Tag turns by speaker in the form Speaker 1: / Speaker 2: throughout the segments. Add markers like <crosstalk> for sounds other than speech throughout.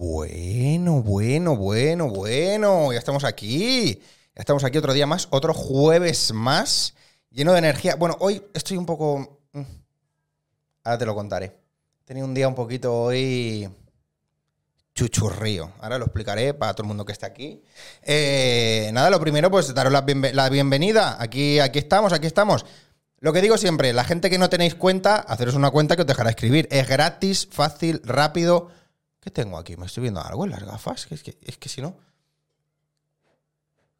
Speaker 1: Bueno, bueno, bueno, bueno. Ya estamos aquí. Ya estamos aquí otro día más, otro jueves más, lleno de energía. Bueno, hoy estoy un poco. mm, Ahora te lo contaré. He tenido un día un poquito hoy. Chuchurrío. Ahora lo explicaré para todo el mundo que está aquí. Eh, nada, lo primero, pues daros la, bienve- la bienvenida. Aquí, aquí estamos, aquí estamos. Lo que digo siempre, la gente que no tenéis cuenta, haceros una cuenta que os dejará escribir. Es gratis, fácil, rápido. ¿Qué tengo aquí? ¿Me estoy viendo algo en las gafas? Que Es que, es que si no.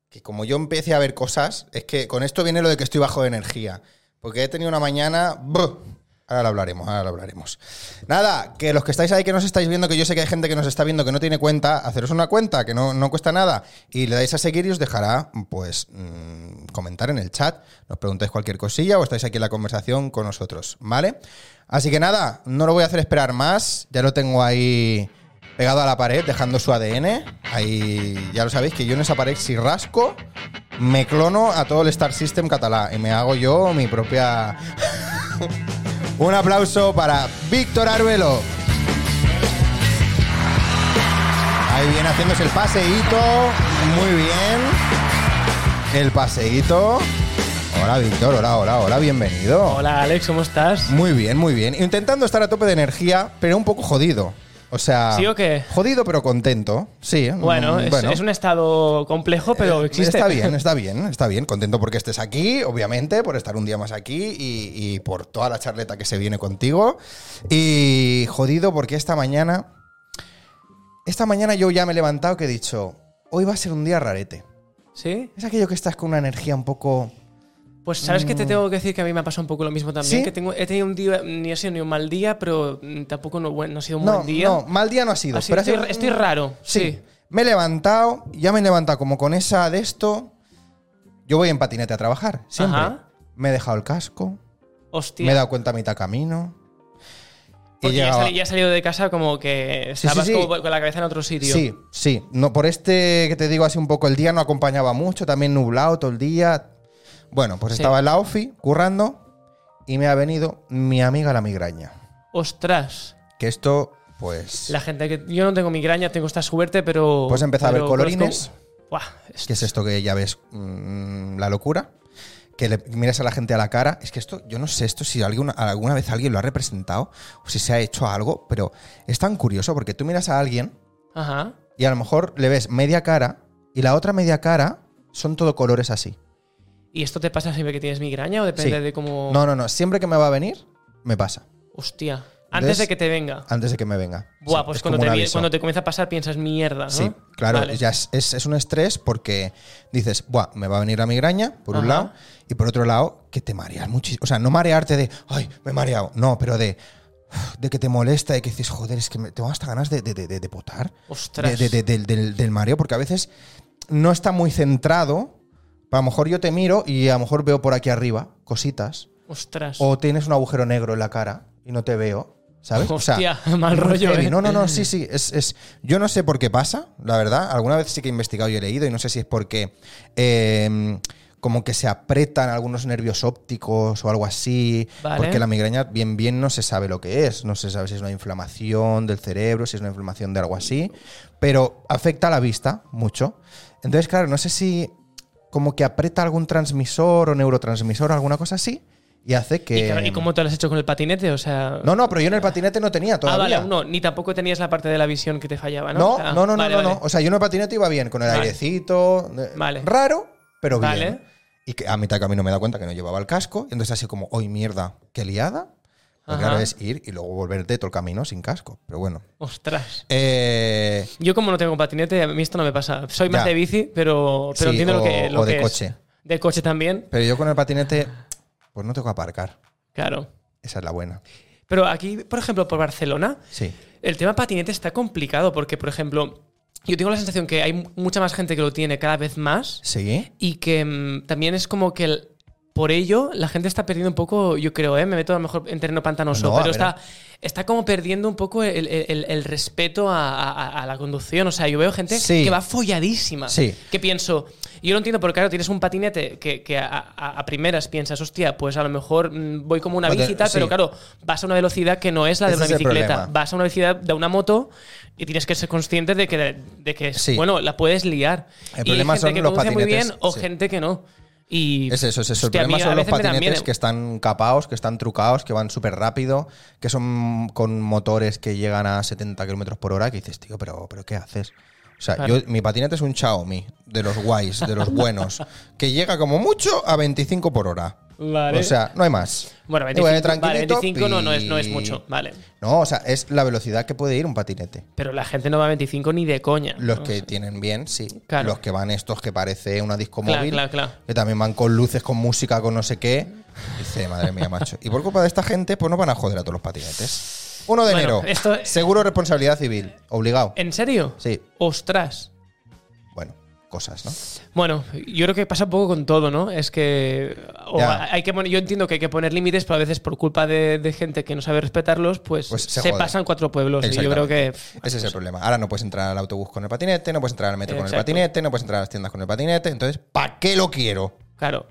Speaker 1: Que como yo empecé a ver cosas, es que con esto viene lo de que estoy bajo de energía. Porque he tenido una mañana. ¡buh! Ahora lo hablaremos, ahora lo hablaremos. Nada, que los que estáis ahí, que nos estáis viendo, que yo sé que hay gente que nos está viendo que no tiene cuenta, haceros una cuenta, que no, no cuesta nada, y le dais a seguir y os dejará, pues, mm, comentar en el chat, nos preguntáis cualquier cosilla o estáis aquí en la conversación con nosotros, ¿vale? Así que nada, no lo voy a hacer esperar más, ya lo tengo ahí pegado a la pared, dejando su ADN, ahí ya lo sabéis que yo en esa pared si rasco, me clono a todo el Star System catalán y me hago yo mi propia... <laughs> Un aplauso para Víctor Arbelo. Ahí viene haciéndose el paseíto. Muy bien. El paseíto. Hola Víctor, hola, hola, hola, bienvenido.
Speaker 2: Hola Alex, ¿cómo estás?
Speaker 1: Muy bien, muy bien. Intentando estar a tope de energía, pero un poco jodido. O sea,
Speaker 2: ¿Sí o qué?
Speaker 1: jodido pero contento. Sí,
Speaker 2: Bueno,
Speaker 1: mm,
Speaker 2: es, es un estado complejo, pero
Speaker 1: eh,
Speaker 2: existe.
Speaker 1: Está
Speaker 2: <laughs>
Speaker 1: bien, está bien, está bien. Contento porque estés aquí, obviamente, por estar un día más aquí y, y por toda la charleta que se viene contigo. Y jodido porque esta mañana. Esta mañana yo ya me he levantado que he dicho. Hoy va a ser un día rarete.
Speaker 2: ¿Sí?
Speaker 1: Es aquello que estás con una energía un poco.
Speaker 2: Pues sabes que te tengo que decir que a mí me ha pasado un poco lo mismo también.
Speaker 1: Mm. ¿Sí?
Speaker 2: Que tengo, he tenido un día, ni ha sido ni un mal día, pero mm, tampoco no, buen- no ha sido un
Speaker 1: No,
Speaker 2: buen día.
Speaker 1: no, mal día no ha sido.
Speaker 2: Así
Speaker 1: pero ha
Speaker 2: estoy,
Speaker 1: sido-
Speaker 2: estoy raro, sí.
Speaker 1: Sí. Me he levantado, ya me he levantado como con esa de esto. Yo voy en patinete a trabajar, siempre.
Speaker 2: Ajá.
Speaker 1: Me he dejado el casco,
Speaker 2: Hostia.
Speaker 1: me he dado cuenta a mitad camino.
Speaker 2: Porque ya,
Speaker 1: llegaba-
Speaker 2: sali- ya he salido de casa como que
Speaker 1: Sí, sí,
Speaker 2: estabas
Speaker 1: sí.
Speaker 2: como por- con la cabeza en otro sitio.
Speaker 1: Sí, sí. No, por este que te digo así un poco, el día no acompañaba mucho, también nublado todo el día. Bueno, pues
Speaker 2: Sí.
Speaker 1: estaba en la OFI currando y me ha venido mi amiga la migraña.
Speaker 2: Ostras.
Speaker 1: Que esto, pues.
Speaker 2: La gente que. Yo no tengo migraña, tengo esta suerte, pero.
Speaker 1: Pues empezó a ver
Speaker 2: pero- pero es
Speaker 1: colorines.
Speaker 2: como- Buah, es-
Speaker 1: ¿Qué es esto que ya ves? mm, la locura. Que le miras a la gente a la cara. Es que esto, yo no sé esto si alguna, alguna vez alguien lo ha representado o si se ha hecho algo, pero es tan curioso porque tú miras a alguien
Speaker 2: Ajá.
Speaker 1: y a lo mejor le ves media cara y la otra media cara son todo colores así.
Speaker 2: ¿Y esto te pasa siempre que tienes migraña o depende
Speaker 1: Sí.
Speaker 2: de cómo.?
Speaker 1: No, no, no. Siempre que me va a venir, me pasa.
Speaker 2: Hostia. Antes
Speaker 1: ¿Ves?
Speaker 2: de que te venga.
Speaker 1: Antes de que me venga.
Speaker 2: Buah,
Speaker 1: Sí,
Speaker 2: pues
Speaker 1: es
Speaker 2: cuando
Speaker 1: como
Speaker 2: te,
Speaker 1: un
Speaker 2: vi-
Speaker 1: aviso.
Speaker 2: cuando te comienza a pasar piensas mierda, ¿no?
Speaker 1: Sí, claro,
Speaker 2: Vale.
Speaker 1: ya es, es- es un estrés porque dices, Buah, me va a venir la migraña, por un
Speaker 2: Ajá.
Speaker 1: lado, y por otro lado, que te mareas muchísimo. O sea, no marearte de, ay, me he mareado, no, pero de, de que te molesta, de que dices, joder, es que me, tengo hasta ganas de, de, de- de- de potar, de-
Speaker 2: Ostras.
Speaker 1: de- de- del- del, del mareo, porque a veces no está muy centrado. A lo mejor yo te miro y a lo mejor veo por aquí arriba cositas,
Speaker 2: Ostras.
Speaker 1: o tienes un agujero negro en la cara y no te veo, ¿sabes?
Speaker 2: Hostia, <laughs>
Speaker 1: muy
Speaker 2: mal rollo,
Speaker 1: heavy.
Speaker 2: ¿eh?
Speaker 1: No, no, no, sí, sí. Es, es- yo no sé por qué pasa, la verdad. Alguna vez sí que he investigado y he leído y no sé si es porque eh, como que se apretan algunos nervios ópticos o algo así.
Speaker 2: Vale.
Speaker 1: Porque la migraña bien, bien no se sabe lo que es. No se sabe si es una inflamación del cerebro, si es una inflamación de algo así. Pero afecta a la vista mucho. Entonces, claro, no sé si como que aprieta algún transmisor o neurotransmisor, alguna cosa así, y hace que...
Speaker 2: ¿Y, claro, ¿y cómo te lo has hecho con el patinete? O sea.
Speaker 1: No, no, pero yo en el patinete no tenía
Speaker 2: ah,
Speaker 1: todavía.
Speaker 2: vale, no, ni tampoco tenías la parte de la visión que te fallaba, ¿Ah, ¿no?
Speaker 1: No,
Speaker 2: O sea,
Speaker 1: no, no, no,
Speaker 2: vale,
Speaker 1: no, no.
Speaker 2: vale.
Speaker 1: O sea, yo en el patinete iba bien, con el
Speaker 2: Vale.
Speaker 1: airecito. eh,
Speaker 2: Vale.
Speaker 1: Raro, pero bien.
Speaker 2: Vale.
Speaker 1: Y que a mitad de camino me da cuenta que no llevaba el casco. Y entonces así como, hoy mierda, qué liada. Lo
Speaker 2: Ajá.
Speaker 1: claro es ir y luego volverte todo el camino sin casco. Pero bueno.
Speaker 2: Ostras.
Speaker 1: Eh,
Speaker 2: Yo, como no tengo patinete, a mí esto no me pasa. Soy más
Speaker 1: Ya.
Speaker 2: de bici, pero, pero
Speaker 1: Sí,
Speaker 2: entiendo
Speaker 1: o-
Speaker 2: lo que. Lo
Speaker 1: o de
Speaker 2: que es.
Speaker 1: coche.
Speaker 2: De coche también,
Speaker 1: pero yo con el patinete, pues no tengo que aparcar.
Speaker 2: claro.
Speaker 1: Esa es la buena.
Speaker 2: Pero aquí, por ejemplo, por Barcelona,
Speaker 1: Sí.
Speaker 2: El tema patinete está complicado porque, por ejemplo, yo tengo la sensación que hay mu- mucha más gente que lo tiene cada vez más
Speaker 1: ¿Sí?
Speaker 2: y que mm, también es como que el- por ello, la gente está perdiendo un poco, yo creo, ¿eh? me meto a lo mejor en terreno pantanoso,
Speaker 1: No, a ver.
Speaker 2: pero está, está como perdiendo un poco el, el- el- el respeto a, a- a la conducción. O sea, yo veo gente
Speaker 1: Sí.
Speaker 2: que va folladísima.
Speaker 1: Sí.
Speaker 2: Que pienso, yo lo entiendo, porque claro, tienes un patinete que, que a, a- a primeras piensas, hostia, pues a lo mejor mm, voy como una
Speaker 1: Va a
Speaker 2: bici
Speaker 1: tener-
Speaker 2: y tal,
Speaker 1: sí.
Speaker 2: pero claro, vas a una velocidad que no es la de
Speaker 1: Ese
Speaker 2: una
Speaker 1: es el
Speaker 2: bicicleta,
Speaker 1: problema.
Speaker 2: vas a una velocidad de una moto y tienes que ser consciente de que, de que
Speaker 1: Sí.
Speaker 2: bueno, la puedes liar.
Speaker 1: El
Speaker 2: Y hay
Speaker 1: problema
Speaker 2: gente
Speaker 1: son
Speaker 2: que
Speaker 1: los
Speaker 2: conduce muy bien
Speaker 1: patinetes,
Speaker 2: o
Speaker 1: sí.
Speaker 2: gente que no. Y
Speaker 1: Es eso, es eso. El
Speaker 2: hostia, a mí
Speaker 1: problema
Speaker 2: a
Speaker 1: son los
Speaker 2: veces me dan
Speaker 1: patinetes
Speaker 2: miedo.
Speaker 1: que están capados, que están trucados, que van súper rápido, que son con motores que llegan a 70 kilómetros por hora, que dices, tío, pero, pero ¿qué haces? O sea,
Speaker 2: Claro.
Speaker 1: yo, mi patinete es un Xiaomi, de los guays, de los
Speaker 2: <laughs>
Speaker 1: buenos, que llega como mucho a 25 por hora.
Speaker 2: Vale.
Speaker 1: O sea, eh, no hay más.
Speaker 2: Bueno,
Speaker 1: Y
Speaker 2: 25, vale,
Speaker 1: tranquilito,
Speaker 2: 25 no, no, es, no es
Speaker 1: pi.
Speaker 2: mucho, vale.
Speaker 1: No, o sea, es la velocidad que puede ir un patinete.
Speaker 2: Pero la gente no va a 25 ni de coña.
Speaker 1: Los
Speaker 2: ¿no?
Speaker 1: que tienen bien, sí.
Speaker 2: Claro.
Speaker 1: Los que van estos que parece una disco
Speaker 2: Claro,
Speaker 1: móvil,
Speaker 2: claro, claro.
Speaker 1: que también van con luces, con música, con no sé qué. Dice, madre mía, macho. Y por culpa de esta gente, pues no van a joder a todos los patinetes. 1 de
Speaker 2: Bueno,
Speaker 1: enero.
Speaker 2: esto- Eh,
Speaker 1: Seguro responsabilidad civil. Obligado.
Speaker 2: ¿En serio?
Speaker 1: Sí.
Speaker 2: Ostras.
Speaker 1: Bueno, cosas, ¿no?
Speaker 2: Bueno, yo creo que pasa un poco con todo, ¿no? Es que, o
Speaker 1: Ya.
Speaker 2: hay que poner- yo entiendo que hay que poner límites, pero a veces por culpa de, de gente que no sabe respetarlos, pues,
Speaker 1: Pues se
Speaker 2: se,
Speaker 1: jode.
Speaker 2: pasan cuatro pueblos. Y yo creo que
Speaker 1: Exactamente. Ese es el problema. Ahora no puedes entrar al autobús con el patinete, no puedes entrar al metro con el
Speaker 2: Exacto.
Speaker 1: patinete, no puedes entrar a las tiendas con el patinete. Entonces, ¿para qué lo quiero?
Speaker 2: Claro.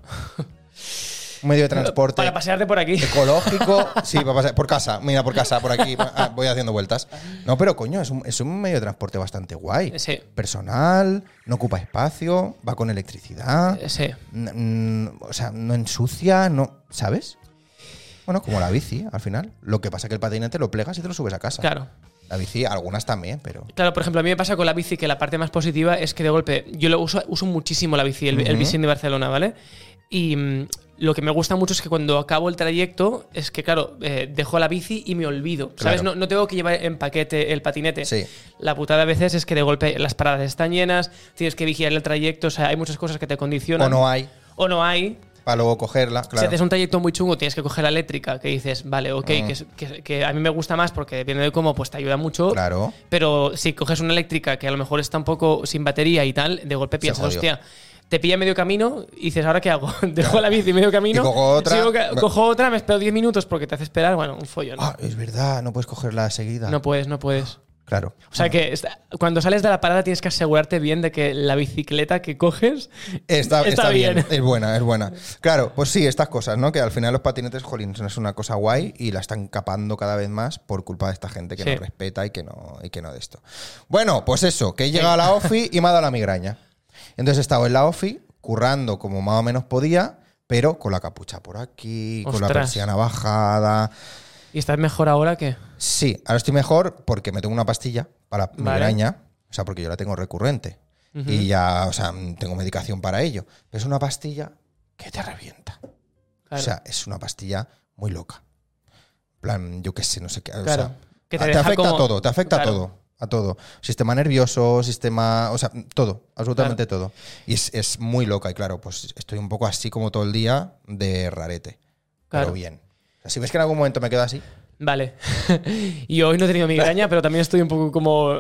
Speaker 1: Un medio de transporte.
Speaker 2: <laughs> Para pasearte por aquí.
Speaker 1: ecológico. Sí, va a pasar por casa. Mira, por casa, por aquí. Ah, voy haciendo vueltas. No, pero coño, es un, es un medio de transporte bastante guay.
Speaker 2: Sí.
Speaker 1: Personal, no ocupa espacio, va con electricidad.
Speaker 2: <laughs> Sí.
Speaker 1: n- mm, o sea, no ensucia, no. ¿Sabes? Bueno, como la bici, al final. Lo que pasa es que el patinete lo plegas y te lo subes a casa.
Speaker 2: Claro.
Speaker 1: La bici, algunas también, pero.
Speaker 2: Claro, por ejemplo, a mí me pasa con la bici que la parte más positiva es que de golpe yo lo uso, uso muchísimo la bici, el, el
Speaker 1: Ujú.
Speaker 2: Bici de Barcelona, ¿vale? Y mm, lo que me gusta mucho es que cuando acabo el trayecto es que, claro, eh, dejo la bici y me olvido, ¿sabes?
Speaker 1: Claro.
Speaker 2: No, no tengo que llevar en paquete el patinete.
Speaker 1: Sí.
Speaker 2: La putada a veces es que de golpe las paradas están llenas, tienes que vigilar el trayecto, o sea, hay muchas cosas que te condicionan.
Speaker 1: O no hay,
Speaker 2: O no hay.
Speaker 1: para luego cogerla,
Speaker 2: Si
Speaker 1: claro. Mm.
Speaker 2: haces un trayecto muy chungo, tienes que coger la eléctrica, que dices, vale, ok, que, es- que- que a mí me gusta más porque depende de cómo, pues te ayuda mucho.
Speaker 1: Claro.
Speaker 2: Pero si coges una eléctrica que a lo mejor está un poco sin batería y tal, de golpe piensas,
Speaker 1: jodió.
Speaker 2: hostia, te pilla medio camino y dices, ¿ahora qué hago? <laughs> Dejo la bici medio camino.
Speaker 1: Y cojo otra.
Speaker 2: sigo ca- cojo otra, me espero 10 minutos porque te hace esperar, bueno, un follón.
Speaker 1: Ah, es verdad, no puedes cogerla seguida.
Speaker 2: No puedes, no puedes.
Speaker 1: Claro.
Speaker 2: O sea que está- cuando sales de la parada tienes que asegurarte bien de que la bicicleta que coges
Speaker 1: Está,
Speaker 2: Está
Speaker 1: está bien.
Speaker 2: bien.
Speaker 1: es buena, es buena. Claro, pues sí, estas cosas, ¿no? Que al final los patinetes, jolín, son- es una cosa guay y la están capando cada vez más por culpa de esta gente que
Speaker 2: Sí.
Speaker 1: no respeta y que no, y que no de esto. Bueno, pues eso, que he llegado a la OFI y me ha dado la migraña. Entonces he estado en la OFI, currando como más o menos podía, pero con la capucha por aquí, con la
Speaker 2: Ostras.
Speaker 1: persiana bajada.
Speaker 2: y estás mejor ahora que...
Speaker 1: Sí, ahora estoy mejor porque me tomo una pastilla para la
Speaker 2: Vale.
Speaker 1: migraña, o sea, porque yo la tengo recurrente y ya, o sea, mm, tengo medicación para ello. Pero es una pastilla que te revienta.
Speaker 2: Claro.
Speaker 1: O sea, es una pastilla muy loca. En plan, yo qué sé, no sé qué. o
Speaker 2: Claro,
Speaker 1: sea,
Speaker 2: que te
Speaker 1: te,
Speaker 2: deja
Speaker 1: afecta a
Speaker 2: como-
Speaker 1: todo, te afecta
Speaker 2: Claro.
Speaker 1: a todo. A todo. Sistema nervioso, sistema. O sea, todo, absolutamente todo. Y es, es muy loca. Y claro, pues estoy un poco así como todo el día de rarete.
Speaker 2: Claro.
Speaker 1: Pero bien. O sea, si ves que en algún momento me quedo así,
Speaker 2: Vale. <laughs> y hoy no he tenido migraña, pero también estoy un poco como...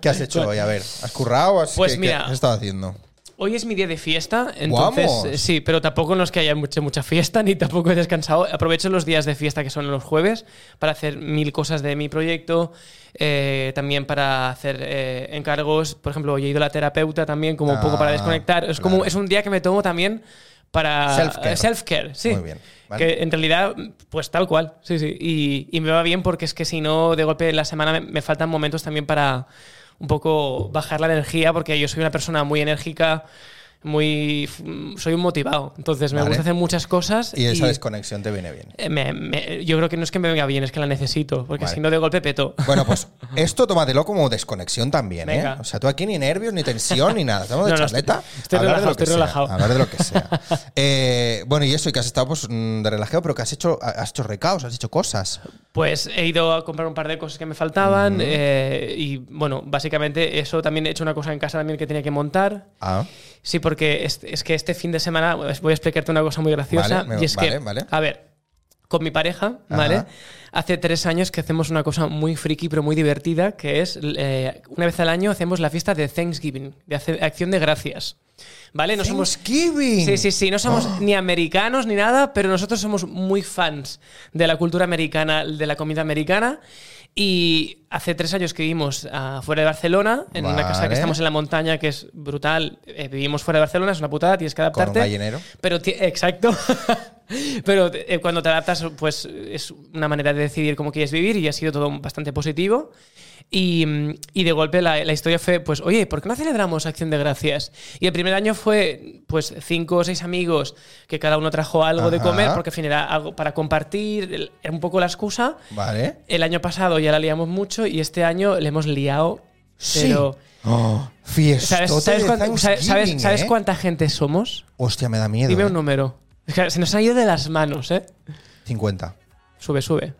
Speaker 1: ¿qué has hecho hoy? A ver, ¿has currado? o has-
Speaker 2: Pues
Speaker 1: qué- qué
Speaker 2: mira.
Speaker 1: has estado haciendo?
Speaker 2: Hoy es mi día de fiesta, entonces
Speaker 1: Vamos.
Speaker 2: eh, sí, pero tampoco no es que haya mucha, mucha fiesta <laughs> ni tampoco he descansado. Aprovecho los días de fiesta que son los jueves para hacer mil cosas de mi proyecto, eh, también para hacer eh, encargos. Por ejemplo, hoy he ido a la terapeuta también como un poco para
Speaker 1: Ah,
Speaker 2: desconectar. Es como
Speaker 1: claro.
Speaker 2: es un día que me tomo también para
Speaker 1: Self-care.
Speaker 2: eh, self-care, sí.
Speaker 1: Muy bien, vale.
Speaker 2: Que en realidad, pues tal cual, sí, sí. Y, y me va bien porque es que si no, de golpe en la semana me, me faltan momentos también para un poco bajar la energía, porque yo soy una persona muy enérgica, muy. f- soy un motivado. Entonces me
Speaker 1: Vale.
Speaker 2: gusta hacer muchas cosas.
Speaker 1: Y esa desconexión te viene bien.
Speaker 2: eh, me- me- yo creo que no es que me venga bien, es que la necesito, porque
Speaker 1: Vale.
Speaker 2: si no, de golpe peto.
Speaker 1: Bueno, pues esto tómatelo como desconexión también, ¿eh?
Speaker 2: Venga.
Speaker 1: O sea, tú aquí ni nervios, ni tensión, ni nada. Estamos de
Speaker 2: <laughs> No, no,
Speaker 1: charleta.
Speaker 2: estoy- estoy
Speaker 1: Hablar de lo
Speaker 2: relajado,
Speaker 1: que
Speaker 2: estoy
Speaker 1: sea,
Speaker 2: relajado.
Speaker 1: Hablar de lo
Speaker 2: <laughs>
Speaker 1: que sea. Eh, bueno, y eso, y que has estado pues, mm, de relajado, pero que has hecho, has hecho recaos, has hecho cosas.
Speaker 2: Pues he ido a comprar un par de cosas que me faltaban, eh, y bueno, básicamente eso también he hecho una cosa en casa también que tenía que montar.
Speaker 1: Ah,
Speaker 2: Sí, porque es, es que este fin de semana os voy a explicarte una cosa muy graciosa.
Speaker 1: Vale, me-
Speaker 2: y es
Speaker 1: vale,
Speaker 2: que,
Speaker 1: vale.
Speaker 2: a ver, con mi pareja,
Speaker 1: Ajá.
Speaker 2: ¿vale? Hace tres años que hacemos una cosa muy friki pero muy divertida, que es eh, una vez al año hacemos la fiesta de Thanksgiving, de hace- acción de gracias. ¿Vale? No somos
Speaker 1: Thanksgiving.
Speaker 2: Sí, sí, sí. No somos ni americanos ni nada, pero nosotros somos muy fans de la cultura americana, de la comida americana. Y hace tres años que vivimos ah, fuera de Barcelona, en una casa
Speaker 1: Vale.
Speaker 2: que estamos en la montaña, que es brutal. Eh, vivimos fuera de Barcelona, es una putada, tienes
Speaker 1: Con
Speaker 2: que adaptarte.
Speaker 1: un gallinero.
Speaker 2: Pero ti- exacto. <laughs> Pero eh, cuando te adaptas, pues es una manera de decidir cómo quieres vivir y ha sido todo bastante positivo. Y, mm, y de golpe la, la historia fue, pues, oye, ¿por qué no celebramos Acción de Gracias? Y el primer año fue, pues, cinco o seis amigos que cada uno trajo algo de
Speaker 1: Ajá.
Speaker 2: comer, porque al fin era algo para compartir, el- era un poco la excusa.
Speaker 1: Vale.
Speaker 2: El año pasado ya la liamos mucho y este año le hemos liado, pero...
Speaker 1: Oh, fiestota
Speaker 2: ¿Sabes, sabes
Speaker 1: de
Speaker 2: cuánta- sabes- sabes-
Speaker 1: Thanksgiving,
Speaker 2: sabes
Speaker 1: ¿eh?
Speaker 2: cuánta gente somos?
Speaker 1: Hostia, me da miedo.
Speaker 2: Dime
Speaker 1: eh.
Speaker 2: un número. Es que se nos ha ido de las manos, ¿eh?
Speaker 1: 50.
Speaker 2: Sube, sube.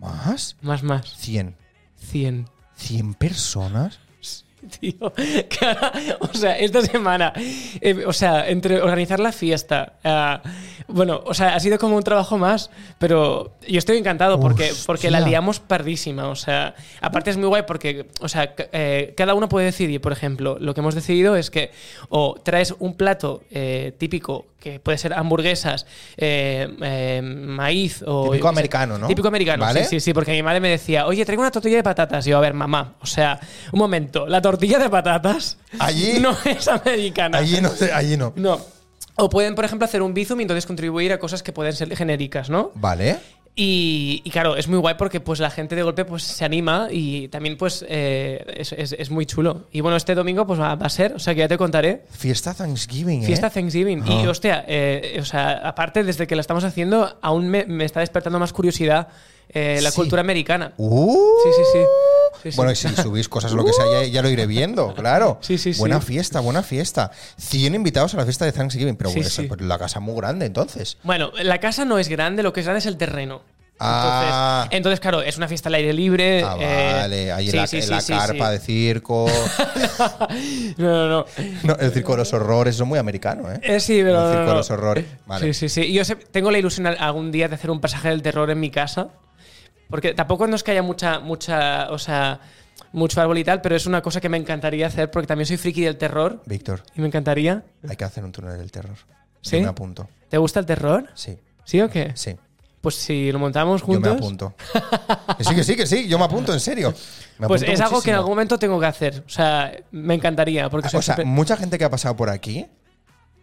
Speaker 1: ¿Más?
Speaker 2: Más, más.
Speaker 1: 100.
Speaker 2: 100.
Speaker 1: 100 personas.
Speaker 2: <laughs> Tío, que ahora- o sea, esta semana, eh, o sea, entre organizar la fiesta, ah, bueno, o sea, ha sido como un trabajo más, pero yo estoy encantado porque, porque la
Speaker 1: Hostia.
Speaker 2: liamos pardísima, o sea, aparte es muy guay porque, o sea, ca- eh, cada uno puede decidir, por ejemplo, lo que hemos decidido es que o traes un plato eh, típico, que puede ser hamburguesas, eh, eh, maíz o...
Speaker 1: Típico
Speaker 2: yo qué sé,
Speaker 1: americano, ¿no?
Speaker 2: Típico americano,
Speaker 1: ¿Vale?
Speaker 2: sí, sí, Sí, porque mi madre me decía, oye, traigo una tortilla de patatas. Y yo, a ver, mamá, o sea, un momento, la tortilla de patatas
Speaker 1: Allí-
Speaker 2: <laughs> no es americana.
Speaker 1: Allí no. sé, Allí no.
Speaker 2: No. O pueden, por ejemplo, hacer un bizum y entonces contribuir a cosas que pueden ser genéricas, ¿no?
Speaker 1: Vale.
Speaker 2: Y, y claro, es muy guay porque pues la gente de golpe pues se anima y también pues eh, es, es- es muy chulo. Y bueno, este domingo pues va, va a ser, o sea que ya te contaré.
Speaker 1: Fiesta Thanksgiving, ¿eh?
Speaker 2: Fiesta Thanksgiving. Y
Speaker 1: Ah.
Speaker 2: hostia, eh, o sea, aparte desde que la estamos haciendo, aún me, me está despertando más curiosidad eh, la
Speaker 1: Sí.
Speaker 2: cultura americana.
Speaker 1: Uh.
Speaker 2: Sí, sí, sí. Sí, sí.
Speaker 1: Bueno, y si subís cosas o lo que sea, ya, ya lo iré viendo, claro.
Speaker 2: Sí, sí, sí.
Speaker 1: Buena fiesta, buena fiesta. 100 invitados a la fiesta de Thanksgiving, pero
Speaker 2: Sí,
Speaker 1: bueno, esa-
Speaker 2: sí.
Speaker 1: pues la casa es muy grande entonces.
Speaker 2: Bueno, la casa no es grande, lo que es grande es el terreno. Entonces,
Speaker 1: Ah.
Speaker 2: entonces, claro, es una fiesta al aire libre.
Speaker 1: Ah,
Speaker 2: eh,
Speaker 1: vale, ahí en
Speaker 2: sí,
Speaker 1: la,
Speaker 2: sí,
Speaker 1: en
Speaker 2: sí,
Speaker 1: la
Speaker 2: sí,
Speaker 1: carpa
Speaker 2: sí.
Speaker 1: de
Speaker 2: <laughs>
Speaker 1: circo.
Speaker 2: No,
Speaker 1: <laughs>
Speaker 2: no, no.
Speaker 1: No, el circo de los horrores, eso es muy americano, ¿eh?
Speaker 2: Eh, sí, pero.
Speaker 1: El
Speaker 2: no,
Speaker 1: circo
Speaker 2: no,
Speaker 1: de
Speaker 2: no.
Speaker 1: los horrores. Vale.
Speaker 2: Sí, sí, sí. Yo sé- tengo la ilusión al- algún día de hacer un pasaje del terror en mi casa. Porque tampoco no es que haya mucha, mucha, o sea, mucho árbol y tal, pero es una cosa que me encantaría hacer porque también soy friki del terror
Speaker 1: Víctor,
Speaker 2: y me encantaría.
Speaker 1: hay que hacer un túnel del terror.
Speaker 2: ¿Sí?
Speaker 1: Yo me apunto.
Speaker 2: ¿Te gusta el terror?
Speaker 1: Sí,
Speaker 2: ¿Sí o qué?
Speaker 1: sí.
Speaker 2: Pues si lo montamos
Speaker 1: Yo me
Speaker 2: juntos.
Speaker 1: apunto. Que sí, que sí, que sí. Yo me apunto, en
Speaker 2: <laughs>
Speaker 1: serio. Me
Speaker 2: Pues
Speaker 1: apunto
Speaker 2: es algo que en
Speaker 1: muchísimo.
Speaker 2: algún momento tengo que hacer. O sea, me encantaría. Porque
Speaker 1: Ah,
Speaker 2: soy
Speaker 1: O sea,
Speaker 2: súper-
Speaker 1: mucha gente que ha pasado por aquí.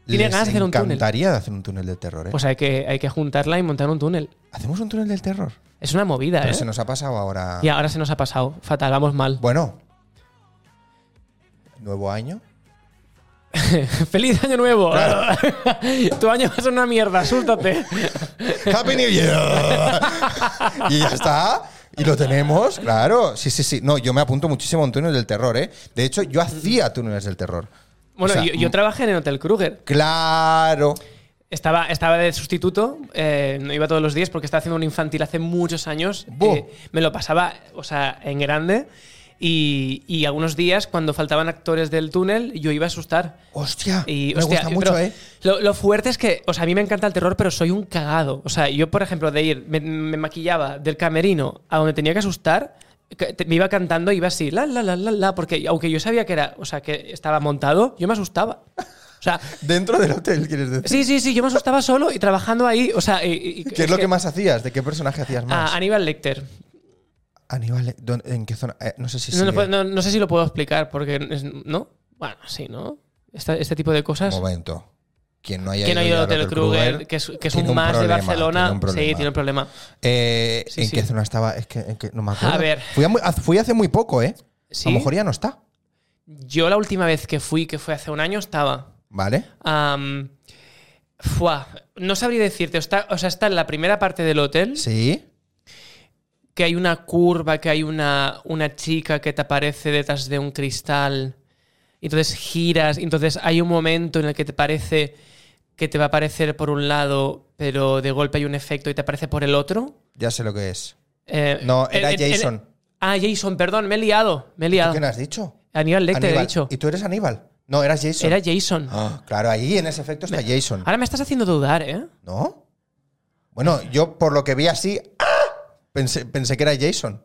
Speaker 2: Tiene
Speaker 1: les
Speaker 2: ganas de hacer un túnel.
Speaker 1: encantaría de hacer un túnel del terror, ¿eh?
Speaker 2: pues hay que, hay que juntarla y montar un túnel.
Speaker 1: Hacemos un túnel del terror.
Speaker 2: Es una movida,
Speaker 1: Pero
Speaker 2: ¿eh?
Speaker 1: se nos ha pasado ahora.
Speaker 2: Y ahora se nos ha pasado. Fatal, vamos mal. <laughs>
Speaker 1: Bueno. Nuevo
Speaker 2: <laughs>
Speaker 1: año.
Speaker 2: ¡Feliz año nuevo! <laughs> tu año va a ser una mierda, asústate.
Speaker 1: Happy New
Speaker 2: <laughs>
Speaker 1: Year. y ya está. Y lo tenemos, claro. Sí, sí, sí. No, yo me apunto muchísimo a un túnel del terror, ¿eh? De hecho, yo hacía túneles del terror.
Speaker 2: Bueno,
Speaker 1: O sea,
Speaker 2: yo, yo trabajé en el Hotel Kruger.
Speaker 1: Claro.
Speaker 2: Estaba, estaba de sustituto, eh, no iba todos los días porque estaba haciendo un infantil hace muchos años.
Speaker 1: Buh.
Speaker 2: Eh, me lo pasaba, o sea, en grande. Y, y algunos días, cuando faltaban actores del túnel, yo iba a asustar.
Speaker 1: Hostia.
Speaker 2: Y,
Speaker 1: me
Speaker 2: hostia,
Speaker 1: gusta
Speaker 2: pero
Speaker 1: mucho, ¿eh?
Speaker 2: Lo, lo fuerte es que, o sea, a mí me encanta el terror, pero soy un cagado. O sea, yo, por ejemplo, de ir, me, me maquillaba del camerino a donde tenía que asustar, que te- me iba cantando, iba así, la, la, la, la, la, porque aunque yo sabía que era, o sea, que estaba montado, yo me asustaba. O sea,
Speaker 1: Dentro del hotel, quieres decir.
Speaker 2: sí, sí, sí, yo me asustaba solo y trabajando ahí, o sea, y- y- y-
Speaker 1: ¿Qué es lo que, más hacías? ¿De qué personaje hacías más?
Speaker 2: Ah, Aníbal Lecter.
Speaker 1: Aníbal, ¿dó- ¿en qué zona? Eh, no sé si
Speaker 2: No, no
Speaker 1: sigue.
Speaker 2: puedo- no- no sé si lo puedo explicar, porque es- ¿no? Bueno, sí, ¿no? Esta- este tipo de cosas.
Speaker 1: Momento. Quien no haya
Speaker 2: Que no ha
Speaker 1: ya
Speaker 2: ido
Speaker 1: al
Speaker 2: al Hotel Kruger, que es, que es
Speaker 1: tiene
Speaker 2: un más
Speaker 1: problema,
Speaker 2: de Barcelona.
Speaker 1: tiene un
Speaker 2: sí,
Speaker 1: problema.
Speaker 2: tiene un problema.
Speaker 1: Eh,
Speaker 2: Sí,
Speaker 1: ¿En
Speaker 2: sí.
Speaker 1: qué zona estaba? Es que, en que- no me acuerdo.
Speaker 2: A ver.
Speaker 1: Fui, a muy- fui hace muy poco, ¿eh?
Speaker 2: ¿Sí?
Speaker 1: A lo mejor ya no está.
Speaker 2: Yo la última vez que fui, que fue hace un año, estaba.
Speaker 1: ¿Vale?
Speaker 2: am, fuá, no sabría decirte, está, o sea, está en la primera parte del hotel,
Speaker 1: Sí.
Speaker 2: que hay una curva, que hay una, una chica que te aparece detrás de un cristal, y entonces giras, y entonces hay un momento en el que te parece que te va a aparecer por un lado, pero de golpe hay un efecto y te aparece por el otro.
Speaker 1: Ya sé lo que es.
Speaker 2: Eh,
Speaker 1: No, era
Speaker 2: en- en-
Speaker 1: Jason.
Speaker 2: ah, Jason, perdón, me he liado, me he liado.
Speaker 1: ¿Qué me has dicho?
Speaker 2: Aníbal Lecter, he
Speaker 1: Aníbal.
Speaker 2: dicho.
Speaker 1: ¿Y tú eres Aníbal? No, eras Jason.
Speaker 2: Era Jason.
Speaker 1: Ah, claro, ahí en ese efecto está Jason.
Speaker 2: Ahora me estás haciendo dudar, ¿eh?
Speaker 1: ¿No? Bueno, yo por lo que vi así, ¡ah! pensé, pensé que era Jason.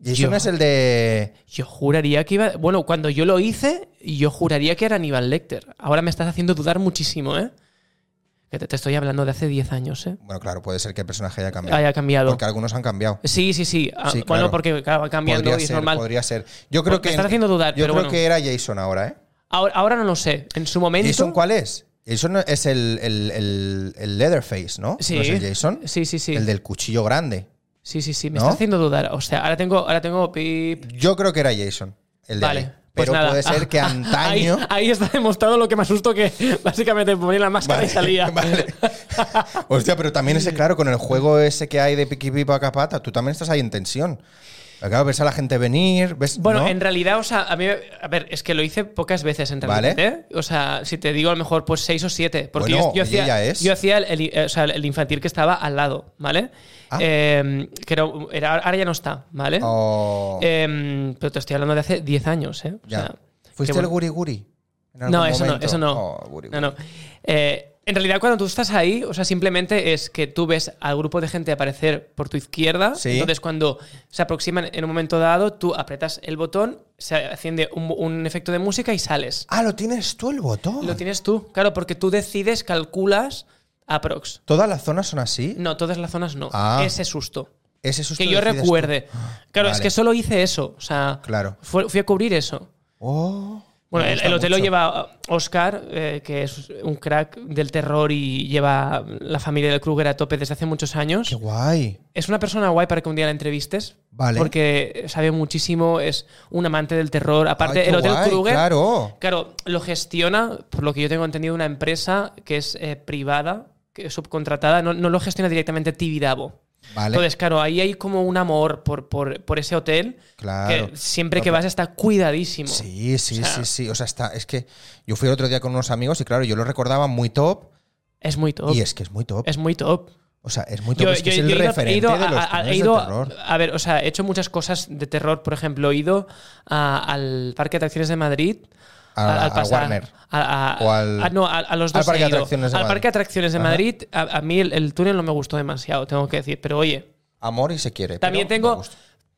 Speaker 1: Jason
Speaker 2: Yo.
Speaker 1: es el de.
Speaker 2: Yo juraría que iba. Bueno, cuando yo lo hice, yo juraría que era Aníbal Lecter. Ahora me estás haciendo dudar muchísimo, ¿eh? Que te, te estoy hablando de hace 10 años, ¿eh?
Speaker 1: Bueno, claro, puede ser que el personaje haya cambiado.
Speaker 2: Haya cambiado.
Speaker 1: Porque algunos han cambiado.
Speaker 2: Sí, sí, sí. Ah,
Speaker 1: Sí, claro.
Speaker 2: Bueno, porque claro, cambiando
Speaker 1: Podría
Speaker 2: y es
Speaker 1: ser,
Speaker 2: normal. Pues
Speaker 1: podría ser. Yo creo
Speaker 2: Me
Speaker 1: que.
Speaker 2: estás haciendo dudar,
Speaker 1: Yo
Speaker 2: pero
Speaker 1: creo
Speaker 2: bueno.
Speaker 1: que era Jason ahora, ¿eh?
Speaker 2: Ahora, ahora no lo sé. En su momento.
Speaker 1: ¿Jason cuál es? Jason es el, el, el- el Leatherface, ¿no?
Speaker 2: Sí.
Speaker 1: ¿No es el Jason?
Speaker 2: Sí, sí, sí.
Speaker 1: El del cuchillo grande.
Speaker 2: Sí, sí, sí. Me
Speaker 1: ¿No?
Speaker 2: está haciendo dudar. O sea, ahora tengo, ahora tengo pip.
Speaker 1: Yo creo que era Jason. El de
Speaker 2: Vale.
Speaker 1: ahí.
Speaker 2: pues
Speaker 1: Pero
Speaker 2: nada.
Speaker 1: puede ser que
Speaker 2: Ah,
Speaker 1: antaño.
Speaker 2: <laughs> Ahí, ahí está demostrado lo que me asustó que <laughs> básicamente ponía la máscara y salía.
Speaker 1: <laughs> <laughs>
Speaker 2: <laughs>
Speaker 1: vale. Hostia, pero también ese, claro, con el juego ese que hay de piqui pipa capata, tú también estás ahí en tensión. Acabas ves a la gente venir, ves.
Speaker 2: Bueno,
Speaker 1: ¿no?
Speaker 2: en realidad, o sea, a mí, a ver, es que lo hice pocas veces en realidad.
Speaker 1: Vale.
Speaker 2: ¿eh? O sea, si te digo a lo mejor, pues seis o siete. Porque
Speaker 1: Bueno,
Speaker 2: yo, yo
Speaker 1: oye, ya
Speaker 2: hacía,
Speaker 1: es.
Speaker 2: yo hacía el, el- eh, o sea, el infantil que estaba al lado, ¿vale?
Speaker 1: Ah. Oh.
Speaker 2: Eh, que era, era- ahora ya no está, ¿vale?
Speaker 1: O-
Speaker 2: Eh, pero te estoy hablando de hace 10 años, ¿eh? O
Speaker 1: ya.
Speaker 2: sea,
Speaker 1: ¿Fuiste
Speaker 2: que
Speaker 1: el
Speaker 2: bueno.
Speaker 1: guri guri? en
Speaker 2: No,
Speaker 1: algún
Speaker 2: eso no,
Speaker 1: momento?
Speaker 2: eso no.
Speaker 1: Oh, guri
Speaker 2: No,
Speaker 1: guri.
Speaker 2: no. Eh, en realidad, cuando tú estás ahí, o sea, simplemente es que tú ves al grupo de gente aparecer por tu izquierda.
Speaker 1: Sí.
Speaker 2: Entonces, cuando se aproximan en un momento dado, tú apretas el botón, se enciende un, un efecto de música y sales.
Speaker 1: Ah, lo tienes tú el botón.
Speaker 2: Lo tienes tú, claro, porque tú decides, calculas aprox.
Speaker 1: ¿Todas las zonas son así?
Speaker 2: No, todas las zonas no.
Speaker 1: Ah.
Speaker 2: Ese susto.
Speaker 1: Ese susto
Speaker 2: Que yo
Speaker 1: decides tú. Ah,
Speaker 2: recuerde. Claro, es
Speaker 1: vale.
Speaker 2: que solo hice eso. O sea,
Speaker 1: Claro.
Speaker 2: fue- fui a cubrir eso.
Speaker 1: Oh,
Speaker 2: Bueno,
Speaker 1: me
Speaker 2: el,
Speaker 1: gusta
Speaker 2: el hotel lo
Speaker 1: mucho.
Speaker 2: lleva uh, Oscar, eh, que es un crack del terror y lleva la familia del Kruger a tope desde hace muchos
Speaker 1: Qué
Speaker 2: años.
Speaker 1: guay.
Speaker 2: Es una persona guay para que un día la entrevistes.
Speaker 1: Vale.
Speaker 2: Porque sabe muchísimo, es un amante del terror. Aparte,
Speaker 1: Ay, qué
Speaker 2: el Hotel
Speaker 1: guay,
Speaker 2: Kruger.
Speaker 1: Claro.
Speaker 2: claro, lo gestiona, por lo que yo tengo entendido, una empresa que es eh, privada, que es subcontratada. No, no lo gestiona directamente Tibidabo.
Speaker 1: Vale.
Speaker 2: Entonces, claro, ahí hay como un amor por, por, por ese hotel.
Speaker 1: Claro.
Speaker 2: Que siempre
Speaker 1: No,
Speaker 2: que
Speaker 1: pero-
Speaker 2: vas está cuidadísimo.
Speaker 1: Sí, sí,
Speaker 2: O sea-
Speaker 1: sí, sí. O sea, está, es que yo fui el otro día con unos amigos y claro, yo lo recordaba muy top.
Speaker 2: Es muy top.
Speaker 1: Y es que es muy top.
Speaker 2: Es muy top.
Speaker 1: o sea, es muy top.
Speaker 2: Yo,
Speaker 1: es que
Speaker 2: yo-
Speaker 1: es el
Speaker 2: yo he ido- he
Speaker 1: referente
Speaker 2: ido,
Speaker 1: de los
Speaker 2: a- a-
Speaker 1: cines
Speaker 2: he
Speaker 1: de
Speaker 2: ido a-
Speaker 1: terror.
Speaker 2: a ver, o sea, he hecho muchas cosas de terror. Por ejemplo, he ido a- al Parque de Atracciones de Madrid.
Speaker 1: A-
Speaker 2: al- al
Speaker 1: a
Speaker 2: pasa-
Speaker 1: Warner.
Speaker 2: a- a-
Speaker 1: O al-
Speaker 2: ah, no, a, a los
Speaker 1: al
Speaker 2: dos.
Speaker 1: Parque
Speaker 2: he
Speaker 1: de
Speaker 2: ido.
Speaker 1: Atracciones de
Speaker 2: Al Parque
Speaker 1: Madrid.
Speaker 2: de Atracciones de
Speaker 1: Ajá.
Speaker 2: Madrid, a, a mí el, el túnel no me gustó demasiado, tengo que decir. Pero oye,
Speaker 1: Amor y se quiere.
Speaker 2: también
Speaker 1: pero me
Speaker 2: tengo,
Speaker 1: gusta.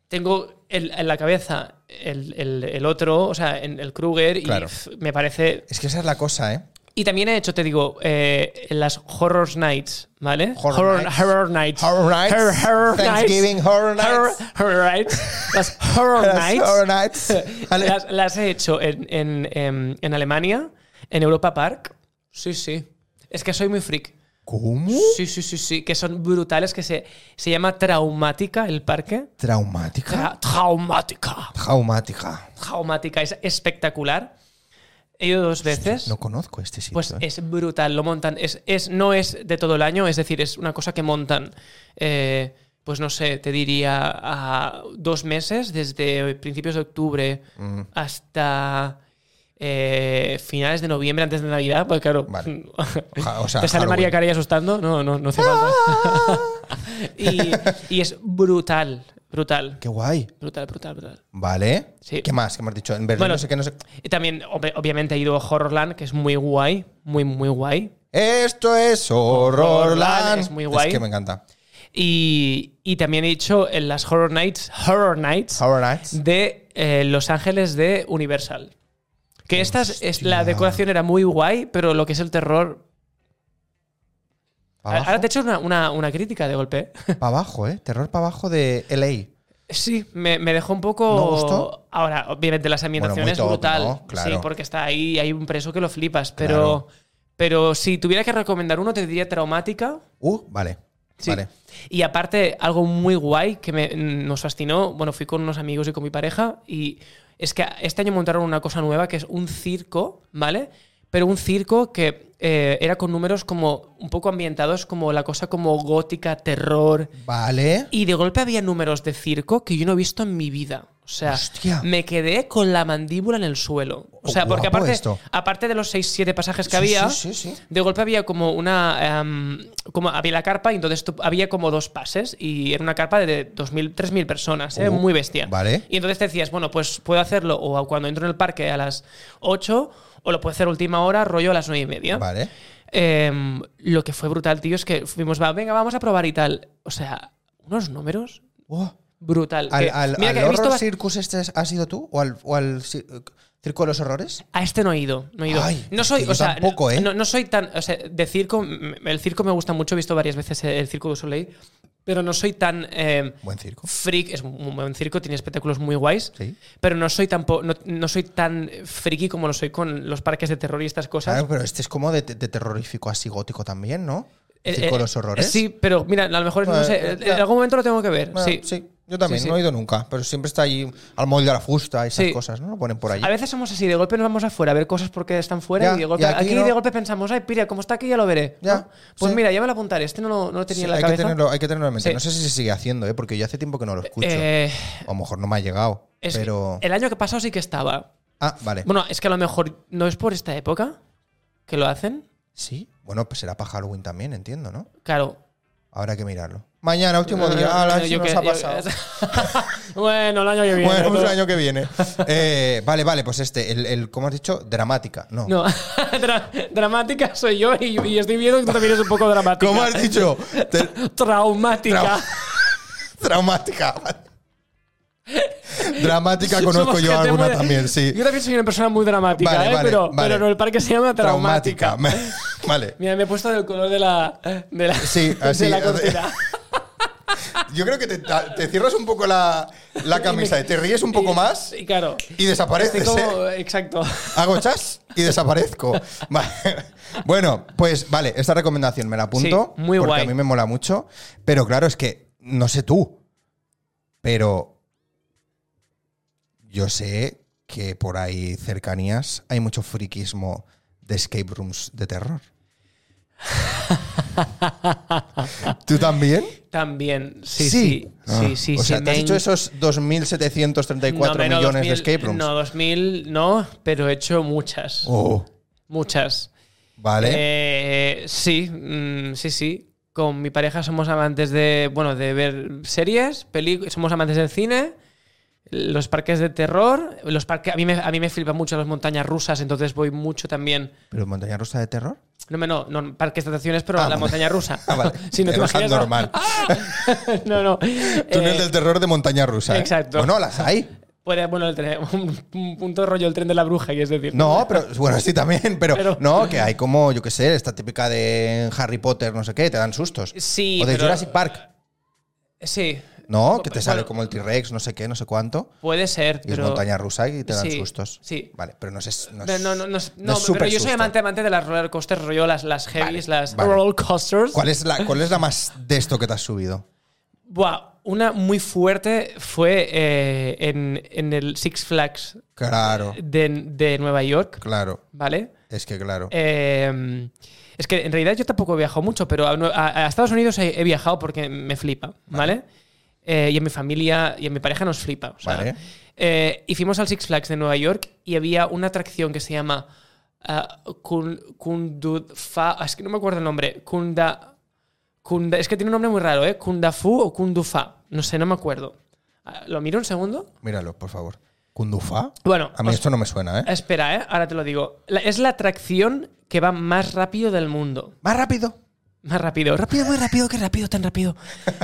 Speaker 2: tengo el- en la cabeza el, el- el otro, o sea, en- el Kruger,
Speaker 1: Claro.
Speaker 2: y pf, me parece.
Speaker 1: Es que esa es la cosa, ¿eh?
Speaker 2: Y también he hecho, te digo, eh, las Horror Nights, ¿vale?
Speaker 1: Horror Nights.
Speaker 2: Horror Nights.
Speaker 1: Horror Nights.
Speaker 2: Horror- Horror Nights.
Speaker 1: Thanksgiving Horror Nights.
Speaker 2: Horror- Horror Nights. Las Horror
Speaker 1: Las
Speaker 2: Nights.
Speaker 1: Horror Nights.
Speaker 2: <laughs>
Speaker 1: Vale.
Speaker 2: Las, las he hecho en, en, em, en Alemania, en Europa Park. Sí, sí. Es que soy muy freak.
Speaker 1: ¿Cómo?
Speaker 2: Sí, sí, sí, sí. Que son brutales, que se, se llama Traumática el parque.
Speaker 1: Traumática.
Speaker 2: Tra- traumática.
Speaker 1: Traumática.
Speaker 2: Traumática es espectacular. He ido dos veces.
Speaker 1: No conozco este sitio.
Speaker 2: Pues
Speaker 1: ¿eh?
Speaker 2: es brutal, lo montan. Es, es, no es de todo el año, es decir, es una cosa que montan, eh, pues no sé, te diría a dos meses, desde principios de octubre hasta eh, finales de noviembre, antes de Navidad, pues claro. <laughs>
Speaker 1: Vale. Ja- o sea,
Speaker 2: eh, te sale
Speaker 1: Halloween. Ah.
Speaker 2: María Carey asustando, no, no, no hace falta. <laughs> y, y es brutal, brutal,
Speaker 1: Qué guay.
Speaker 2: brutal, brutal, brutal.
Speaker 1: Vale.
Speaker 2: Sí.
Speaker 1: ¿Qué más? ¿Qué me has dicho? En Berlín
Speaker 2: Bueno.
Speaker 1: no sé qué, no sé.
Speaker 2: Y también, ob- obviamente, he ido a Horrorland, que es muy guay, muy, muy guay.
Speaker 1: Esto es Horrorland.
Speaker 2: Horrorland, es muy guay.
Speaker 1: que me encanta.
Speaker 2: Y, y también he hecho en las Horror Nights, Horror Nights
Speaker 1: Horror Nights.
Speaker 2: de eh, Los Ángeles de Universal. Que estas, es, la
Speaker 1: Hostia.
Speaker 2: decoración era muy guay, pero lo que es el terror.
Speaker 1: Para abajo,
Speaker 2: Ahora te he hecho una, una- una crítica de golpe. <laughs>
Speaker 1: pa' abajo, ¿eh? Terror para abajo de LA.
Speaker 2: sí, me, me dejó un poco.
Speaker 1: ¿No gustó?
Speaker 2: Ahora, obviamente, las ambientaciones
Speaker 1: top,
Speaker 2: brutal.
Speaker 1: ¿no? Claro.
Speaker 2: Sí, porque está ahí, hay un preso que lo flipas. Pero,
Speaker 1: Claro.
Speaker 2: pero si tuviera que recomendar uno, te diría traumática.
Speaker 1: Uh, vale.
Speaker 2: Sí.
Speaker 1: Vale.
Speaker 2: Y aparte, algo muy guay que me- nos fascinó, bueno, fui con unos amigos y con mi pareja, y es que este año montaron una cosa nueva que es un circo, ¿vale? Pero un circo que eh, era con números como un poco ambientados, como la cosa como gótica, terror.
Speaker 1: Vale.
Speaker 2: Y de golpe había números de circo que yo no he visto en mi vida. O sea,
Speaker 1: Hostia. Oh,
Speaker 2: me quedé con la mandíbula en el suelo. O sea, porque
Speaker 1: Guapo
Speaker 2: aparte,
Speaker 1: esto.
Speaker 2: aparte de los 6-7 pasajes
Speaker 1: Sí,
Speaker 2: que había,
Speaker 1: sí, sí, sí.
Speaker 2: de golpe había como una. em, como había la carpa y entonces tú- había como dos pases y era una carpa de 2.000, 3.000 personas, ¿eh?
Speaker 1: Uh,
Speaker 2: muy bestia.
Speaker 1: vale.
Speaker 2: Y entonces te decías, bueno, pues puedo hacerlo o a- cuando entro en el parque a las 8 o lo puedo hacer a última hora, rollo a las 9 y media.
Speaker 1: Vale.
Speaker 2: Em, lo que fue brutal, tío, es que fuimos, va, venga, vamos a probar y tal. O sea, unos números
Speaker 1: Oh.
Speaker 2: brutal.
Speaker 1: ¿Al,
Speaker 2: Que-
Speaker 1: al,
Speaker 2: mira
Speaker 1: al
Speaker 2: que he visto
Speaker 1: Horror
Speaker 2: bas-
Speaker 1: Circus este has sido tú? ¿O al, o al cir- Circo de los Horrores?
Speaker 2: A este no he ido, no he ido.
Speaker 1: Ay,
Speaker 2: no soy,
Speaker 1: yo
Speaker 2: o sea,
Speaker 1: tampoco,
Speaker 2: no-
Speaker 1: ¿eh?
Speaker 2: no, no soy tan, o sea, de circo, m- el circo me gusta mucho, he visto varias veces el circo de Soleil, pero no soy tan eh,
Speaker 1: Buen circo.
Speaker 2: freak, es un buen circo, tiene espectáculos muy guays,
Speaker 1: Sí.
Speaker 2: pero no soy tan no, no soy tan friki como lo soy con los parques de terror y estas cosas.
Speaker 1: Claro, pero este es como de, de terrorífico así gótico también, ¿no?
Speaker 2: Eh,
Speaker 1: El Circo de
Speaker 2: eh,
Speaker 1: los Horrores.
Speaker 2: Sí, pero mira, a lo mejor no
Speaker 1: Bueno,
Speaker 2: sé, en
Speaker 1: ya.
Speaker 2: algún momento lo tengo que ver.
Speaker 1: Bueno,
Speaker 2: sí.
Speaker 1: Yo también,
Speaker 2: Sí, sí.
Speaker 1: no he ido nunca, pero siempre está allí al molde de la fusta y esas
Speaker 2: Sí.
Speaker 1: cosas, ¿no? Lo ponen por allí.
Speaker 2: A veces somos así, de golpe nos vamos afuera a ver cosas porque están fuera
Speaker 1: Ya,
Speaker 2: y de golpe,
Speaker 1: y
Speaker 2: aquí,
Speaker 1: aquí no.
Speaker 2: de golpe pensamos, ay, pira, como está aquí ya lo veré.
Speaker 1: Ya,
Speaker 2: ¿no? Pues
Speaker 1: sí.
Speaker 2: mira, ya me lo apuntaré, este no lo, no lo tenía
Speaker 1: Sí,
Speaker 2: en la
Speaker 1: hay, que
Speaker 2: cabeza.
Speaker 1: tenerlo, hay que tenerlo en mente.
Speaker 2: Sí.
Speaker 1: No sé si se sigue haciendo, ¿eh? porque yo hace tiempo que no lo escucho.
Speaker 2: Eh,
Speaker 1: o a lo mejor no me ha llegado.
Speaker 2: es que
Speaker 1: pero.
Speaker 2: El año que pasado sí que estaba.
Speaker 1: Ah, vale.
Speaker 2: Bueno, es que a lo mejor no es por esta época que lo hacen.
Speaker 1: sí. Bueno, pues será para Halloween también, entiendo, ¿no?
Speaker 2: Claro.
Speaker 1: Habrá que mirarlo. Mañana, último día.
Speaker 2: Eh,
Speaker 1: Ah, la-
Speaker 2: yo
Speaker 1: nos
Speaker 2: que-
Speaker 1: ha
Speaker 2: yo- <laughs>
Speaker 1: pasado.
Speaker 2: bueno, el año que viene.
Speaker 1: Bueno, pues el
Speaker 2: pero-
Speaker 1: año que viene. Eh, vale, vale, pues este, el, el- ¿cómo has dicho? Dramática. No.
Speaker 2: No, <laughs> dra- dramática soy yo y, y estoy viendo que tú también eres un poco dramática.
Speaker 1: ¿Cómo has dicho? Te-
Speaker 2: Traumática.
Speaker 1: Trau- Traumática. Dramática conozco
Speaker 2: <laughs> Somos
Speaker 1: yo
Speaker 2: gente
Speaker 1: alguna
Speaker 2: muy-
Speaker 1: también, sí.
Speaker 2: Yo también soy una persona muy dramática,
Speaker 1: Vale,
Speaker 2: ¿eh?
Speaker 1: vale,
Speaker 2: pero,
Speaker 1: vale.
Speaker 2: pero no, el parque se llama Traumática.
Speaker 1: Me- vale.
Speaker 2: Mira, me he puesto del color de la, de la,
Speaker 1: Sí, así,
Speaker 2: <laughs> de la
Speaker 1: así.
Speaker 2: cortina.
Speaker 1: Yo creo que te, te cierras un poco la, la camisa y te ríes <laughs> un poco
Speaker 2: Y-
Speaker 1: más
Speaker 2: Y claro,
Speaker 1: y desapareces.
Speaker 2: Estoy
Speaker 1: ¿eh?
Speaker 2: como, exacto.
Speaker 1: Hago chas y
Speaker 2: <laughs>
Speaker 1: desaparezco. Vale. Bueno, pues vale, esta recomendación me la apunto.
Speaker 2: Sí, muy
Speaker 1: porque
Speaker 2: guay.
Speaker 1: a mí me mola mucho. Pero claro, es que no sé tú. Pero yo sé que por ahí cercanías hay mucho friquismo de escape rooms de
Speaker 2: <laughs>
Speaker 1: terror. ¿Tú también?
Speaker 2: También, sí, sí,
Speaker 1: Sí. Ah.
Speaker 2: sí, sí. sí,
Speaker 1: o sea, ¿te has
Speaker 2: me
Speaker 1: hecho
Speaker 2: en-
Speaker 1: esos 2.734
Speaker 2: No, menos
Speaker 1: millones
Speaker 2: 2000,
Speaker 1: de escape rooms?
Speaker 2: No, 2000 no, pero he hecho muchas,
Speaker 1: Oh,
Speaker 2: muchas.
Speaker 1: vale.
Speaker 2: Eh, sí, mm, sí, sí. Con mi pareja somos amantes de, bueno, de ver series, películas, somos amantes del cine, los parques de terror, los parques, a mí me, a mí me flipan mucho las montañas rusas, entonces voy mucho también.
Speaker 1: ¿Pero montaña rusa de terror?
Speaker 2: No, me- no, no parques de atracciones, pero
Speaker 1: Ah,
Speaker 2: la
Speaker 1: vale.
Speaker 2: montaña rusa.
Speaker 1: <laughs> Ah, vale.
Speaker 2: <laughs> Si no te
Speaker 1: Pero es
Speaker 2: imaginas-
Speaker 1: normal.
Speaker 2: <laughs> no, no.
Speaker 1: Túnel
Speaker 2: Eh,
Speaker 1: del terror de montaña rusa. ¿eh?
Speaker 2: exacto.
Speaker 1: Bueno, las hay.
Speaker 2: Puede, bueno, el tren- <laughs> un, un punto rollo el tren de la bruja, que es decir.
Speaker 1: No, pero bueno, sí también, pero,
Speaker 2: Pero-
Speaker 1: no, que hay como, yo qué sé, esta típica de Harry Potter, no sé qué, te dan sustos.
Speaker 2: Sí,
Speaker 1: O de
Speaker 2: pero-
Speaker 1: Jurassic Park.
Speaker 2: Sí,
Speaker 1: No, que te sale
Speaker 2: Bueno.
Speaker 1: como el T-Rex, no sé qué, no sé cuánto.
Speaker 2: puede ser,
Speaker 1: Y
Speaker 2: pero.
Speaker 1: es montaña rusa y te dan
Speaker 2: Sí,
Speaker 1: sustos.
Speaker 2: sí.
Speaker 1: Vale, pero no sé. No,
Speaker 2: Pero
Speaker 1: es-
Speaker 2: no, no, no,
Speaker 1: es
Speaker 2: no, pero
Speaker 1: súper
Speaker 2: yo soy
Speaker 1: susto.
Speaker 2: amante, amante de las roller coasters, rollo las, las heavies, las
Speaker 1: vale.
Speaker 2: roller coasters.
Speaker 1: ¿Cuál es, la, ¿Cuál es la
Speaker 2: <laughs>
Speaker 1: más de esto que te has subido?
Speaker 2: Buah, una muy fuerte fue eh, en, en el Six Flags
Speaker 1: Claro,
Speaker 2: de, de Nueva York,
Speaker 1: claro.
Speaker 2: ¿vale?
Speaker 1: Es que claro.
Speaker 2: Eh, es que en realidad yo tampoco he viajado mucho, pero a, Nue- a- a Estados Unidos he, he viajado porque me flipa, ¿vale? Eh, y en mi familia y en mi pareja nos flipa. o sea,
Speaker 1: Vale.
Speaker 2: eh, y fuimos al Six Flags de Nueva York y había una atracción que se llama ah, Kun- Kundufa. Es que no me acuerdo el nombre. Kunda. Kunda es que tiene un nombre muy raro, ¿eh? Kundafu o Kundufa. No sé, no me acuerdo. Ah, ¿Lo miro un segundo?
Speaker 1: Míralo, por favor. ¿Kundufa?
Speaker 2: Bueno,
Speaker 1: A mí
Speaker 2: os-
Speaker 1: esto no me suena, ¿eh?
Speaker 2: espera, ¿eh? Ahora te lo digo. La- es la atracción que va más rápido del mundo.
Speaker 1: Más rápido.
Speaker 2: Más rápido, rápido, muy rápido, qué rápido, tan rápido.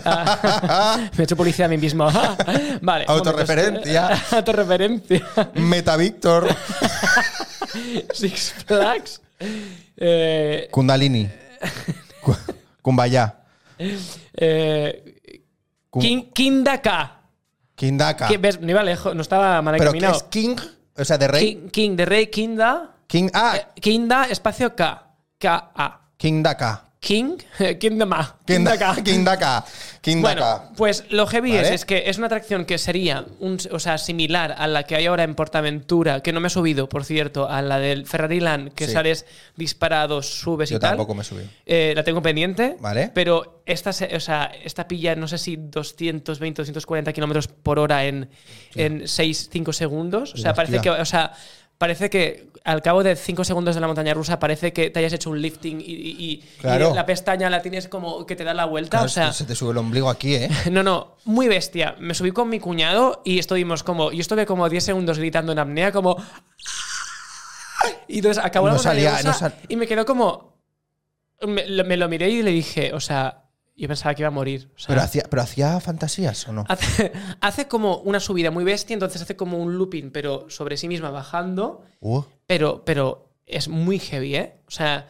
Speaker 2: Ah, me he hecho policía a mí mismo. Ah, vale.
Speaker 1: <laughs> Autorreferencia.
Speaker 2: momentos. <laughs> Autorreferencia. <laughs>
Speaker 1: Meta Víctor.
Speaker 2: Six Flags. Eh, <laughs>
Speaker 1: Kundalini. Ku- Kumbaya.
Speaker 2: eh,
Speaker 1: Kum-
Speaker 2: Kin- Kindaka.
Speaker 1: Kindaka.
Speaker 2: Que ves, No iba lejos, no estaba mal
Speaker 1: Ah. Pero que es
Speaker 2: encaminado.
Speaker 1: King, o sea, de rey.
Speaker 2: King, Eh. King de Rey, Kinda.
Speaker 1: King, ah,
Speaker 2: Kinda, espacio K. K-A.
Speaker 1: Kindaka.
Speaker 2: King. <laughs> Kindama.
Speaker 1: <laughs> Kindaka. Kindaka. Kindaka.
Speaker 2: Bueno, pues lo heavy
Speaker 1: ¿Vale?
Speaker 2: es, es que es una atracción que sería un, o sea, similar a la que hay ahora en Portaventura, que no me he subido, por cierto, a la del Ferrari Land, que
Speaker 1: Sí.
Speaker 2: sales disparado, subes
Speaker 1: Yo
Speaker 2: y tal.
Speaker 1: tampoco me subí.
Speaker 2: Eh, la tengo pendiente,
Speaker 1: Vale.
Speaker 2: pero esta, se- o sea, esta pilla, no sé si 220, 240 kilómetros por hora en, en 6, 5 segundos. O sea,
Speaker 1: Hostia.
Speaker 2: parece que, o sea, parece que al cabo de 5 segundos de la montaña rusa parece que te hayas hecho un lifting y, y- y-
Speaker 1: Claro.
Speaker 2: y la pestaña la tienes como que te da la vuelta.
Speaker 1: Claro,
Speaker 2: o sea,
Speaker 1: se te sube el ombligo aquí, ¿eh?
Speaker 2: <laughs> no, no, muy bestia. Me subí con mi cuñado y estuvimos como. Yo estuve como 10 segundos gritando en apnea, como. <laughs> Y entonces acabó la
Speaker 1: No
Speaker 2: montaña
Speaker 1: salía,
Speaker 2: rusa
Speaker 1: no sal-
Speaker 2: y me quedó como. Me, lo- me lo miré y le dije, o sea, yo pensaba que iba a morir. o sea,
Speaker 1: Pero hacía, pero hacía fantasías o no?
Speaker 2: hace, <laughs> hace como una subida muy bestia, entonces hace como un looping, pero sobre sí misma bajando.
Speaker 1: Uh.
Speaker 2: Pero, pero es muy heavy, ¿eh? O sea,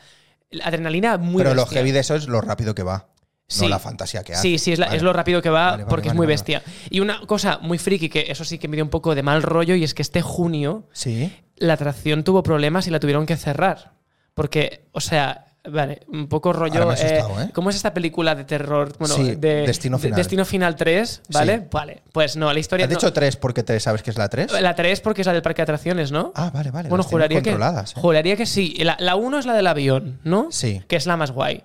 Speaker 2: la adrenalina muy
Speaker 1: pero lo
Speaker 2: bestia.
Speaker 1: heavy de eso es lo rápido que va.
Speaker 2: Sí.
Speaker 1: No la fantasía que hace.
Speaker 2: Sí, sí, es, la-
Speaker 1: Vale.
Speaker 2: es lo rápido que va
Speaker 1: Vale, vale,
Speaker 2: porque es
Speaker 1: vale,
Speaker 2: muy
Speaker 1: vale,
Speaker 2: bestia. Y una cosa muy friki, que eso sí que me dio un poco de mal rollo, y es que este junio
Speaker 1: Sí.
Speaker 2: la atracción tuvo problemas y la tuvieron que cerrar. Porque, o sea, vale, un poco rollo.
Speaker 1: Ahora me he asustado, ¿eh?
Speaker 2: ¿Cómo es esta película de terror? Bueno,
Speaker 1: Sí,
Speaker 2: de,
Speaker 1: Destino
Speaker 2: de-
Speaker 1: Final. Ah,
Speaker 2: Destino Final 3, ¿vale? Vale. Pues no, la historia.
Speaker 1: ¿Has
Speaker 2: no-
Speaker 1: dicho tres porque te sabes que es la tres?
Speaker 2: la 3 porque es la del parque de atracciones, ¿no?
Speaker 1: Ah, vale, vale.
Speaker 2: Bueno,
Speaker 1: las tienes
Speaker 2: juraría que,
Speaker 1: controladas, ¿eh?
Speaker 2: juraría que sí. La, la 1 es la del avión, ¿no?
Speaker 1: Sí.
Speaker 2: Que es la más guay.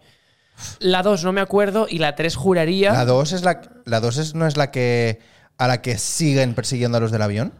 Speaker 2: La 2 no me acuerdo y la 3 juraría.
Speaker 1: La 2 es la la dos es, no es la que a la que siguen persiguiendo a los del avión,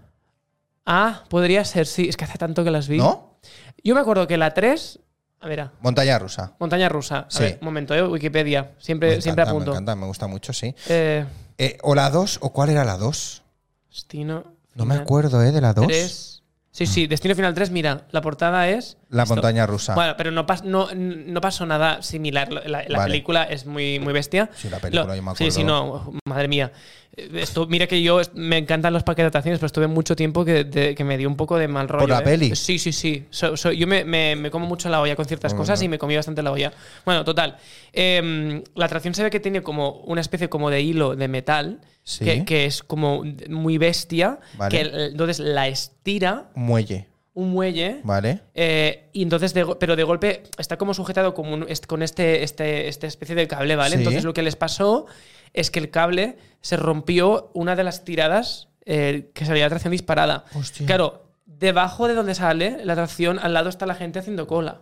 Speaker 2: Ah, podría ser, sí. Es que hace tanto que las vi.
Speaker 1: ¿no?
Speaker 2: Yo me acuerdo que la 3. A ver, ah,
Speaker 1: Montaña rusa.
Speaker 2: montaña rusa. A
Speaker 1: Sí.
Speaker 2: ver, un momento, ¿eh? Wikipedia. Siempre,
Speaker 1: me
Speaker 2: siempre
Speaker 1: encanta,
Speaker 2: apunto.
Speaker 1: Me encanta, me gusta mucho, sí.
Speaker 2: Eh,
Speaker 1: Eh, o la 2 o cuál era la 2?
Speaker 2: destino.
Speaker 1: No me
Speaker 2: Final
Speaker 1: acuerdo, ¿eh? De la 2.
Speaker 2: 3. Sí, sí, Destino Final 3, mira, la portada es.
Speaker 1: La
Speaker 2: esto.
Speaker 1: montaña rusa.
Speaker 2: Bueno, pero no, pas- no, no pasó nada similar. La, la
Speaker 1: Vale.
Speaker 2: película es muy, muy bestia.
Speaker 1: Sí, la película yo me
Speaker 2: Sí,
Speaker 1: acuerdo.
Speaker 2: sí, no, madre mía. Eh, Esto, mira que yo est- me encantan los parques de atracciones, pero estuve mucho tiempo que, de- que me dio un poco de mal rollo.
Speaker 1: la
Speaker 2: ¿eh?
Speaker 1: peli?
Speaker 2: Sí, sí, sí. So- so- yo me, me- me como mucho la olla con ciertas
Speaker 1: Bueno.
Speaker 2: cosas y me comí bastante la olla. Bueno, total. Em, la atracción se ve que tiene como una especie como de hilo de metal,
Speaker 1: Sí.
Speaker 2: que, que es como muy bestia,
Speaker 1: Vale.
Speaker 2: que el- entonces la estira
Speaker 1: Muelle,
Speaker 2: un muelle.
Speaker 1: ¿vale?
Speaker 2: Eh, y entonces, de go- pero de golpe está como sujetado como un- est- con este, este, esta especie de cable, ¿vale?
Speaker 1: Sí.
Speaker 2: Entonces lo que les pasó es que el cable se rompió una de las tiradas eh, que salía la atracción disparada.
Speaker 1: Hostia.
Speaker 2: Claro, debajo de donde sale la atracción, al lado está la gente haciendo cola.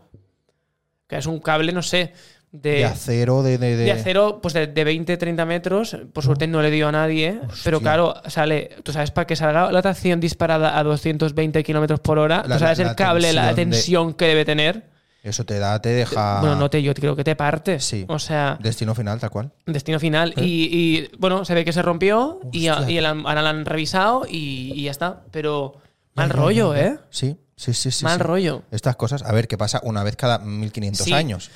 Speaker 2: Que es un cable, no sé, de,
Speaker 1: De acero, de. de, de-
Speaker 2: eh, de acero, pues de, de 20, 30 metros. Por suerte no le dio a nadie. Pero claro, sale. Tú sabes, para que salga la atracción disparada a 220 kilómetros por hora,
Speaker 1: La-
Speaker 2: tú sabes
Speaker 1: la-
Speaker 2: el
Speaker 1: la
Speaker 2: cable, la
Speaker 1: tensión de-
Speaker 2: tensión que debe tener.
Speaker 1: Eso te da, te deja.
Speaker 2: Bueno, no te, yo creo que te parte.
Speaker 1: Sí.
Speaker 2: O sea,
Speaker 1: Destino final, tal cual.
Speaker 2: destino final. Y, y, bueno, se ve que se rompió y,
Speaker 1: Hostia.
Speaker 2: y el- ahora la han revisado y, y ya está. Pero mal rollo, ¿eh?
Speaker 1: Sí, sí, sí. sí
Speaker 2: mal
Speaker 1: sí.
Speaker 2: rollo.
Speaker 1: Estas cosas, a ver, que pasa una vez cada 1500
Speaker 2: Sí.
Speaker 1: años.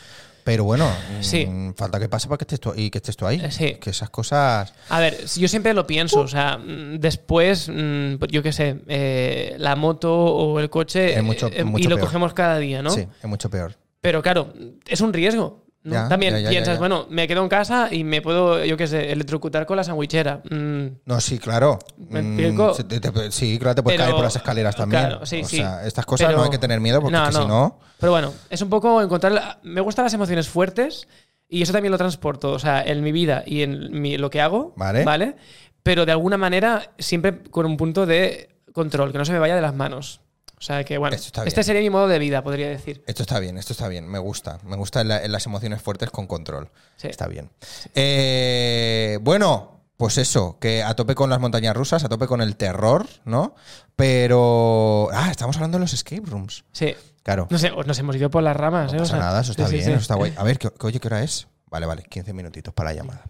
Speaker 1: Pero bueno,
Speaker 2: Sí.
Speaker 1: mm, falta que pase para que estés tú, y que estés tú ahí.
Speaker 2: Eh, sí.
Speaker 1: Que esas cosas.
Speaker 2: A ver, si yo siempre lo pienso, o sea, mm, después, mm, pues yo qué sé, eh, la moto o el coche
Speaker 1: Es mucho-
Speaker 2: eh, eh,
Speaker 1: mucho
Speaker 2: y lo
Speaker 1: peor.
Speaker 2: cogemos cada día, ¿no?
Speaker 1: Sí, es mucho peor.
Speaker 2: Pero claro, es un riesgo. ¿no?
Speaker 1: Ya,
Speaker 2: También
Speaker 1: ya, ya, ya,
Speaker 2: piensas,
Speaker 1: ya.
Speaker 2: bueno, me quedo en casa y me puedo, yo qué sé, electrocutar con la sandwichera. Mm,
Speaker 1: No, sí, claro.
Speaker 2: ¿Me
Speaker 1: Mm,
Speaker 2: explico?
Speaker 1: se te- te- sí, claro, te puedes Pues
Speaker 2: Pero-
Speaker 1: caer por las escaleras también.
Speaker 2: claro, sí,
Speaker 1: o
Speaker 2: sí.
Speaker 1: sea, estas cosas
Speaker 2: Pero-
Speaker 1: no hay que tener miedo porque
Speaker 2: No,
Speaker 1: es que
Speaker 2: no.
Speaker 1: si no.
Speaker 2: Pero bueno, es un poco encontrar. la- Me gustan las emociones fuertes y eso también lo transporto, o sea, en mi vida y en mi- lo que hago.
Speaker 1: Vale.
Speaker 2: ¿Vale? Pero de alguna manera siempre con un punto de control, que no se me vaya de las manos. O sea, que bueno,
Speaker 1: Eso está
Speaker 2: este
Speaker 1: bien.
Speaker 2: sería mi modo de vida, podría decir.
Speaker 1: Esto está bien, esto está bien, me gusta. Me gusta la- las emociones fuertes con control.
Speaker 2: Sí.
Speaker 1: Está bien. Eh, bueno, pues eso, que a tope con las montañas rusas, a tope con el terror, ¿no? Pero. Ah, estamos hablando de los escape rooms.
Speaker 2: Sí.
Speaker 1: Claro.
Speaker 2: No sé, os- nos hemos ido por las ramas,
Speaker 1: No
Speaker 2: ¿eh? O
Speaker 1: pasa
Speaker 2: sea,
Speaker 1: nada, eso está
Speaker 2: sí, sí,
Speaker 1: bien,
Speaker 2: sí.
Speaker 1: eso está guay. A ver, ¿qué, qué- oye, ¿qué hora es? Vale, vale, 15 minutitos para la
Speaker 2: <laughs>
Speaker 1: llamada.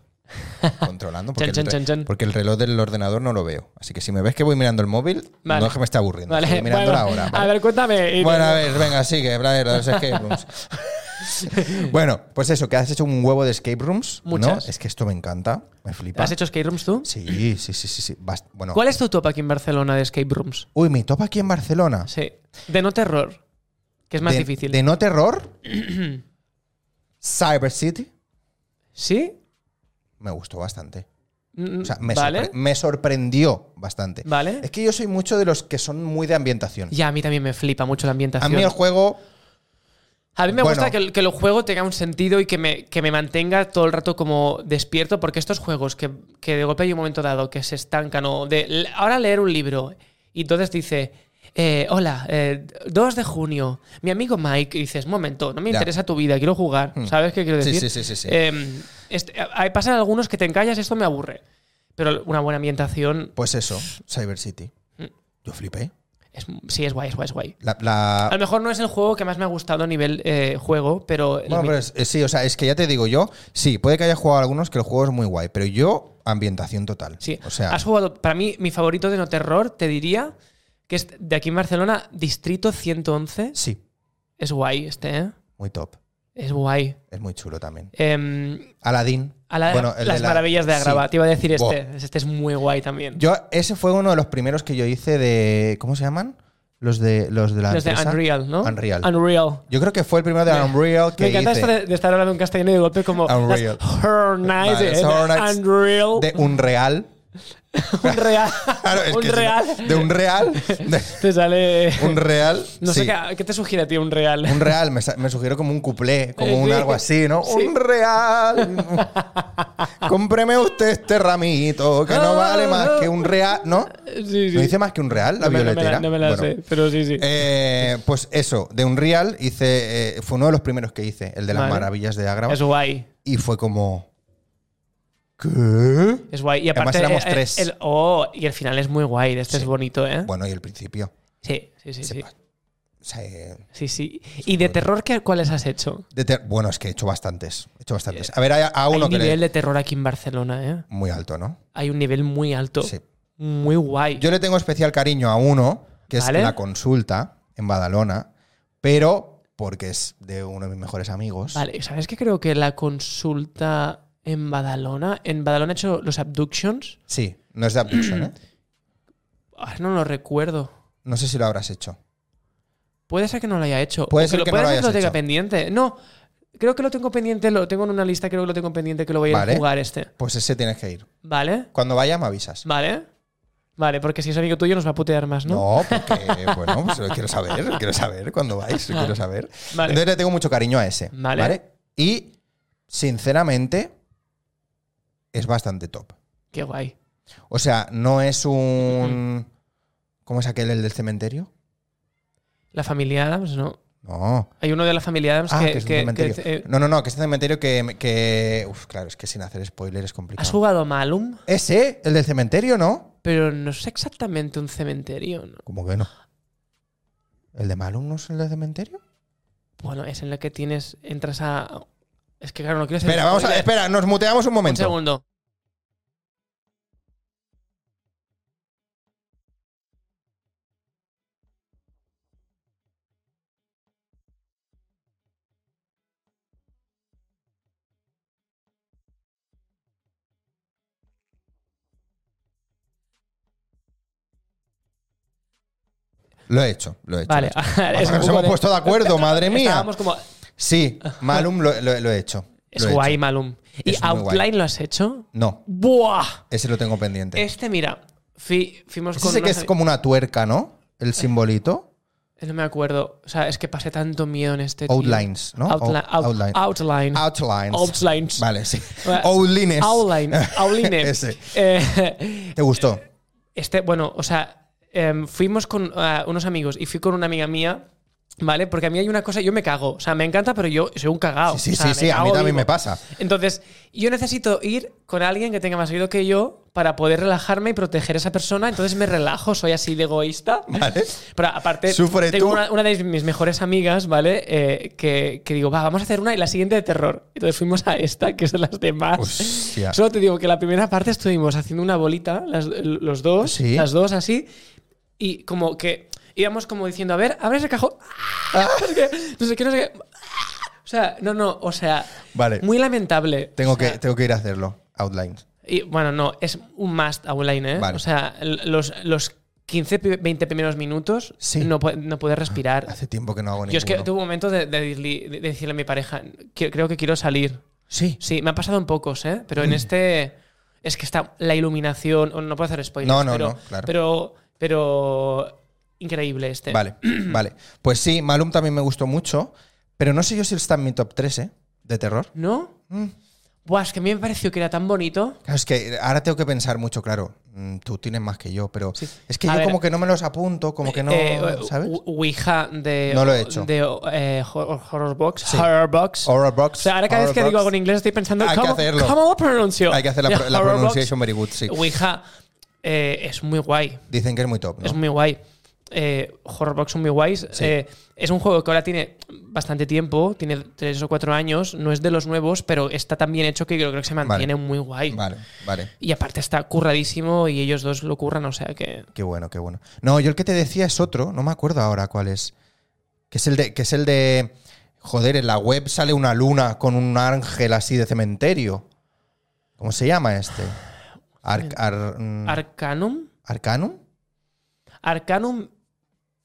Speaker 1: Controlando, porque,
Speaker 2: Chan,
Speaker 1: el,
Speaker 2: chan,
Speaker 1: re-
Speaker 2: chan, chan.
Speaker 1: porque el reloj del ordenador no lo veo. Así que si me ves que voy mirando el móvil,
Speaker 2: Vale.
Speaker 1: no es que me esté aburriendo.
Speaker 2: Vale,
Speaker 1: estoy mirando
Speaker 2: bueno,
Speaker 1: la hora.
Speaker 2: A
Speaker 1: vale.
Speaker 2: ver, cuéntame. y-
Speaker 1: Bueno, a ver, venga, sigue, Blair, los escape
Speaker 2: <laughs>
Speaker 1: rooms. bueno, pues eso, que has hecho un huevo de escape rooms.
Speaker 2: Muchas.
Speaker 1: ¿no? Es que esto me encanta, me flipa.
Speaker 2: ¿Has hecho escape rooms tú?
Speaker 1: Sí, sí, sí, sí. sí. bast- bueno.
Speaker 2: ¿Cuál es tu top aquí en Barcelona de escape rooms?
Speaker 1: Uy, mi top aquí en Barcelona.
Speaker 2: Sí. De no terror, que es más
Speaker 1: de,
Speaker 2: difícil.
Speaker 1: De no terror,
Speaker 2: <clears throat>
Speaker 1: Cyber City,
Speaker 2: ¿Sí?
Speaker 1: me gustó bastante.
Speaker 2: Mm,
Speaker 1: O sea, me,
Speaker 2: ¿Vale?
Speaker 1: sorpre- me sorprendió bastante.
Speaker 2: ¿Vale?
Speaker 1: Es que yo soy mucho de los que son muy de ambientación.
Speaker 2: Ya, a mí también me flipa mucho
Speaker 1: A
Speaker 2: la ambientación.
Speaker 1: mí el juego,
Speaker 2: A mí me
Speaker 1: Bueno.
Speaker 2: gusta que, el- que el juego tenga un sentido y que me, que me mantenga todo el rato como despierto, porque estos juegos que, que de golpe hay un momento dado que se estancan o de l- ahora leer un libro y entonces dice, eh, hola, eh, 2 de junio, mi amigo Mike, y dices, momento, no me
Speaker 1: Ya.
Speaker 2: interesa tu vida, quiero jugar,
Speaker 1: Hmm.
Speaker 2: ¿sabes qué quiero
Speaker 1: Sí,
Speaker 2: decir?
Speaker 1: sí, sí, sí, sí.
Speaker 2: Eh, este- hay- pasan algunos que te encallas, esto me aburre, pero una buena ambientación,
Speaker 1: pues eso, Cyber City.
Speaker 2: Mm.
Speaker 1: Yo flipé.
Speaker 2: es, sí, es guay, es guay, es guay.
Speaker 1: La, la-
Speaker 2: A lo mejor no es el juego que más me ha gustado a nivel eh, juego, pero... el
Speaker 1: Bueno,
Speaker 2: mi-
Speaker 1: pero es- eh, sí, o sea, es que ya te digo yo, sí, puede que haya jugado algunos que el juego es muy guay, pero yo, ambientación total.
Speaker 2: Sí.
Speaker 1: O sea,
Speaker 2: has jugado. Para mí, mi favorito de No Terror, te diría que es de aquí en Barcelona, Distrito 111.
Speaker 1: sí,
Speaker 2: Es guay este, ¿eh?
Speaker 1: muy top.
Speaker 2: Es guay.
Speaker 1: Es muy chulo también.
Speaker 2: Em,
Speaker 1: Aladdin.
Speaker 2: a la-
Speaker 1: Bueno, el
Speaker 2: las
Speaker 1: de la-
Speaker 2: maravillas de Agrava.
Speaker 1: sí.
Speaker 2: Te iba a decir
Speaker 1: Buah.
Speaker 2: este. Este es muy guay también.
Speaker 1: Yo, ese fue uno de los primeros que yo hice de. ¿Cómo se llaman? Los de, los de la.
Speaker 2: Los de
Speaker 1: empresa.
Speaker 2: Unreal, ¿no?
Speaker 1: Unreal.
Speaker 2: Unreal.
Speaker 1: Yo creo que fue el primero de Unreal que
Speaker 2: Me encanta este
Speaker 1: hice.
Speaker 2: esto de, de estar hablando en castellano y de golpe como
Speaker 1: Unreal.
Speaker 2: las Her Nights
Speaker 1: Vale,
Speaker 2: en
Speaker 1: Her Nights
Speaker 2: Unreal.
Speaker 1: De Unreal.
Speaker 2: <laughs> un real.
Speaker 1: <laughs> Claro, es
Speaker 2: Oh. un
Speaker 1: que si no-
Speaker 2: real.
Speaker 1: de un
Speaker 2: <laughs>
Speaker 1: real. de
Speaker 2: Te sale.
Speaker 1: un real.
Speaker 2: no
Speaker 1: sí.
Speaker 2: sé qué, qué te sugiere a ti un real.
Speaker 1: Un real, me, sa- me sugirió como un cuplé, como
Speaker 2: Eh,
Speaker 1: un
Speaker 2: sí.
Speaker 1: algo así, ¿no?
Speaker 2: Sí.
Speaker 1: Un real. Cómpreme usted este ramito, que no
Speaker 2: No,
Speaker 1: vale más
Speaker 2: no.
Speaker 1: que un real, ¿no?
Speaker 2: <laughs> Sí, sí.
Speaker 1: No dice más que un real, la
Speaker 2: No me- no me
Speaker 1: violetera.
Speaker 2: la- No me la,
Speaker 1: Bueno.
Speaker 2: sé, pero sí, sí.
Speaker 1: Eh, pues eso, de un real hice, eh, fue uno de los primeros que hice, el de las
Speaker 2: Vale.
Speaker 1: maravillas de Agrava.
Speaker 2: es guay.
Speaker 1: Y fue como. ¿Qué?
Speaker 2: Es guay. Y
Speaker 1: Además
Speaker 2: aparte.
Speaker 1: éramos
Speaker 2: eh, eh,
Speaker 1: tres.
Speaker 2: el- oh, y el final es muy guay. Este es bonito, ¿eh?
Speaker 1: Bueno, y el principio.
Speaker 2: Sí, sí, sí. Sí,
Speaker 1: O sea, eh,
Speaker 2: sí, sí. ¿Y de terror qué, cuáles has hecho?
Speaker 1: de ter- bueno, es que he hecho bastantes. He hecho bastantes. A ver, hay a
Speaker 2: Hay
Speaker 1: uno
Speaker 2: un
Speaker 1: que le-
Speaker 2: nivel de terror aquí en Barcelona, ¿eh?
Speaker 1: Muy alto, ¿no?
Speaker 2: Hay un nivel muy alto.
Speaker 1: Sí.
Speaker 2: Muy guay.
Speaker 1: Yo le tengo especial cariño a uno, que
Speaker 2: Vale.
Speaker 1: es la consulta en Badalona, pero porque es de uno de mis mejores amigos.
Speaker 2: Vale, ¿sabes qué? Creo que la consulta en Badalona. En Badalona he hecho los abductions.
Speaker 1: Sí, no es de abduction, ¿eh?
Speaker 2: Ah, no lo recuerdo.
Speaker 1: No sé si lo habrás hecho.
Speaker 2: Puede ser que no lo haya hecho.
Speaker 1: Puede
Speaker 2: O
Speaker 1: ser
Speaker 2: lo,
Speaker 1: que no lo
Speaker 2: ser
Speaker 1: hayas
Speaker 2: lo tenga
Speaker 1: hecho.
Speaker 2: pendiente. No, creo que lo tengo pendiente, lo tengo en una lista, creo que lo tengo pendiente que lo voy a ir
Speaker 1: Vale.
Speaker 2: a jugar este.
Speaker 1: Pues ese tienes que ir.
Speaker 2: ¿Vale?
Speaker 1: Cuando vaya me avisas.
Speaker 2: ¿Vale? Vale, porque si es amigo tuyo nos va a putear más, ¿no?
Speaker 1: No, porque, <laughs> bueno, pues lo quiero saber, quiero saber cuándo vais, lo quiero saber.
Speaker 2: <laughs> Vale.
Speaker 1: Entonces le tengo mucho cariño a ese.
Speaker 2: Vale.
Speaker 1: Y, sinceramente, es bastante top.
Speaker 2: Qué guay.
Speaker 1: O sea, no es un. ¿Cómo es aquel, el del cementerio?
Speaker 2: La familia Adams, ¿no?
Speaker 1: No.
Speaker 2: Hay uno de la familia Adams
Speaker 1: Ah,
Speaker 2: que,
Speaker 1: que, es un
Speaker 2: que-
Speaker 1: cementerio.
Speaker 2: que, eh,
Speaker 1: no, no, no, que es un cementerio que. que- uf, claro, es que sin hacer spoiler es
Speaker 2: has
Speaker 1: complicado.
Speaker 2: jugado a Malum,
Speaker 1: Ese, el del cementerio, ¿no?
Speaker 2: pero no es exactamente un cementerio. ¿no?
Speaker 1: Como que no. ¿El de Malum no es el del cementerio?
Speaker 2: Bueno, es en la que tienes, entras a... Es que claro, no quiero hacer
Speaker 1: Espera, vamos a.
Speaker 2: spoiler.
Speaker 1: Espera, nos muteamos un
Speaker 2: Un
Speaker 1: momento.
Speaker 2: segundo.
Speaker 1: Lo he hecho, lo he hecho.
Speaker 2: Vale.
Speaker 1: lo he hecho.
Speaker 2: <laughs>
Speaker 1: Vamos,
Speaker 2: es
Speaker 1: nos
Speaker 2: un poco
Speaker 1: hemos
Speaker 2: de-
Speaker 1: puesto de acuerdo,
Speaker 2: <laughs>
Speaker 1: madre mía.
Speaker 2: Estábamos como... <laughs>
Speaker 1: Sí, Malum lo, lo- lo he hecho.
Speaker 2: Es
Speaker 1: lo he hecho.
Speaker 2: guay, Malum. ¿Y
Speaker 1: Es muy guay.
Speaker 2: Outline lo has hecho?
Speaker 1: No,
Speaker 2: ¡Buah!
Speaker 1: ese lo tengo pendiente.
Speaker 2: Este, mira, fui- fuimos
Speaker 1: Ese
Speaker 2: con.
Speaker 1: Este sé que
Speaker 2: unos
Speaker 1: es
Speaker 2: ami-
Speaker 1: como una tuerca, ¿no? El simbolito.
Speaker 2: eh, No me acuerdo. O sea, es que pasé tanto miedo en este. tío.
Speaker 1: Outlines, ¿no?
Speaker 2: Outla- out-
Speaker 1: Outline.
Speaker 2: outline.
Speaker 1: Outlines.
Speaker 2: Outlines.
Speaker 1: Vale, sí.
Speaker 2: Vale.
Speaker 1: Outlines. <laughs>
Speaker 2: Outline. Outline.
Speaker 1: Ese.
Speaker 2: Eh,
Speaker 1: ¿Te gustó?
Speaker 2: este, bueno, o sea, em, fuimos con ah, unos amigos y fui con una amiga mía. ¿Vale? Porque a mí hay una cosa, yo me cago. O sea, me encanta, pero yo soy un cagao.
Speaker 1: Sí,
Speaker 2: O
Speaker 1: sí,
Speaker 2: sea,
Speaker 1: sí,
Speaker 2: me
Speaker 1: sí, a mí
Speaker 2: cago
Speaker 1: también
Speaker 2: vivo.
Speaker 1: me pasa.
Speaker 2: Entonces, yo necesito ir con alguien que tenga más oído que yo para poder relajarme y proteger a esa persona. Entonces me relajo, soy así de egoísta. <laughs>
Speaker 1: ¿Vale?
Speaker 2: Pero aparte,
Speaker 1: Sufre
Speaker 2: tengo
Speaker 1: tú.
Speaker 2: Una, una de mis mejores amigas, ¿vale? Eh, que, que digo, va, vamos a hacer una y la siguiente de terror. Entonces fuimos a esta, que es de las demás.
Speaker 1: Hostia.
Speaker 2: Solo te digo que la primera parte estuvimos haciendo una bolita, las- los dos,
Speaker 1: Sí.
Speaker 2: las dos así, y como que íbamos como diciendo, a ver, abre ese cajón.
Speaker 1: Ah.
Speaker 2: <laughs> No sé qué, no sé qué. O sea, no, no, o sea,
Speaker 1: Vale.
Speaker 2: muy lamentable.
Speaker 1: Eh. Tengo
Speaker 2: O sea,
Speaker 1: que, tengo que ir a hacerlo. Outlines.
Speaker 2: y bueno, no, es un must online, ¿eh?
Speaker 1: Vale.
Speaker 2: O sea, l- los, los 15, pi- 20 primeros minutos
Speaker 1: Sí.
Speaker 2: no, pu- no puedes respirar.
Speaker 1: Hace tiempo que no hago ninguno.
Speaker 2: Yo es que tuve un momento de, de decirle- de decirle a mi pareja, "Que- creo que quiero salir.
Speaker 1: Sí.
Speaker 2: Sí, me ha pasado en pocos, ¿eh? Pero en
Speaker 1: Mm.
Speaker 2: este es que está la iluminación, o no puedo hacer spoilers,
Speaker 1: No, no,
Speaker 2: pero,
Speaker 1: no, claro.
Speaker 2: pero pero increíble este. <clears throat>
Speaker 1: Vale, vale. Pues sí, Malum también me gustó mucho, pero no sé yo si está en mi top 3, ¿eh? De terror.
Speaker 2: ¿No?
Speaker 1: Mm.
Speaker 2: Buah, es que a mí me pareció que era tan bonito.
Speaker 1: Claro, es que ahora tengo que pensar mucho, claro. Mm, Tú tienes más que yo, pero
Speaker 2: Sí.
Speaker 1: es que
Speaker 2: A
Speaker 1: yo
Speaker 2: ver.
Speaker 1: como que no me los apunto, como que no,
Speaker 2: Eh,
Speaker 1: ¿sabes?
Speaker 2: Ou- Ouija de
Speaker 1: No lo he hecho.
Speaker 2: de eh, Hor- Horror Box,
Speaker 1: Sí.
Speaker 2: Horror Box.
Speaker 1: Horror Box.
Speaker 2: O sea, ahora cada vez
Speaker 1: Horror
Speaker 2: que digo
Speaker 1: Box.
Speaker 2: algo en inglés estoy pensando,
Speaker 1: Hay que
Speaker 2: ¿cómo,
Speaker 1: hacerlo.
Speaker 2: ¿cómo lo pronuncio?
Speaker 1: Hay que hacer la,
Speaker 2: Ya,
Speaker 1: pro- la
Speaker 2: Horror Box.
Speaker 1: pronunciation very good, sí.
Speaker 2: Ouija eh, es muy guay.
Speaker 1: Dicen que es muy top, ¿no?
Speaker 2: Es muy guay. Eh, Horrorbox son muy guays.
Speaker 1: Sí.
Speaker 2: Eh, es un juego que ahora tiene bastante tiempo, tiene tres o cuatro años, no es de los nuevos, pero está tan bien hecho que yo creo que se mantiene muy guay.
Speaker 1: Vale, vale.
Speaker 2: Y aparte está curradísimo y ellos dos lo curran, o sea que...
Speaker 1: Qué bueno, qué bueno. No, yo el que te decía es otro, no me acuerdo ahora cuál es. Que es el de, que es el de Joder, en la web sale una luna con un ángel así de cementerio. ¿Cómo se llama este? Ar-
Speaker 2: Eh,
Speaker 1: ar- mm,
Speaker 2: Arcanum.
Speaker 1: ¿Arcanum?
Speaker 2: Arcanum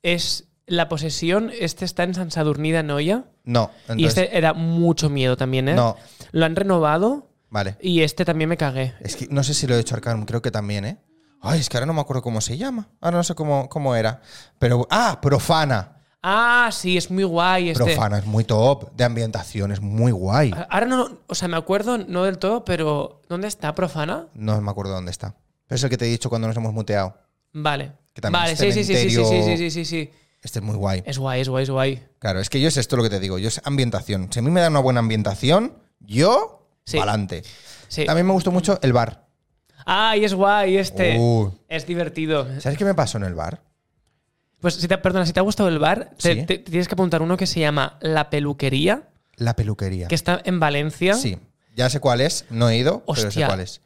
Speaker 2: es la posesión. Este está en San Sadurnida Noia.
Speaker 1: No.
Speaker 2: y
Speaker 1: entonces-
Speaker 2: este era mucho miedo también, ¿eh?
Speaker 1: No,
Speaker 2: Lo han renovado
Speaker 1: vale.
Speaker 2: y este también me cagué.
Speaker 1: Es que no sé si lo he hecho Arcanum, creo que también, ¿eh? Ay, es que ahora no me acuerdo cómo se llama. Ahora no sé cómo, cómo era. Pero, ah, Profana.
Speaker 2: Ah, sí, es muy guay este.
Speaker 1: Profana es muy top. De ambientación, es muy guay.
Speaker 2: A- Ahora no, o sea, me acuerdo, no del todo, pero ¿dónde está Profana?
Speaker 1: No me acuerdo dónde está. Pero es el que te he dicho cuando nos hemos muteado.
Speaker 2: Vale.
Speaker 1: Que también
Speaker 2: Vale,
Speaker 1: es
Speaker 2: sí, sí, sí, sí, sí, sí,
Speaker 1: cementerio.
Speaker 2: sí, sí, sí, sí.
Speaker 1: Este es muy guay.
Speaker 2: Es guay, es guay, es guay.
Speaker 1: Claro, es que yo es esto lo que te digo. Yo es ambientación. Si a mí me da una buena ambientación, yo,
Speaker 2: Sí.
Speaker 1: adelante.
Speaker 2: Sí.
Speaker 1: También me gustó mucho el bar.
Speaker 2: Ay, es guay este.
Speaker 1: Uh,
Speaker 2: Es divertido.
Speaker 1: ¿Sabes qué me pasó en el bar?
Speaker 2: Pues si te, perdona, si te ha gustado el bar, te,
Speaker 1: Sí.
Speaker 2: te- te tienes que apuntar uno que se llama La Peluquería,
Speaker 1: La peluquería.
Speaker 2: que está en Valencia.
Speaker 1: Sí. Ya sé cuál es, no he ido, pero sé
Speaker 2: Hostia,
Speaker 1: cuál es.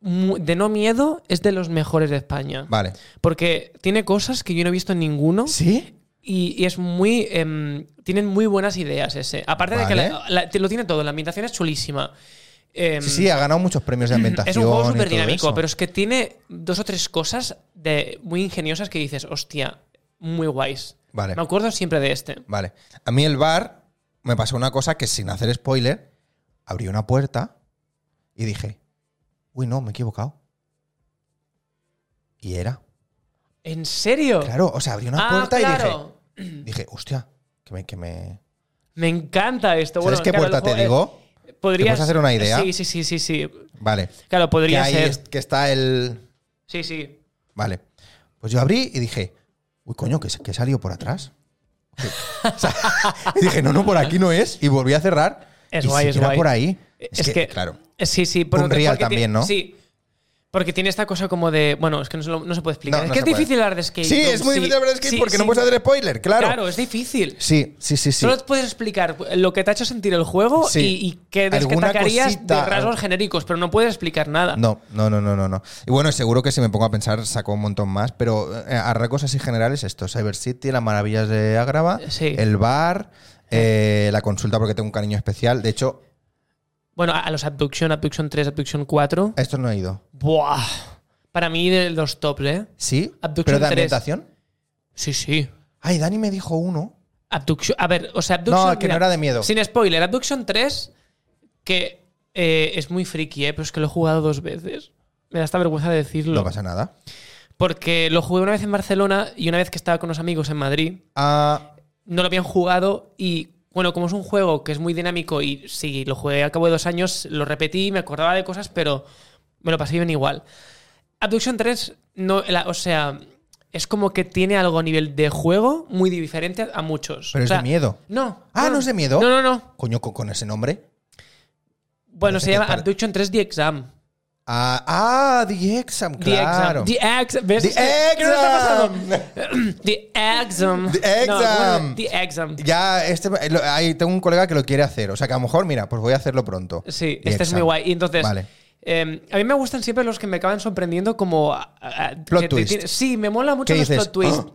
Speaker 2: mu- de no miedo, es de los mejores de España.
Speaker 1: Vale.
Speaker 2: Porque tiene cosas que yo no he visto en ninguno.
Speaker 1: ¿Sí?
Speaker 2: Y, y es muy. em, tienen muy buenas ideas ese. Aparte de que
Speaker 1: Vale.
Speaker 2: la- la- te lo tiene todo, la ambientación es chulísima. Em,
Speaker 1: Sí, sí, ha ganado muchos premios de ambientación.
Speaker 2: es un juego
Speaker 1: y todo
Speaker 2: súper dinámico,
Speaker 1: eso.
Speaker 2: pero es que tiene dos o tres cosas de, muy ingeniosas que dices, hostia, muy guays.
Speaker 1: Vale.
Speaker 2: Me acuerdo siempre de este.
Speaker 1: Vale. A mí el bar me pasó una cosa que sin hacer spoiler, abrí una puerta y dije, uy, no, me he equivocado. Y era.
Speaker 2: ¿En serio?
Speaker 1: Claro, o sea, abrí una
Speaker 2: Ah,
Speaker 1: puerta
Speaker 2: claro.
Speaker 1: y dije, dije, hostia, que me... Que me...
Speaker 2: Me encanta esto.
Speaker 1: ¿Sabes
Speaker 2: Bueno,
Speaker 1: qué
Speaker 2: claro, el
Speaker 1: puerta te
Speaker 2: juego- eh,
Speaker 1: digo?
Speaker 2: podrías
Speaker 1: puedes hacer una idea?
Speaker 2: Sí, sí, sí, sí, sí.
Speaker 1: Vale.
Speaker 2: Claro,
Speaker 1: Que
Speaker 2: podría
Speaker 1: ahí
Speaker 2: ser.
Speaker 1: es- que está el...
Speaker 2: Sí, sí.
Speaker 1: Vale. Pues yo abrí y dije, uy, coño, que, que he salido por atrás. O sea, <laughs> y dije, no, no, por aquí no es. Y volví a cerrar.
Speaker 2: Es
Speaker 1: y
Speaker 2: guay,
Speaker 1: sí
Speaker 2: es
Speaker 1: que era
Speaker 2: guay.
Speaker 1: por ahí.
Speaker 2: Es, que,
Speaker 1: claro.
Speaker 2: Eh, Sí, sí. por-
Speaker 1: Unreal
Speaker 2: porque
Speaker 1: también,
Speaker 2: tiene-
Speaker 1: ¿no?
Speaker 2: Sí. Porque tiene esta cosa como de. Bueno, es que no se, lo- no se puede explicar.
Speaker 1: No,
Speaker 2: es
Speaker 1: no se
Speaker 2: que es
Speaker 1: puede.
Speaker 2: difícil hablar de skate.
Speaker 1: Sí,
Speaker 2: ¿no?
Speaker 1: es muy difícil hablar de skate
Speaker 2: sí,
Speaker 1: porque no
Speaker 2: sí.
Speaker 1: puedes hacer spoiler, claro.
Speaker 2: Claro, es difícil.
Speaker 1: Sí, sí, sí, sí.
Speaker 2: Solo puedes explicar lo que te ha hecho sentir el juego
Speaker 1: Sí.
Speaker 2: y, y qué des- que
Speaker 1: Alguna
Speaker 2: destacarías
Speaker 1: cosita,
Speaker 2: de rasgos
Speaker 1: algo.
Speaker 2: genéricos, pero no puedes explicar nada.
Speaker 1: No, no, no, no, no, no. Y bueno, seguro que si me pongo a pensar sacó un montón más, pero eh, a rasgos así generales esto, Cyber City, las maravillas de Agrava,
Speaker 2: Eh, Sí.
Speaker 1: el bar, eh, la consulta porque tengo un cariño especial. De hecho,
Speaker 2: Bueno, a, a los Abduction, Abduction 3, Abduction 4.
Speaker 1: a esto no he ido.
Speaker 2: Buah. Para mí, de los tops, ¿eh?
Speaker 1: ¿Sí?
Speaker 2: Abduction
Speaker 1: ¿Pero de
Speaker 2: 3.
Speaker 1: ambientación?
Speaker 2: Sí, sí.
Speaker 1: Ay, Dani me dijo uno.
Speaker 2: Abduction. A ver, o sea, Abduction.
Speaker 1: No, que no era de miedo.
Speaker 2: Sin spoiler, Abduction 3, que eh, es muy friki, ¿eh? Pero es que lo he jugado dos veces. Me da esta vergüenza de decirlo.
Speaker 1: No pasa nada.
Speaker 2: Porque lo jugué una vez en Barcelona y una vez que estaba con unos amigos en Madrid.
Speaker 1: Ah,
Speaker 2: no lo habían jugado y bueno, como es un juego que es muy dinámico y sí, lo jugué a cabo de dos años, lo repetí, me acordaba de cosas, pero me lo pasé bien igual. Abduction 3, no, la- o sea, es como que tiene algo a nivel de juego muy diferente a muchos.
Speaker 1: pero
Speaker 2: O
Speaker 1: es
Speaker 2: sea,
Speaker 1: de miedo.
Speaker 2: No.
Speaker 1: Ah, ¿no es de miedo?
Speaker 2: No, no, no.
Speaker 1: Coño, con, con ese nombre.
Speaker 2: Bueno,
Speaker 1: Parece
Speaker 2: se
Speaker 1: que
Speaker 2: llama
Speaker 1: para-
Speaker 2: Abduction 3 The Exam.
Speaker 1: Ah, ah, The Exam, claro.
Speaker 2: The Exam. The Exam. ¿Ves?
Speaker 1: The
Speaker 2: Es que- ¿Qué nos está pasando?
Speaker 1: Exam.
Speaker 2: <clears throat> The Exam.
Speaker 1: The
Speaker 2: No, bueno,
Speaker 1: Exam.
Speaker 2: The Exam.
Speaker 1: Ya, este, lo- ahí tengo un colega que lo quiere hacer. O sea, que a lo mejor, mira, pues voy a hacerlo pronto.
Speaker 2: Sí,
Speaker 1: The
Speaker 2: este es
Speaker 1: Exam.
Speaker 2: muy guay. Y entonces,
Speaker 1: Vale.
Speaker 2: eh, a mí me gustan siempre los que me acaban sorprendiendo como... a- a-
Speaker 1: Plot
Speaker 2: que te-
Speaker 1: twist.
Speaker 2: tiene- sí, me mola mucho
Speaker 1: ¿Qué
Speaker 2: los
Speaker 1: dices?
Speaker 2: plot twist.
Speaker 1: ¡Ah!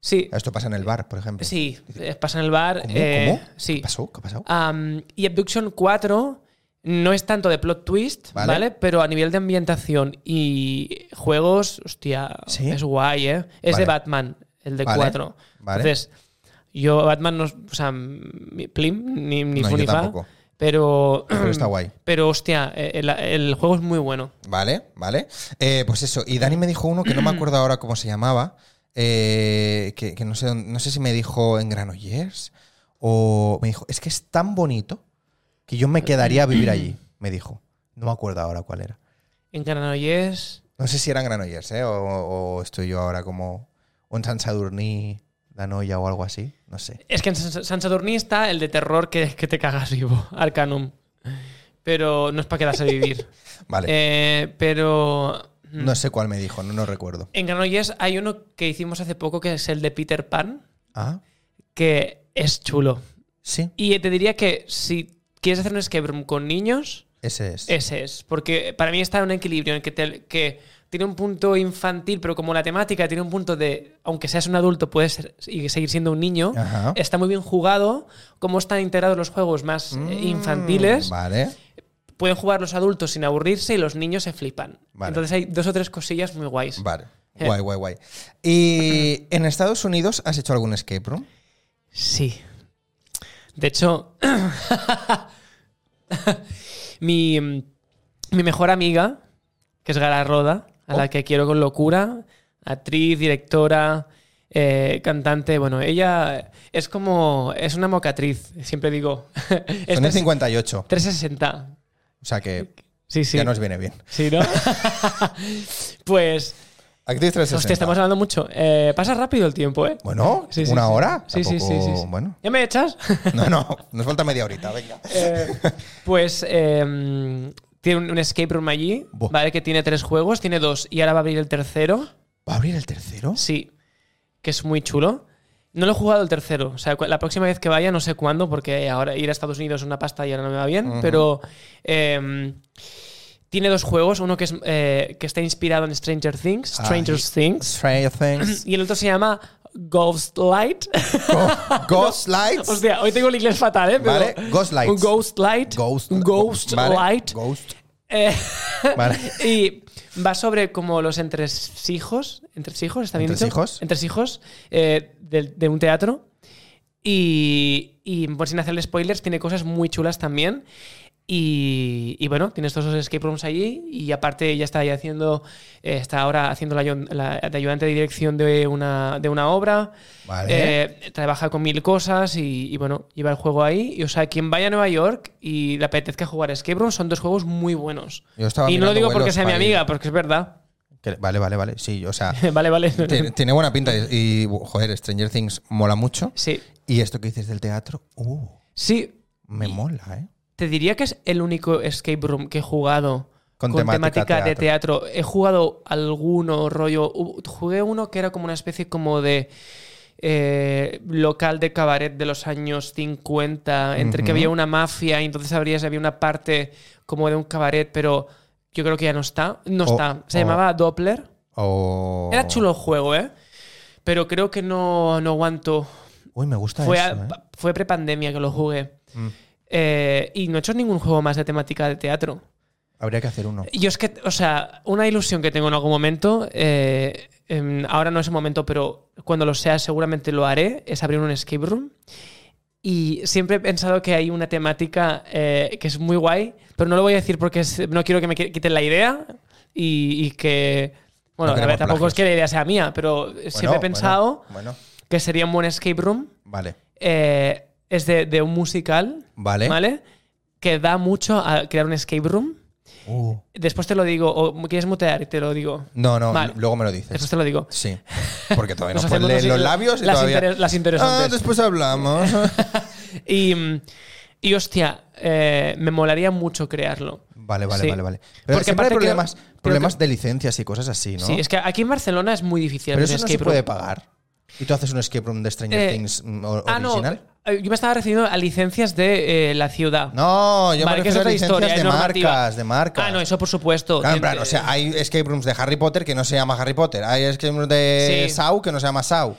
Speaker 2: Sí,
Speaker 1: Esto pasa en el bar, por ejemplo.
Speaker 2: sí, eh, pasa en el bar.
Speaker 1: ¿Cómo?
Speaker 2: eh,
Speaker 1: ¿Cómo?
Speaker 2: Sí. Ah,
Speaker 1: ¿Qué pasó? ¿Qué ha pasado?
Speaker 2: Am, y Abduction 4 no es tanto de plot twist,
Speaker 1: Vale.
Speaker 2: ¿vale? Pero a nivel de ambientación y juegos, hostia,
Speaker 1: ¿Sí?
Speaker 2: es guay, ¿eh? Es
Speaker 1: Vale.
Speaker 2: de Batman, el de
Speaker 1: Vale,
Speaker 2: 4.
Speaker 1: vale.
Speaker 2: Entonces, yo Batman no... O sea, mi plim, ni, ni
Speaker 1: No,
Speaker 2: fu
Speaker 1: yo
Speaker 2: ni fa,
Speaker 1: tampoco.
Speaker 2: Pero,
Speaker 1: Pero está guay.
Speaker 2: <clears throat> Pero hostia, eh, el, el juego es muy bueno.
Speaker 1: Vale, vale. Eh, pues eso. Y Dani me dijo uno que no me acuerdo ahora cómo se llamaba. eh, que que no, sé, dónde- no sé si me dijo en Granollers o me dijo, es que es tan bonito que yo me quedaría a vivir allí. Me dijo. No me acuerdo ahora cuál era.
Speaker 2: En Granollers.
Speaker 1: No sé si eran Granollers, ¿eh? O, o estoy yo ahora como o en San Sadurní, Danoya o algo así. No sé.
Speaker 2: Es que en San San Sadurní está el de terror que, que te cagas vivo, Arcanum. Pero no es para quedarse a vivir.
Speaker 1: <laughs> Vale.
Speaker 2: Eh, pero. mm,
Speaker 1: no sé cuál me dijo, no, no recuerdo.
Speaker 2: En Granollers hay uno que hicimos hace poco que es el de Peter Pan,
Speaker 1: Ah,
Speaker 2: que es chulo.
Speaker 1: sí.
Speaker 2: Y te diría que si quieres hacer un escape room con niños,
Speaker 1: Ese es.
Speaker 2: Ese es, porque para mí está en un equilibrio en el que, te- que tiene un punto infantil, pero como la temática tiene un punto de, aunque seas un adulto, puedes ser- y seguir siendo un niño,
Speaker 1: Ajá.
Speaker 2: está muy bien jugado, cómo están integrados los juegos más eh, infantiles,
Speaker 1: Mm, Vale.
Speaker 2: pueden jugar los adultos sin aburrirse y los niños se flipan.
Speaker 1: Vale.
Speaker 2: Entonces hay dos o tres cosillas muy guays.
Speaker 1: Vale.
Speaker 2: Eh.
Speaker 1: Guay, guay, guay. ¿Y en Estados Unidos has hecho algún escape room?
Speaker 2: Sí. De hecho, <coughs> mi, mi mejor amiga, que es Gara Roda, a la
Speaker 1: Oh.
Speaker 2: que quiero con locura, actriz, directora, eh, cantante, bueno, ella es como, es una mocatriz, siempre digo. <laughs> Es
Speaker 1: Son de
Speaker 2: tres-
Speaker 1: 58.
Speaker 2: 360.
Speaker 1: O sea que
Speaker 2: Sí, sí.
Speaker 1: ya nos viene bien.
Speaker 2: Sí,
Speaker 1: <laughs>
Speaker 2: ¿no? pues,
Speaker 1: Actriz 360.
Speaker 2: hostia, estamos hablando mucho. Eh, pasa rápido el tiempo, ¿eh?
Speaker 1: Bueno,
Speaker 2: Sí, sí,
Speaker 1: una
Speaker 2: sí.
Speaker 1: hora.
Speaker 2: Sí, sí, sí,
Speaker 1: Tampoco-
Speaker 2: sí, sí.
Speaker 1: Bueno. <laughs>
Speaker 2: ¿Ya me echas?
Speaker 1: No, no, nos falta media horita, venga.
Speaker 2: Eh, pues eh, tiene un, un escape room allí,
Speaker 1: Buah.
Speaker 2: ¿vale? Que tiene tres juegos, tiene dos y ahora va a abrir el tercero.
Speaker 1: ¿Va a abrir el tercero?
Speaker 2: Sí, que es muy chulo. No lo he jugado el tercero, o sea, cu- la próxima vez que vaya, no sé cuándo, porque ahora ir a Estados Unidos es una pasta y ahora no me va bien,
Speaker 1: Ujú.
Speaker 2: pero eh, tiene dos juegos, uno que, es, eh, que está inspirado en Stranger Things,
Speaker 1: Ay.
Speaker 2: Stranger Things,
Speaker 1: Stranger Things.
Speaker 2: y el otro se llama Ghost Light. <laughs>
Speaker 1: Go- Ghost Lights.
Speaker 2: Hostia, hoy tengo el inglés fatal, ¿eh? Pero-
Speaker 1: Vale, Ghost Lights.
Speaker 2: Un Ghost Light.
Speaker 1: Ghost,
Speaker 2: un Ghost
Speaker 1: vale,
Speaker 2: Light.
Speaker 1: Ghost.
Speaker 2: Eh,
Speaker 1: <laughs> Vale.
Speaker 2: <laughs> y va sobre como los entresijos, entresijos, ¿está bien dicho?
Speaker 1: ¿Entresijos?
Speaker 2: Entresijos eh, del- de, un teatro. Y, y por sin hacerle spoilers, tiene cosas muy chulas también. Y, y bueno, tienes todos esos escape rooms allí. Y aparte, ya está ahí haciendo, eh, está ahora haciendo la, ayu- la- de ayudante de dirección de una, de una obra.
Speaker 1: Vale.
Speaker 2: Eh, trabaja con mil cosas y, y, bueno, lleva el juego ahí. Y o sea, quien vaya a Nueva York y le apetezca jugar a Escape Room son dos juegos muy buenos.
Speaker 1: Yo estaba
Speaker 2: y no lo
Speaker 1: mirando
Speaker 2: digo porque
Speaker 1: vuelos
Speaker 2: sea mi
Speaker 1: para ir.
Speaker 2: amiga, porque es verdad. <laughs>
Speaker 1: Que- Vale, vale, vale. Sí, o sea,
Speaker 2: vale, vale.
Speaker 1: tiene, tiene buena pinta. Y, y, joder, Stranger Things mola mucho.
Speaker 2: sí.
Speaker 1: Y esto que dices del teatro, uh,
Speaker 2: Sí,
Speaker 1: me mola, ¿eh?
Speaker 2: te diría que es el único Escape Room que he jugado
Speaker 1: Con temática
Speaker 2: de teatro. He jugado alguno rollo. hu- Jugué uno que era como una especie como de. eh, local de cabaret de los años 50, entre que
Speaker 1: Ujú.
Speaker 2: había una mafia y entonces habría, había una parte como de un cabaret, pero yo creo que ya no está. No
Speaker 1: O-
Speaker 2: está. Se
Speaker 1: o-
Speaker 2: llamaba Doppler.
Speaker 1: O-
Speaker 2: Era chulo el juego, ¿eh? Pero creo que no, no aguanto.
Speaker 1: Uy, me gusta
Speaker 2: Fue,
Speaker 1: eso,
Speaker 2: a-
Speaker 1: ¿eh?
Speaker 2: pa- fue prepandemia que lo jugué.
Speaker 1: Mm.
Speaker 2: Eh, y no he hecho ningún juego más de temática de teatro.
Speaker 1: Habría que hacer uno.
Speaker 2: Yo es que, o sea, una ilusión que tengo en algún momento, eh, em, ahora no es el momento, pero cuando lo sea seguramente lo haré, es abrir un escape room. Y siempre he pensado que hay una temática eh, que es muy guay, pero no lo voy a decir porque es- no quiero que me qui- quiten la idea y, y que...
Speaker 1: No
Speaker 2: Bueno, a ver,
Speaker 1: queremos
Speaker 2: tampoco
Speaker 1: plagios.
Speaker 2: es que la idea sea mía, pero siempre
Speaker 1: Bueno,
Speaker 2: he pensado
Speaker 1: Bueno, bueno.
Speaker 2: que sería un buen escape room.
Speaker 1: vale.
Speaker 2: eh, es de, de un musical,
Speaker 1: Vale.
Speaker 2: ¿vale? Que da mucho a crear un escape room.
Speaker 1: Uh,
Speaker 2: Después te lo digo, o me quieres mutear y te lo digo.
Speaker 1: No, no,
Speaker 2: Vale.
Speaker 1: luego me lo dices.
Speaker 2: Después te lo digo.
Speaker 1: Sí. Porque todavía
Speaker 2: Nos
Speaker 1: nos
Speaker 2: hacemos
Speaker 1: ponen
Speaker 2: los-
Speaker 1: los labios y
Speaker 2: las
Speaker 1: todavía.
Speaker 2: interes- las interesantes.
Speaker 1: Ah, después
Speaker 2: <laughs>
Speaker 1: hablamos.
Speaker 2: Y, mm, y hostia, eh, me molaría mucho crearlo.
Speaker 1: vale, vale,
Speaker 2: Sí.
Speaker 1: vale, vale. Pero
Speaker 2: Porque
Speaker 1: siempre hay
Speaker 2: aparte creo-
Speaker 1: problemas,
Speaker 2: creo que-
Speaker 1: problemas de licencias y cosas así, ¿no?
Speaker 2: Sí, es que aquí en Barcelona es muy difícil
Speaker 1: Pero
Speaker 2: hacer
Speaker 1: eso
Speaker 2: un
Speaker 1: no se
Speaker 2: escape
Speaker 1: puede
Speaker 2: room.
Speaker 1: pagar. Y tú haces un escape room de Stranger
Speaker 2: Eh,
Speaker 1: Things mm, o-
Speaker 2: Ah, no.
Speaker 1: original.
Speaker 2: eh, Yo me estaba refiriendo a licencias de eh, la ciudad.
Speaker 1: No, yo
Speaker 2: Vale,
Speaker 1: me
Speaker 2: que es
Speaker 1: refiero a
Speaker 2: otra
Speaker 1: licencias
Speaker 2: historia,
Speaker 1: de
Speaker 2: es normativa.
Speaker 1: marcas, de marcas.
Speaker 2: Ah, no, eh, eso por supuesto.
Speaker 1: Claro, en
Speaker 2: Gente-
Speaker 1: plan, o sea, hay escape rooms de Harry Potter que no se llama Harry Potter. Hay escape rooms de
Speaker 2: Sí.
Speaker 1: Saw que no se llama Saw.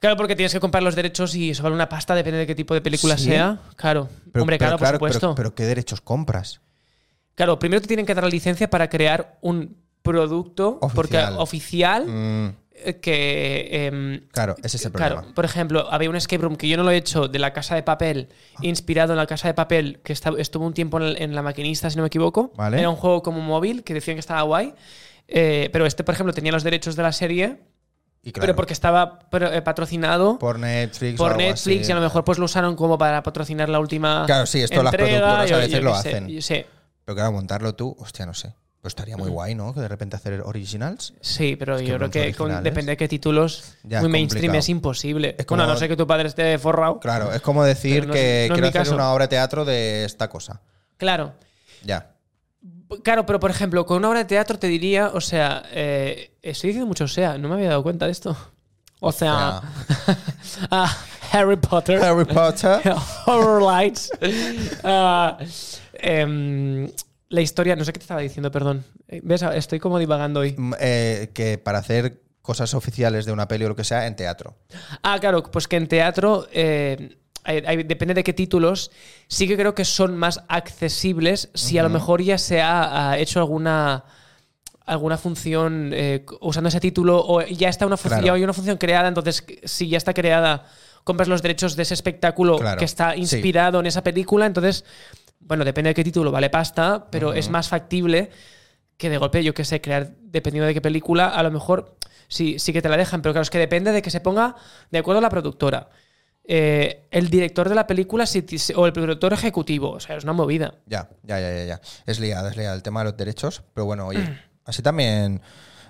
Speaker 2: Claro, porque tienes que comprar los derechos y eso vale una pasta, depende de qué tipo de película
Speaker 1: Sí.
Speaker 2: sea. Claro.
Speaker 1: Pero-
Speaker 2: Hombre,
Speaker 1: pero
Speaker 2: claro, por
Speaker 1: pero-
Speaker 2: supuesto.
Speaker 1: Pero, ¿qué derechos compras?
Speaker 2: Claro, primero te tienen que dar la licencia para crear un producto
Speaker 1: Oficial.
Speaker 2: porque oficial
Speaker 1: Mm,
Speaker 2: eh, que em,
Speaker 1: claro, ese es el
Speaker 2: Claro,
Speaker 1: problema.
Speaker 2: por ejemplo, había un escape room que yo no lo he hecho de la casa de papel,
Speaker 1: Ah.
Speaker 2: inspirado en la casa de papel, que esta- estuvo un tiempo en, el- en la maquinista, si no me equivoco.
Speaker 1: Vale.
Speaker 2: Era un juego como móvil que decían que estaba guay. eh, pero este, por ejemplo, tenía los derechos de la serie,
Speaker 1: Y
Speaker 2: pero
Speaker 1: claro,
Speaker 2: porque estaba pero, eh, patrocinado por,
Speaker 1: por Netflix. o algo
Speaker 2: Netflix
Speaker 1: así.
Speaker 2: y a lo mejor pues lo usaron como para patrocinar la última.
Speaker 1: Claro, sí, esto las
Speaker 2: entrega,
Speaker 1: productoras a
Speaker 2: yo-
Speaker 1: veces
Speaker 2: yo
Speaker 1: lo
Speaker 2: qué sé,
Speaker 1: hacen.
Speaker 2: yo sé.
Speaker 1: Pero claro, montarlo tú, hostia, no sé. Pues estaría muy guay, ¿no? Que de repente hacer originals.
Speaker 2: Sí, pero
Speaker 1: que
Speaker 2: yo creo
Speaker 1: rooms
Speaker 2: que con-
Speaker 1: originales.
Speaker 2: depende de qué títulos.
Speaker 1: Ya,
Speaker 2: muy
Speaker 1: es
Speaker 2: mainstream
Speaker 1: complicado.
Speaker 2: es imposible.
Speaker 1: Es como-
Speaker 2: bueno, a no sé que tu padre esté forrado.
Speaker 1: Claro, es como decir
Speaker 2: Pero no es-
Speaker 1: que
Speaker 2: no es mi
Speaker 1: quiero hacer
Speaker 2: caso.
Speaker 1: una obra de teatro de esta cosa.
Speaker 2: claro.
Speaker 1: Ya.
Speaker 2: Claro, pero por ejemplo, con una obra de teatro te diría, o sea, eh, estoy diciendo mucho o sea, no me había dado cuenta de esto. O sea, ah, Harry
Speaker 1: <laughs>
Speaker 2: Potter,
Speaker 1: Harry
Speaker 2: <laughs>
Speaker 1: Potter.
Speaker 2: Horror Lights. ah, em, la historia, no sé qué te estaba diciendo, perdón. Eh, ¿Ves? Estoy como divagando hoy.
Speaker 1: Mm, eh, que para hacer cosas oficiales de una peli o lo que sea en teatro.
Speaker 2: Ah, claro, pues que en teatro, eh, hay- hay- depende de qué títulos, sí que creo que son más accesibles si a lo mejor ya se ha, ha hecho alguna alguna función eh, usando ese título o ya está una función,
Speaker 1: Claro.
Speaker 2: ya hay una función creada, entonces si ya está creada, compras los derechos de ese espectáculo
Speaker 1: Claro,
Speaker 2: que está
Speaker 1: sí.
Speaker 2: inspirado en esa película, entonces, bueno, depende de qué título, vale pasta, pero es más factible que de golpe, yo qué sé, crear, dependiendo de qué película, a lo mejor sí, sí que te la dejan, pero claro, es que depende de que se ponga de acuerdo a la productora. Eh, el director de la película si ti- o el productor ejecutivo, o sea, es una movida.
Speaker 1: Ya, ya, ya, ya, ya. Es liado, es liado el tema de los derechos, pero bueno,
Speaker 2: <clears throat>
Speaker 1: oye, así también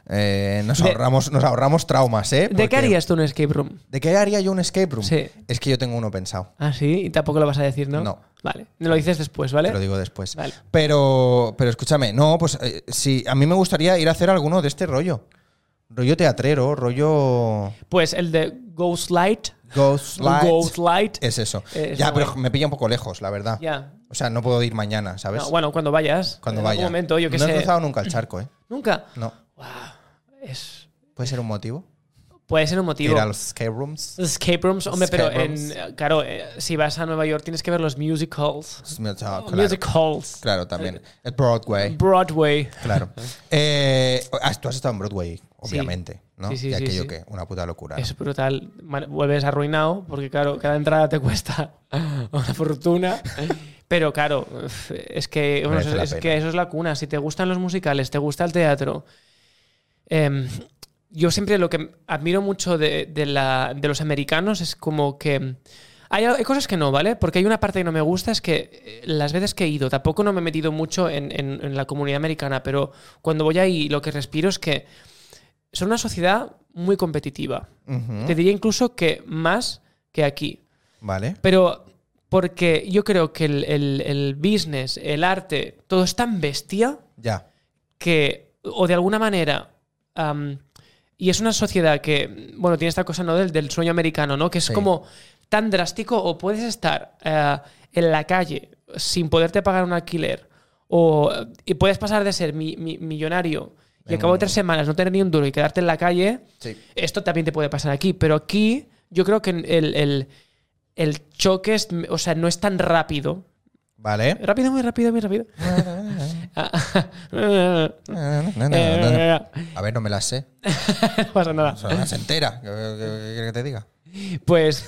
Speaker 1: eh, nos,
Speaker 2: De-
Speaker 1: ahorramos, nos ahorramos traumas, ¿eh?
Speaker 2: ¿De qué
Speaker 1: Porque-
Speaker 2: harías tú un escape room?
Speaker 1: ¿De qué haría yo un escape room?
Speaker 2: Sí.
Speaker 1: Es que yo tengo uno pensado,
Speaker 2: Ah, sí, y tampoco lo vas a decir, ¿no?
Speaker 1: No.
Speaker 2: Vale, me lo dices después, ¿vale?
Speaker 1: te lo digo después.
Speaker 2: ¿Eh? Vale.
Speaker 1: Pero, pero escúchame, no, pues eh, sí, a mí me gustaría ir a hacer alguno de este rollo. Rollo teatrero, rollo
Speaker 2: Pues el de Ghost Light.
Speaker 1: Ghost Light.
Speaker 2: Ghost Light.
Speaker 1: Es eso.
Speaker 2: Eh,
Speaker 1: ya,
Speaker 2: está
Speaker 1: pero
Speaker 2: guay.
Speaker 1: me pilla un poco lejos, la verdad.
Speaker 2: Ya.
Speaker 1: O sea, no puedo ir mañana, ¿sabes?
Speaker 2: No, bueno, cuando vayas.
Speaker 1: Cuando
Speaker 2: en
Speaker 1: vaya.
Speaker 2: algún momento, yo qué
Speaker 1: no
Speaker 2: sé.
Speaker 1: he cruzado nunca el charco, ¿eh?
Speaker 2: Nunca.
Speaker 1: No.
Speaker 2: Guau, es-
Speaker 1: ¿Puede ser un motivo?
Speaker 2: Puede ser un motivo.
Speaker 1: Ir a los escape rooms.
Speaker 2: Escape rooms, hombre,
Speaker 1: Escape
Speaker 2: pero en-
Speaker 1: rooms.
Speaker 2: claro, eh, si vas a Nueva York tienes que ver los musicals.
Speaker 1: Es mi- ah, claro,
Speaker 2: Musicals.
Speaker 1: claro, también. El Broadway.
Speaker 2: Broadway.
Speaker 1: Claro. Eh, ah, tú has estado en Broadway, obviamente, ¿no?
Speaker 2: Sí, sí,
Speaker 1: y
Speaker 2: sí,
Speaker 1: aquello
Speaker 2: sí.
Speaker 1: que, una puta locura. ¿no?
Speaker 2: Es brutal. Man- Vuelves arruinado porque, claro, cada entrada te <laughs> cuesta una fortuna. Pero, claro, uf, es que, bueno,
Speaker 1: Merece
Speaker 2: eso-
Speaker 1: la
Speaker 2: es
Speaker 1: pena.
Speaker 2: que eso es la cuna. Si te gustan los musicales, te gusta el teatro. em, yo siempre lo que admiro mucho de, de la- de los americanos es como que. Hay, hay cosas que no, ¿vale? Porque hay una parte que no me gusta, es que eh, las veces que he ido, tampoco no me he metido mucho en, en- en la comunidad americana, pero cuando voy ahí lo que respiro es que son una sociedad muy competitiva.
Speaker 1: Ujú,
Speaker 2: Te diría incluso que más que aquí.
Speaker 1: Vale.
Speaker 2: Pero porque yo creo que el, el- el business, el arte, todo es tan bestia
Speaker 1: Ya.
Speaker 2: que, o de alguna manera, am, y es una sociedad que, bueno, tiene esta cosa ¿no? del, del sueño americano, ¿no? Que es
Speaker 1: Sí.
Speaker 2: como tan drástico o puedes estar eh, en la calle sin poderte pagar un alquiler o eh, y puedes pasar de ser mi- mi- millonario y
Speaker 1: En
Speaker 2: al cabo de
Speaker 1: un-
Speaker 2: tres semanas no tener ni un duro y quedarte en la calle
Speaker 1: Sí.
Speaker 2: esto también te puede pasar aquí, pero aquí yo creo que el, el- el choque es, o sea, no es tan rápido.
Speaker 1: Vale.
Speaker 2: Rápido, muy rápido, muy rápido.
Speaker 1: No, no, no, no,
Speaker 2: <laughs>
Speaker 1: no, no.
Speaker 2: Eh,
Speaker 1: A ver, no me la sé.
Speaker 2: No pasa nada.
Speaker 1: O sea, no se entera. ¿Qué qué- qué quieres que te diga?
Speaker 2: Pues,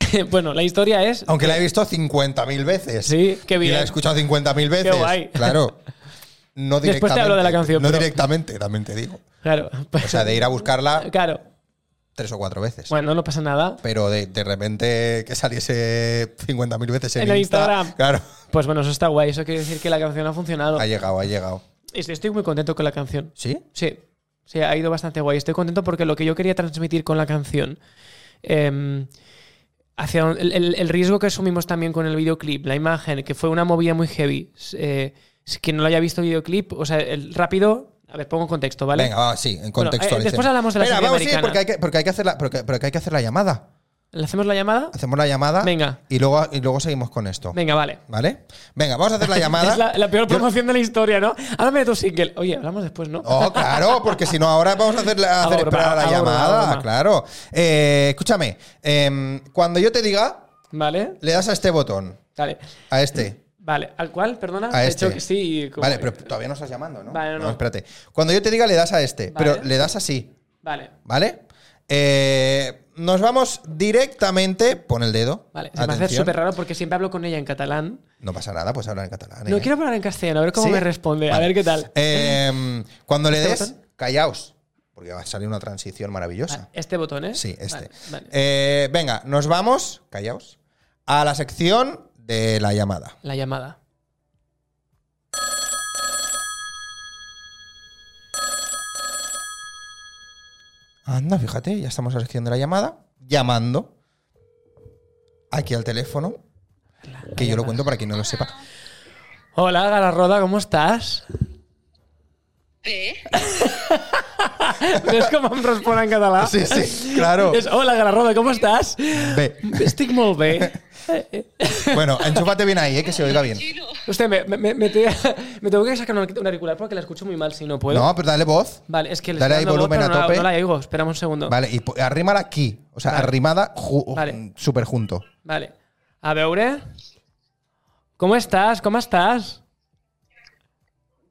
Speaker 2: <laughs> bueno, la historia es...
Speaker 1: Aunque la he visto 50.000 veces.
Speaker 2: Sí, qué
Speaker 1: Y
Speaker 2: bien.
Speaker 1: la he escuchado 50.000 veces.
Speaker 2: guay.
Speaker 1: Claro. No directamente.
Speaker 2: Después te hablo de la canción,
Speaker 1: No
Speaker 2: pero-
Speaker 1: directamente, también te digo.
Speaker 2: Claro. pues,
Speaker 1: O sea, de ir a buscarla
Speaker 2: Claro.
Speaker 1: tres o cuatro veces.
Speaker 2: Bueno, no pasa nada.
Speaker 1: Pero de, de repente que saliese 50.000 veces en,
Speaker 2: En el
Speaker 1: Insta,
Speaker 2: Instagram.
Speaker 1: Claro.
Speaker 2: Pues bueno, eso está guay. Eso quiere decir que la canción ha funcionado.
Speaker 1: Ha llegado, ha llegado.
Speaker 2: Estoy estoy muy contento con la canción.
Speaker 1: ¿Sí?
Speaker 2: Sí, sí, ha ido bastante guay. Estoy contento porque lo que yo quería transmitir con la canción, em, hacia un- el, el- el riesgo que asumimos también con el videoclip, la imagen, que fue una movida muy heavy. S- eh, si quien no lo haya visto el videoclip, o sea, el rápido, a ver, pongo en contexto, ¿vale?
Speaker 1: Venga, va, sí, en
Speaker 2: Bueno,
Speaker 1: contexto.
Speaker 2: eh, después hablamos de la serie
Speaker 1: vamos, sí,
Speaker 2: americana.
Speaker 1: porque hay, que, porque, hay que hacer la, porque, porque hay que hacer la llamada.
Speaker 2: ¿Le hacemos la llamada?
Speaker 1: Hacemos la llamada
Speaker 2: Venga.
Speaker 1: y luego, y luego seguimos con esto.
Speaker 2: Venga, vale.
Speaker 1: ¿Vale? Venga, vamos a hacer
Speaker 2: <laughs>
Speaker 1: la llamada.
Speaker 2: Es la, la peor
Speaker 1: Yo-
Speaker 2: promoción de la historia, ¿no? Háblame de tu single. Oye, hablamos después, ¿no?
Speaker 1: Oh, claro, porque si no, ahora vamos a hacer,
Speaker 2: <laughs>
Speaker 1: la- hacer
Speaker 2: Ahora,
Speaker 1: esperar a la
Speaker 2: ahora,
Speaker 1: llamada,
Speaker 2: ahora.
Speaker 1: claro. Eh, escúchame, em, cuando yo te diga,
Speaker 2: Vale,
Speaker 1: le das a este botón,
Speaker 2: vale.
Speaker 1: a este.
Speaker 2: Vale, ¿al cual? Perdona.
Speaker 1: A
Speaker 2: He
Speaker 1: este.
Speaker 2: dicho que sí. y como-
Speaker 1: Vale, pero todavía no estás llamando, ¿no?
Speaker 2: Vale, no, no.
Speaker 1: espérate. Cuando yo te diga, le das a este,
Speaker 2: Vale.
Speaker 1: pero le das así,
Speaker 2: Vale.
Speaker 1: ¿vale? Eh, nos vamos directamente, pon el dedo.
Speaker 2: Vale, se me hace
Speaker 1: Atención.
Speaker 2: súper raro porque siempre hablo con ella en catalán.
Speaker 1: No pasa nada, pues hablar en catalán.
Speaker 2: No
Speaker 1: ¿eh?
Speaker 2: quiero hablar en castellano, a ver cómo
Speaker 1: ¿Sí?
Speaker 2: me responde, a
Speaker 1: Vale.
Speaker 2: ver qué tal.
Speaker 1: Em, cuando le
Speaker 2: ¿Este
Speaker 1: des,
Speaker 2: botón?
Speaker 1: callaos, porque va a salir una transición maravillosa.
Speaker 2: Este botón, ¿eh?
Speaker 1: Sí, este.
Speaker 2: Vale, vale.
Speaker 1: Eh, venga, nos vamos, callaos, a la sección de la llamada.
Speaker 2: La llamada.
Speaker 1: Anda, fíjate, ya estamos en la sección de la llamada, llamando aquí al teléfono, que yo lo cuento para quien no lo sepa.
Speaker 2: Hola, Galarroda, ¿cómo estás? <laughs>
Speaker 3: Bé,
Speaker 2: ¿Ves cómo me Ah. responde en catalán? <laughs>
Speaker 1: Sí, sí, claro.
Speaker 2: Es, hola, Galarroda, ¿cómo estás?
Speaker 1: Ve. <laughs>
Speaker 2: Estic molt bé.
Speaker 1: Bueno, enchúfate bien ahí, eh, que se oiga bien.
Speaker 3: Chino.
Speaker 2: Usted, me, me- me- me te- me tengo que sacar un un auricular porque la escucho muy mal si no puedo.
Speaker 1: No, pero dale voz.
Speaker 2: Vale, es que le
Speaker 1: Dale
Speaker 2: estoy
Speaker 1: ahí
Speaker 2: dando voz,
Speaker 1: volumen
Speaker 2: pero
Speaker 1: a
Speaker 2: no la-
Speaker 1: tope.
Speaker 2: No, la oigo, esperamos un segundo.
Speaker 1: Vale, y po- arrímala aquí. O sea,
Speaker 2: Vale.
Speaker 1: arrimada ju-
Speaker 2: Vale.
Speaker 1: súper junto.
Speaker 2: Vale. A veure. ¿Cómo estás? ¿Cómo estás?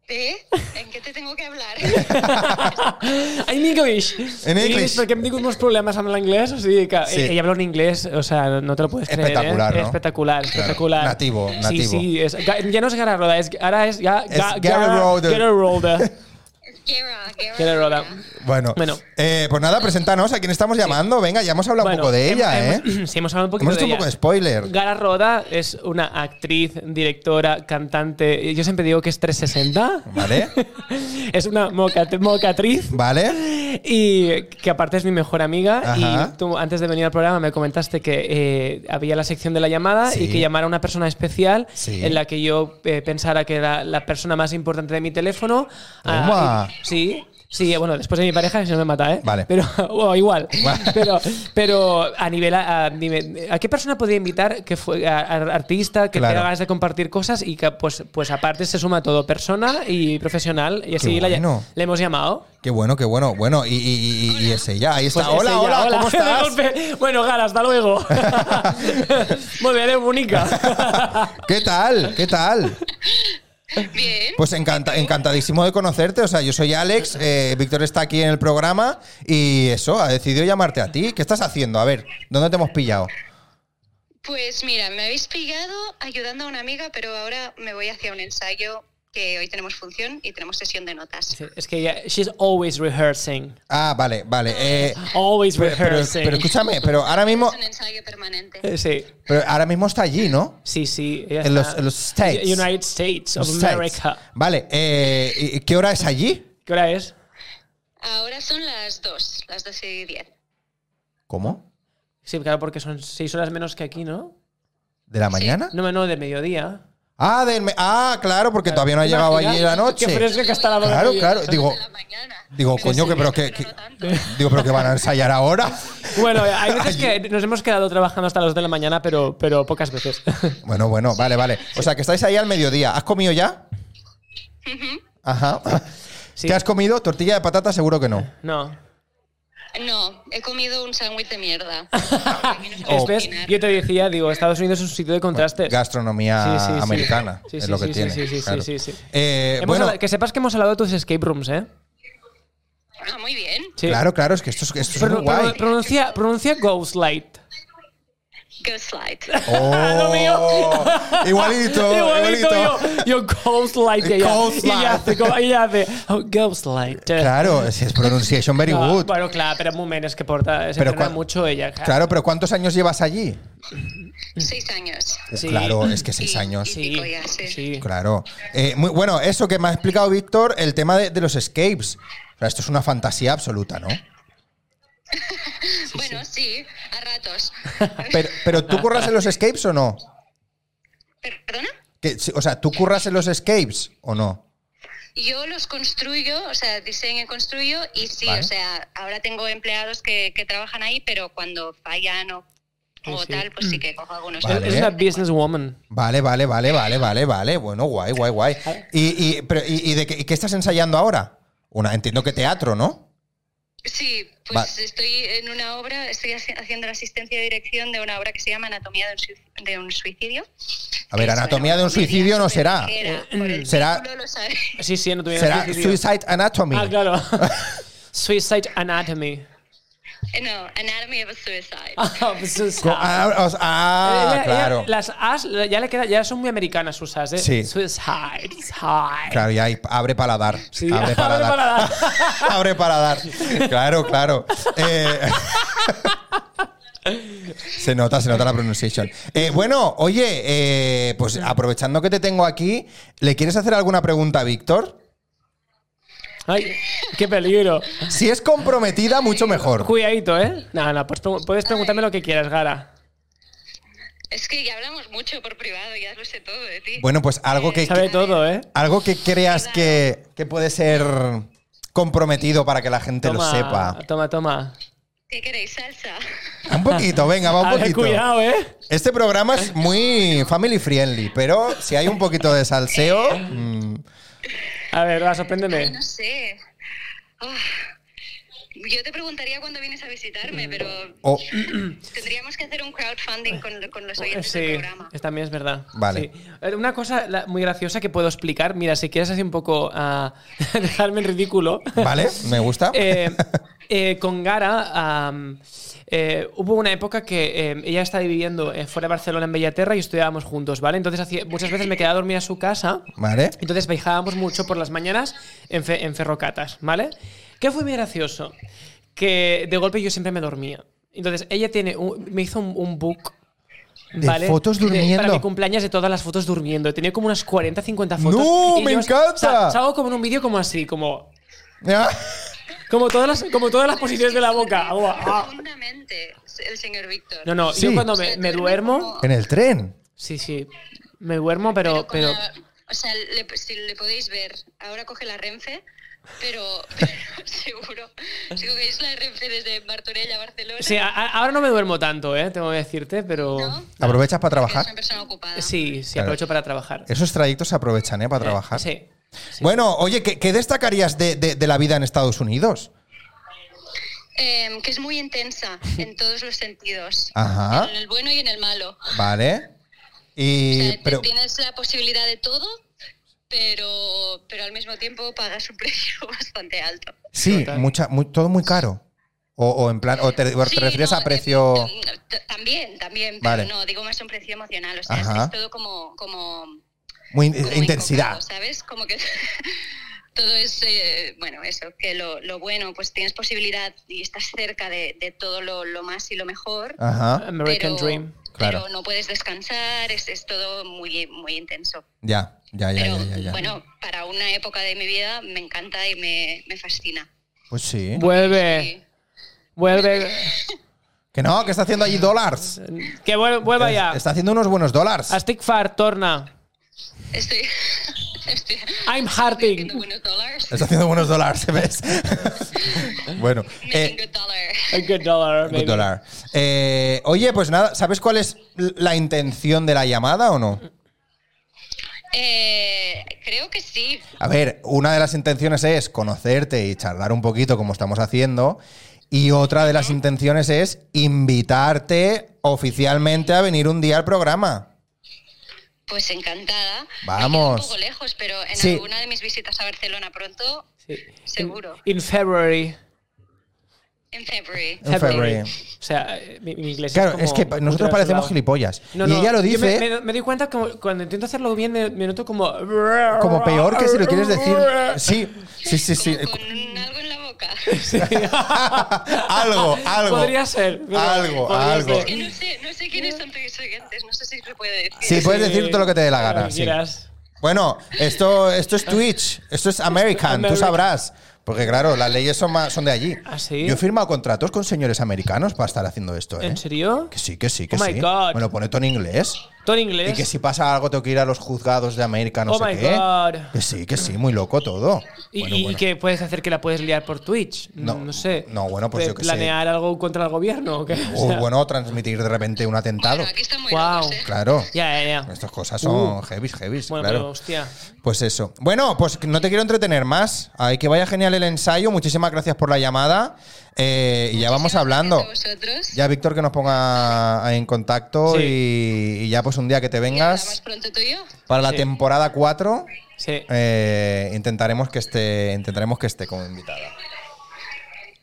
Speaker 1: ¿Eh?
Speaker 3: ¿De? ¿En qué te tengo que
Speaker 1: <laughs>
Speaker 3: hablar?
Speaker 2: <gasps> En English.
Speaker 1: En English.
Speaker 2: Porque hem tingut molts problemes amb l'anglès, o sigui que
Speaker 1: Sí.
Speaker 2: ella habla un inglés, o sea, no te lo puedes creer.
Speaker 1: Espectacular,
Speaker 2: eh?
Speaker 1: ¿no?
Speaker 2: Espectacular, espectacular.
Speaker 1: nativo,
Speaker 2: Sí,
Speaker 1: nativo.
Speaker 2: sí, es- ga- ya no es Gara Roda, es, ahora es, ya,
Speaker 1: Es Gara Roda. <laughs>
Speaker 2: Gara Roda.
Speaker 3: Guerra, guerra.
Speaker 2: Gara Roda.
Speaker 1: Bueno,
Speaker 2: Bueno.
Speaker 1: eh, pues nada, preséntanos a quién estamos llamando. Venga, ya hemos hablado
Speaker 2: Bueno,
Speaker 1: un poco de
Speaker 2: hem-
Speaker 1: ella, ¿eh?
Speaker 2: hemos- <clears throat> Sí, hemos hablado un poquito
Speaker 1: Hemos
Speaker 2: de
Speaker 1: hecho un
Speaker 2: ella.
Speaker 1: poco de spoiler.
Speaker 2: Gara Roda es una actriz, directora, cantante. Yo siempre digo que es 360. <laughs>
Speaker 1: ¿Vale?
Speaker 2: es una moca- mocatriz.
Speaker 1: ¿Vale?
Speaker 2: <laughs> Y que aparte es mi mejor amiga.
Speaker 1: Ajá.
Speaker 2: Y tú antes de venir al programa me comentaste que eh, había la sección de la llamada
Speaker 1: Sí.
Speaker 2: y que llamara a una persona especial
Speaker 1: Sí.
Speaker 2: en la que yo eh, pensara que era la persona más importante de mi teléfono. Ah,
Speaker 1: Toma.
Speaker 2: y- sí. Sí, bueno, después de mi pareja, si no me mata, ¿eh?
Speaker 1: Vale.
Speaker 2: Pero, <laughs> bueno, igual.
Speaker 1: Igual.
Speaker 2: <laughs> Pero, pero a nivel. A, a- dime, ¿a qué persona podría invitar que fue a- a- artista, que
Speaker 1: Claro.
Speaker 2: tenga ganas de compartir cosas y que, pues, pues aparte se suma todo, persona y profesional? Y así la-
Speaker 1: bueno.
Speaker 2: le hemos llamado.
Speaker 1: Qué bueno, qué bueno. Bueno, y, y- y- y es ella, ahí está.
Speaker 2: Pues
Speaker 1: hola,
Speaker 2: ese
Speaker 1: hola, <laughs>
Speaker 2: ya,
Speaker 1: ¿cómo
Speaker 2: De <laughs>
Speaker 1: estás?
Speaker 2: golpe. Bueno, Gara, hasta <laughs> luego. Volveré,
Speaker 1: ¿eh?
Speaker 2: Mónica.
Speaker 1: ¿Qué tal? ¿Qué tal?
Speaker 3: Bien.
Speaker 1: Pues encanta, encantadísimo de conocerte. O sea, yo soy Alex, eh, Víctor está aquí en el programa y eso, ha decidido llamarte a ti. ¿Qué estás haciendo? A ver, ¿dónde te hemos pillado?
Speaker 3: Pues mira, me habéis pillado ayudando a una amiga, pero ahora me voy hacia un ensayo que hoy tenemos función y tenemos sesión de notas.
Speaker 2: Sí, es que ella, she's always rehearsing.
Speaker 1: Ah, vale, vale. eh,
Speaker 2: Always
Speaker 1: pero, pero-
Speaker 2: rehearsing.
Speaker 1: pero escúchame, pero ahora mismo,
Speaker 3: Es un ensayo permanente.
Speaker 2: Eh, sí,
Speaker 1: pero ahora mismo está allí, ¿no?
Speaker 2: sí, sí. ella
Speaker 1: En los-
Speaker 2: está-
Speaker 1: en los States.
Speaker 2: United States of
Speaker 1: Los
Speaker 2: America.
Speaker 1: States. Vale, eh, ¿y- y ¿qué hora es allí?
Speaker 2: ¿Qué hora es?
Speaker 3: Ahora son las 2, las 2 y 10.
Speaker 1: ¿Cómo?
Speaker 2: Sí, claro, porque son seis horas menos que aquí, ¿no?
Speaker 1: ¿De la mañana?
Speaker 2: No, no, de mediodía.
Speaker 1: Ah, del me- ah, claro, porque todavía no ha llegado
Speaker 2: Imagina
Speaker 1: allí la noche.
Speaker 2: Qué fresca que está la
Speaker 1: Claro,
Speaker 2: mediodía.
Speaker 1: claro, digo-
Speaker 3: De la mañana.
Speaker 1: Digo,
Speaker 3: Pero
Speaker 1: coño,
Speaker 3: sí,
Speaker 1: que pero que,
Speaker 3: pero
Speaker 1: que-
Speaker 3: no tanto.
Speaker 1: digo, pero que van a ensayar
Speaker 3: <laughs>
Speaker 1: ahora. <laughs>
Speaker 2: Bueno, hay veces que nos hemos quedado trabajando hasta las 2 de la mañana, pero, pero pocas veces. <laughs>
Speaker 1: Bueno, bueno, vale, vale. O sea, que estáis ahí al mediodía. ¿Has comido ya? Ajá.
Speaker 2: Sí.
Speaker 1: ¿Qué has comido? Tortilla de patata, seguro que no.
Speaker 2: No.
Speaker 3: No, he comido un sándwich
Speaker 2: <laughs>
Speaker 3: de mierda.
Speaker 1: Oh.
Speaker 2: Es, ¿ves? Yo te decía, digo, Estados Unidos es un sitio de contrastes.
Speaker 1: Gastronomía
Speaker 2: Sí, sí, sí.
Speaker 1: americana
Speaker 2: Sí,
Speaker 1: es
Speaker 2: sí,
Speaker 1: lo que
Speaker 2: sí, sí,
Speaker 1: tiene.
Speaker 2: sí, sí, sí,
Speaker 1: claro.
Speaker 2: sí, sí.
Speaker 1: Eh,
Speaker 2: Hemos
Speaker 1: bueno,
Speaker 2: hablado- que sepas que hemos hablado de tus escape rooms, ¿eh?
Speaker 3: Ah, muy bien.
Speaker 2: Sí.
Speaker 1: claro, claro, es que esto es, esto es
Speaker 2: Pro-
Speaker 1: muy guay.
Speaker 2: pro- pronuncia, pronuncia Ghost Light.
Speaker 3: Ghost
Speaker 2: <laughs>
Speaker 3: Light.
Speaker 2: ah,
Speaker 1: Oh, igualito, igualito.
Speaker 2: Yo, yo Ghost Light. y ella-
Speaker 1: Ghost
Speaker 2: Y ella
Speaker 1: Light.
Speaker 2: hace, como- ella hace oh, Ghost Light.
Speaker 1: Claro, es es pronunciation very
Speaker 2: No,
Speaker 1: good.
Speaker 2: bueno, claro, pero muy menos que porta. Se
Speaker 1: Pero
Speaker 2: entrena
Speaker 1: cuan-
Speaker 2: mucho ella.
Speaker 1: Claro, pero ¿cuántos años llevas allí?
Speaker 3: Seis años.
Speaker 1: Uh,
Speaker 2: Sí.
Speaker 1: Claro, es que seis
Speaker 3: Y-
Speaker 1: años.
Speaker 2: Sí,
Speaker 3: Pico ya, sí.
Speaker 2: sí.
Speaker 1: Claro. Eh, muy, bueno, eso que me ha explicado Víctor, el tema de, de los escapes. O sea, esto es una fantasía absoluta, ¿no?
Speaker 3: bueno, sí.
Speaker 2: <laughs>
Speaker 3: a ratos.
Speaker 1: Pero, pero ¿tú curras en los escapes o no?
Speaker 3: ¿Perdona?
Speaker 1: Que, si- o sea, ¿tú curras en los escapes o no?
Speaker 3: Yo los construyo, o sea, diseño y construyo, y sí,
Speaker 1: Vale.
Speaker 3: o sea, ahora tengo empleados que, que trabajan ahí, pero cuando fallan o, o
Speaker 2: Sí, sí.
Speaker 3: tal, pues sí que cojo algunos.
Speaker 1: Mm. Vale.
Speaker 2: Es una businesswoman.
Speaker 1: Vale, vale, vale, vale, vale, vale. Bueno, guay, guay, guay. ¿Y, y- pero, y- y de qué, y qué estás ensayando ahora? Una, entiendo que teatro, ¿no?
Speaker 3: Sí, pues
Speaker 1: Vale.
Speaker 3: estoy en una obra, estoy haci- haciendo la asistencia de dirección de una obra que se llama Anatomía de un, sui- de un suicidio.
Speaker 1: A ver,
Speaker 3: Que es
Speaker 1: Anatomía
Speaker 3: una
Speaker 1: de un suicidio no será. Eh,
Speaker 3: ligera, por el
Speaker 1: Será-
Speaker 3: título lo sabe. <laughs>
Speaker 2: Sí, sí, no tuviera
Speaker 1: Será
Speaker 2: suicidio.
Speaker 1: Suicide Anatomy.
Speaker 2: Ah,
Speaker 1: <laughs>
Speaker 2: claro. <laughs> Suicide Anatomy. <laughs>
Speaker 3: No, Anatomy of a Suicide.
Speaker 2: Ah, pues, o sea,
Speaker 1: Ah, o sea, ah,
Speaker 2: Ella- ella-
Speaker 1: claro.
Speaker 2: las as ya le queda, ya son muy americanas sus as, ¿eh?
Speaker 1: Sí.
Speaker 2: Suicide, suicide.
Speaker 1: Claro, y ahí abre paladar.
Speaker 2: Sí,
Speaker 1: Abre paladar. <laughs> abre paladar. Claro, claro. Eh, <laughs> se nota, se nota la pronunciación. Eh, bueno, oye, eh, pues aprovechando que te tengo aquí, ¿le quieres hacer alguna pregunta a Víctor?
Speaker 2: Ay, qué
Speaker 1: <laughs>
Speaker 2: peligro.
Speaker 1: Si es comprometida, mucho mejor.
Speaker 2: Cuidadito, ¿eh? No, no, pues pregu- puedes preguntarme lo que quieras, Gara.
Speaker 3: Es que ya hablamos mucho por privado, ya lo sé todo de ti.
Speaker 1: Bueno, pues algo que,
Speaker 2: Sabe todo, ¿eh?
Speaker 1: algo que creas que, que puede ser comprometido para que la gente lo sepa.
Speaker 2: Toma, toma.
Speaker 3: ¿Qué queréis? ¿Salsa?
Speaker 1: Un poquito, venga, va un
Speaker 2: A ver,
Speaker 1: poquito.
Speaker 2: cuidado, ¿eh?
Speaker 1: Este programa es muy family friendly, pero si hay un poquito de salseo. mm,
Speaker 2: A ver, va,
Speaker 3: Ay,
Speaker 2: sorpréndeme.
Speaker 3: no sé. Ah, Yo te preguntaría cuándo vienes a
Speaker 2: Mm.
Speaker 3: visitarme, pero
Speaker 1: o-
Speaker 3: tendríamos que hacer un crowdfunding con, con los oyentes del
Speaker 2: Sí,
Speaker 3: programa.
Speaker 2: es- también es verdad.
Speaker 1: Vale.
Speaker 2: Sí. Eh, Una cosa la- muy graciosa que puedo explicar, mira, si quieres así un poco ah, <laughs> dejarme en
Speaker 1: <laughs>
Speaker 2: ridículo.
Speaker 1: vale, me gusta.
Speaker 2: Eh, eh, con Gara am, eh, hubo una época que eh, ella estaba viviendo eh, fuera de Barcelona, en Bellaterra, y estudiábamos juntos, ¿vale? Entonces hacía- muchas veces me quedaba a dormir a su casa,
Speaker 1: Vale.
Speaker 2: entonces viajábamos mucho por las mañanas en, fe- en ferrocatas, ¿vale? ¿Qué fue muy gracioso? Que de golpe yo siempre me dormía. Entonces ella tiene un- me hizo un, un book.
Speaker 1: ¿De
Speaker 2: ¿vale?
Speaker 1: fotos durmiendo?
Speaker 2: para mi cumpleaños de todas las fotos durmiendo. Tenía como unas 40, 50 fotos.
Speaker 1: ¡No,
Speaker 2: y
Speaker 1: me
Speaker 2: yo
Speaker 1: encanta!
Speaker 2: sa- Salgo como en un vídeo como así, como
Speaker 1: Ah,
Speaker 2: como todas las, como todas las posiciones Pues de la boca. Hago, ah.
Speaker 3: Profundamente, el señor Víctor.
Speaker 2: No, no,
Speaker 1: Sí.
Speaker 2: yo cuando
Speaker 3: O sea,
Speaker 2: me, me
Speaker 3: duerme
Speaker 2: duermo.
Speaker 3: como-
Speaker 1: en el tren.
Speaker 2: Sí, sí. Me duermo, pero.
Speaker 3: con
Speaker 2: pero
Speaker 3: la- o sea, le- si le podéis ver, ahora coge la Renfe, pero, <laughs> seguro, si cogéis la Renfe desde Martorell a Barcelona,
Speaker 2: sí, a- a- ahora no me duermo tanto, ¿eh? Tengo que decirte, pero.
Speaker 3: ¿no?
Speaker 1: ¿Aprovechas para
Speaker 3: Porque es una
Speaker 1: trabajar?
Speaker 3: persona ocupada.
Speaker 2: Eh, Sí, sí,
Speaker 1: Claro.
Speaker 2: aprovecho para trabajar.
Speaker 1: Esos trayectos se aprovechan, ¿eh? Para
Speaker 2: Eh,
Speaker 1: trabajar.
Speaker 2: Sí.
Speaker 1: Bueno, oye, ¿qué, qué destacarías de, de- de la vida en Estados Unidos?
Speaker 3: Em, que es muy intensa
Speaker 2: <laughs>
Speaker 3: en todos los sentidos.
Speaker 1: Ajá.
Speaker 2: Ah.
Speaker 3: En el bueno y en el malo.
Speaker 1: Vale.
Speaker 3: O sea,
Speaker 1: Y,
Speaker 3: te-
Speaker 1: pero,
Speaker 3: tienes la posibilidad de todo, pero, pero al mismo tiempo pagas un <laughs> precio bastante alto.
Speaker 1: sí,
Speaker 2: Total.
Speaker 1: mucha, muy- todo muy caro. O, o en plan, o te, o te
Speaker 3: Sí,
Speaker 1: refieres
Speaker 3: no,
Speaker 1: a
Speaker 3: de-
Speaker 1: precio.
Speaker 3: de- de- También, también, pero
Speaker 1: Vale.
Speaker 3: no, digo más un precio emocional, o sea,
Speaker 1: Ajá.
Speaker 3: es, es todo como, como,
Speaker 1: Muy,
Speaker 3: como
Speaker 1: intensidad.
Speaker 3: enfocado, ¿Sabes? Como que <laughs> todo es, eh, bueno, eso, que lo, lo bueno, pues tienes posibilidad y estás cerca de, de todo lo, lo más y lo mejor,
Speaker 1: Ajá.
Speaker 2: American
Speaker 3: pero,
Speaker 2: Dream.
Speaker 1: Claro.
Speaker 3: pero no puedes descansar, es, es todo muy, muy intenso.
Speaker 1: Ya, ya, ya,
Speaker 3: Pero
Speaker 1: ya, ya, ya.
Speaker 3: bueno, para una época de mi vida me encanta y me, me fascina.
Speaker 1: Pues sí.
Speaker 3: Sí.
Speaker 2: Vuelve. Vuelve.
Speaker 1: Que no, que está haciendo allí dólares.
Speaker 2: Que vuel- vuelva ya.
Speaker 1: Está haciendo unos buenos dólares.
Speaker 2: A Stick Far, torna.
Speaker 3: Estoy, <laughs> estoy
Speaker 2: I'm
Speaker 3: haciendo
Speaker 1: Mm.
Speaker 2: Harting.
Speaker 3: buenos dólares.
Speaker 1: Está haciendo buenos dólares, ¿eh?
Speaker 2: <laughs>
Speaker 1: ¿ves? bueno. eh,
Speaker 3: Making good dollar.
Speaker 2: A good dollar.
Speaker 1: good
Speaker 2: baby.
Speaker 1: dollar. Eh, oye, pues nada, ¿sabes cuál es la intención de la llamada o no?
Speaker 3: Eh, creo que sí.
Speaker 1: A ver, una de las intenciones es conocerte y charlar un poquito como estamos haciendo. Y otra de las intenciones es invitarte oficialmente a venir un día al programa.
Speaker 3: Pues encantada. Me queda
Speaker 1: Vamos.
Speaker 3: Un poco lejos, pero en
Speaker 1: Sí.
Speaker 3: alguna de mis visitas a Barcelona pronto,
Speaker 2: Sí.
Speaker 3: Seguro.
Speaker 2: In, in February.
Speaker 3: en February.
Speaker 1: En February.
Speaker 2: O sea, eh, mi, mi inglés
Speaker 1: Claro,
Speaker 2: es como
Speaker 1: es que
Speaker 2: muy
Speaker 1: nosotros parecemos
Speaker 2: traslado.
Speaker 1: gilipollas.
Speaker 2: No,
Speaker 1: y
Speaker 2: no,
Speaker 1: ella lo
Speaker 2: yo
Speaker 1: dice.
Speaker 2: Me, me- me doy cuenta que cuando intento hacerlo bien me, me noto como.
Speaker 1: Como peor que si lo quieres decir. Sí, sí, sí, sí.
Speaker 3: Como con un algo en la
Speaker 1: <laughs>
Speaker 3: boca.
Speaker 2: <laughs> Sí.
Speaker 1: algo, algo.
Speaker 2: Podría ser. pero
Speaker 1: Algo,
Speaker 2: podría
Speaker 1: algo.
Speaker 2: ser.
Speaker 3: Que no sé, no sé quiénes son tus oyentes, no sé si se puede decir.
Speaker 1: Sí, puedes decir todo lo que te dé la
Speaker 2: Lo
Speaker 1: gana.
Speaker 2: que
Speaker 1: sí.
Speaker 2: quieras.
Speaker 1: Bueno, esto, esto es Twitch, esto es American, tú
Speaker 2: American.
Speaker 1: sabrás. Porque claro, las leyes son, más- son de allí.
Speaker 2: ¿Ah, sí?
Speaker 1: Yo he firmado contratos con señores americanos para estar haciendo esto, ¿eh?
Speaker 2: ¿En serio?
Speaker 1: Que sí, que sí, que
Speaker 2: Oh
Speaker 1: sí.
Speaker 2: my God.
Speaker 1: Me lo pone todo en inglés.
Speaker 2: Todo en
Speaker 1: Y que
Speaker 2: inglés.
Speaker 1: si pasa algo tengo que ir a los juzgados de América, no
Speaker 2: Oh
Speaker 1: sé
Speaker 2: my
Speaker 1: qué.
Speaker 2: God.
Speaker 1: Que sí, que sí, muy loco todo.
Speaker 2: Y,
Speaker 1: Bueno,
Speaker 2: y
Speaker 1: bueno.
Speaker 2: que puedes hacer que la puedes liar por Twitch.
Speaker 1: No,
Speaker 2: No, sé.
Speaker 1: no, bueno, pues
Speaker 2: Pe-
Speaker 1: yo qué sé.
Speaker 2: ¿Planear algo contra el gobierno? O qué? <laughs> O
Speaker 1: O
Speaker 2: sea,
Speaker 1: bueno, transmitir de repente un atentado.
Speaker 3: Bueno, aquí están muy
Speaker 2: Guau.
Speaker 3: locos, ¿eh?
Speaker 1: Claro.
Speaker 2: Ya, ya, ya.
Speaker 1: Estas cosas son heavy, heavy,
Speaker 2: Uh.
Speaker 1: Pues,
Speaker 2: Bueno,
Speaker 1: claro.
Speaker 2: pero hostia.
Speaker 1: Pues eso. Bueno, pues no te quiero entretener más. Ay, que vaya genial el ensayo. Muchísimas gracias por la llamada. Eh, y ya vamos hablando.
Speaker 3: Gracias a vosotros.
Speaker 1: Ya Víctor que nos ponga en contacto
Speaker 2: Sí.
Speaker 1: y, y ya pues un día que te
Speaker 3: Y nada, más
Speaker 1: vengas
Speaker 3: pronto tú y yo.
Speaker 1: para la
Speaker 2: Sí.
Speaker 1: temporada 4
Speaker 2: Sí.
Speaker 1: eh, intentaremos que esté intentaremos que esté como invitada.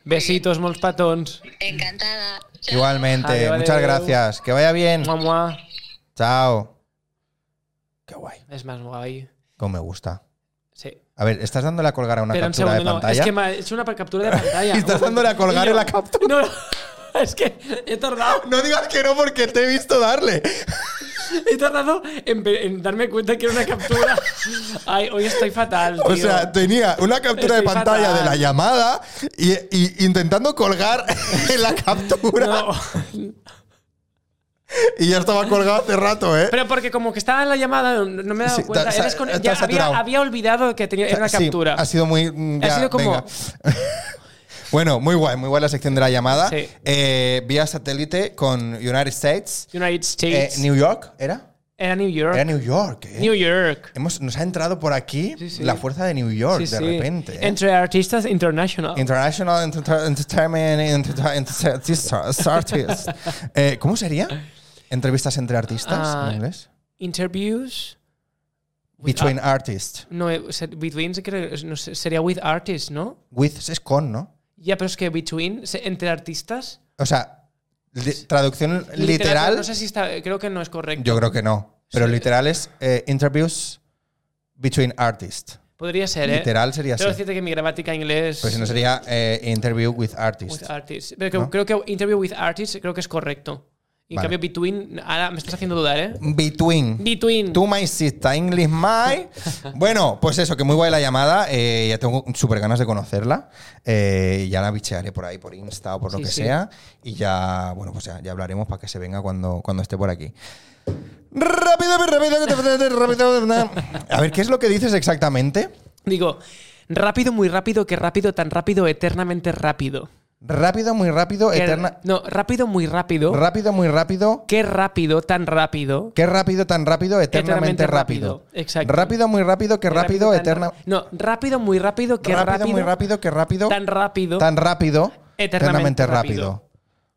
Speaker 2: Besitos, molts patons.
Speaker 3: Encantada. Chao.
Speaker 1: Igualmente,
Speaker 2: Adeu, adeu.
Speaker 1: muchas gracias. Que vaya bien.
Speaker 2: Mua, mua.
Speaker 1: Chao. Qué guay.
Speaker 2: Es más guay.
Speaker 1: Cómo me gusta.
Speaker 2: Sí.
Speaker 1: A ver, estás dándole a colgar a una
Speaker 2: Espera un
Speaker 1: captura
Speaker 2: segundo,
Speaker 1: de
Speaker 2: no.
Speaker 1: pantalla.
Speaker 2: Es que me ha hecho una
Speaker 1: <laughs>
Speaker 2: captura de pantalla.
Speaker 1: Y estás dándole a colgar
Speaker 2: Y yo-
Speaker 1: en la captura.
Speaker 2: No, no. <laughs> es que he tardado,
Speaker 1: No digas que no porque te he visto darle.
Speaker 2: he tardado en, pe- en darme cuenta que era
Speaker 1: <laughs>
Speaker 2: una captura. Ay, hoy estoy fatal, tío.
Speaker 1: O sea, tenía una captura de
Speaker 2: Estoy
Speaker 1: pantalla
Speaker 2: fatal.
Speaker 1: de la llamada y, y intentando colgar <laughs> en la captura.
Speaker 2: No.
Speaker 1: Y ya estaba colgado hace rato, ¿eh?
Speaker 2: Pero porque como que estaba en la llamada, no no me he dado
Speaker 1: Sí, te-
Speaker 2: cuenta.
Speaker 1: se-
Speaker 2: He descone-
Speaker 1: estás
Speaker 2: ya había,
Speaker 1: saturado.
Speaker 2: había olvidado que tenía, era una
Speaker 1: Sí,
Speaker 2: captura.
Speaker 1: ha sido muy. mm,
Speaker 2: Ha
Speaker 1: ya,
Speaker 2: sido como-
Speaker 1: venga. <laughs> Bueno, muy guay, muy guay la sección de la llamada.
Speaker 2: Sí.
Speaker 1: Eh, vía satélite con United States.
Speaker 2: United
Speaker 1: Eh,
Speaker 2: States.
Speaker 1: ¿New York era?
Speaker 2: era New York.
Speaker 1: Era New York. eh.
Speaker 2: New York.
Speaker 1: Hemos, nos ha entrado por aquí
Speaker 2: Sí, sí.
Speaker 1: la fuerza de New York
Speaker 2: Sí,
Speaker 1: de
Speaker 2: sí.
Speaker 1: repente. eh.
Speaker 2: Entre artistas international.
Speaker 1: International Enter- Entertainment Enter- Enter- Artists.
Speaker 2: <laughs>
Speaker 1: Artists. Eh, ¿Cómo sería? ¿Entrevistas entre artistas
Speaker 2: Ah,
Speaker 1: en inglés?
Speaker 2: Interviews. with
Speaker 1: Between
Speaker 2: ar-
Speaker 1: artists.
Speaker 2: no, eh, se- between se cree- es- no sé, sería with artists, ¿no?
Speaker 1: With es con, ¿no?
Speaker 2: Ya, pero es que between, se- entre artistas.
Speaker 1: O sea, li- traducción
Speaker 2: Literato,
Speaker 1: literal,
Speaker 2: No sé si está, creo que no es correcto.
Speaker 1: yo creo que no. Pero
Speaker 2: Sí.
Speaker 1: literal es eh, interviews between artists.
Speaker 2: Podría ser, ¿eh?
Speaker 1: Literal sería
Speaker 2: Tengo que
Speaker 1: así.
Speaker 2: decirte que mi gramática en inglés.
Speaker 1: Pues si no sería eh, interview with
Speaker 2: with
Speaker 1: artists.
Speaker 2: artists. Pero que-
Speaker 1: Este. ¿No?
Speaker 2: creo que interview with artists creo que es correcto. Y En
Speaker 1: Vale.
Speaker 2: cambio, between. Ahora me estás haciendo dudar, ¿eh?
Speaker 1: Between.
Speaker 2: Between.
Speaker 1: Tú, my sister, English,
Speaker 2: <laughs>
Speaker 1: my. Bueno, pues eso, que muy guay la llamada. eh, ya tengo súper ganas de conocerla. eh, ya la bichearé por ahí, por Insta o por lo
Speaker 2: Sí,
Speaker 1: que
Speaker 2: sí.
Speaker 1: sea. Y ya, bueno, pues ya, ya hablaremos para que se venga cuando, cuando esté por aquí. Rápido, rápido, rápido, rápido. A ver, ¿qué es lo que dices exactamente?
Speaker 2: Digo, rápido, muy rápido, que rápido, tan rápido, eternamente rápido.
Speaker 1: Rápido, muy rápido,
Speaker 2: Que-
Speaker 1: Oh, eterna.
Speaker 2: No, rápido, muy rápido.
Speaker 1: Rápido, muy rápido.
Speaker 2: qué rápido, tan rápido.
Speaker 1: Qué rápido, tan rápido, eternamente,
Speaker 2: Eternamente
Speaker 1: rápido.
Speaker 2: rápido, exacto.
Speaker 1: Rápido, muy rápido, qué
Speaker 2: Qué
Speaker 1: rápido,
Speaker 2: tan
Speaker 1: eterna.
Speaker 2: ra- No, rápido, muy rápido, qué
Speaker 1: rápido,
Speaker 2: rápido.
Speaker 1: muy rápido, qué rápido.
Speaker 2: Tan rápido.
Speaker 1: tan rápido,
Speaker 2: Eternamente
Speaker 1: eternamente rápido.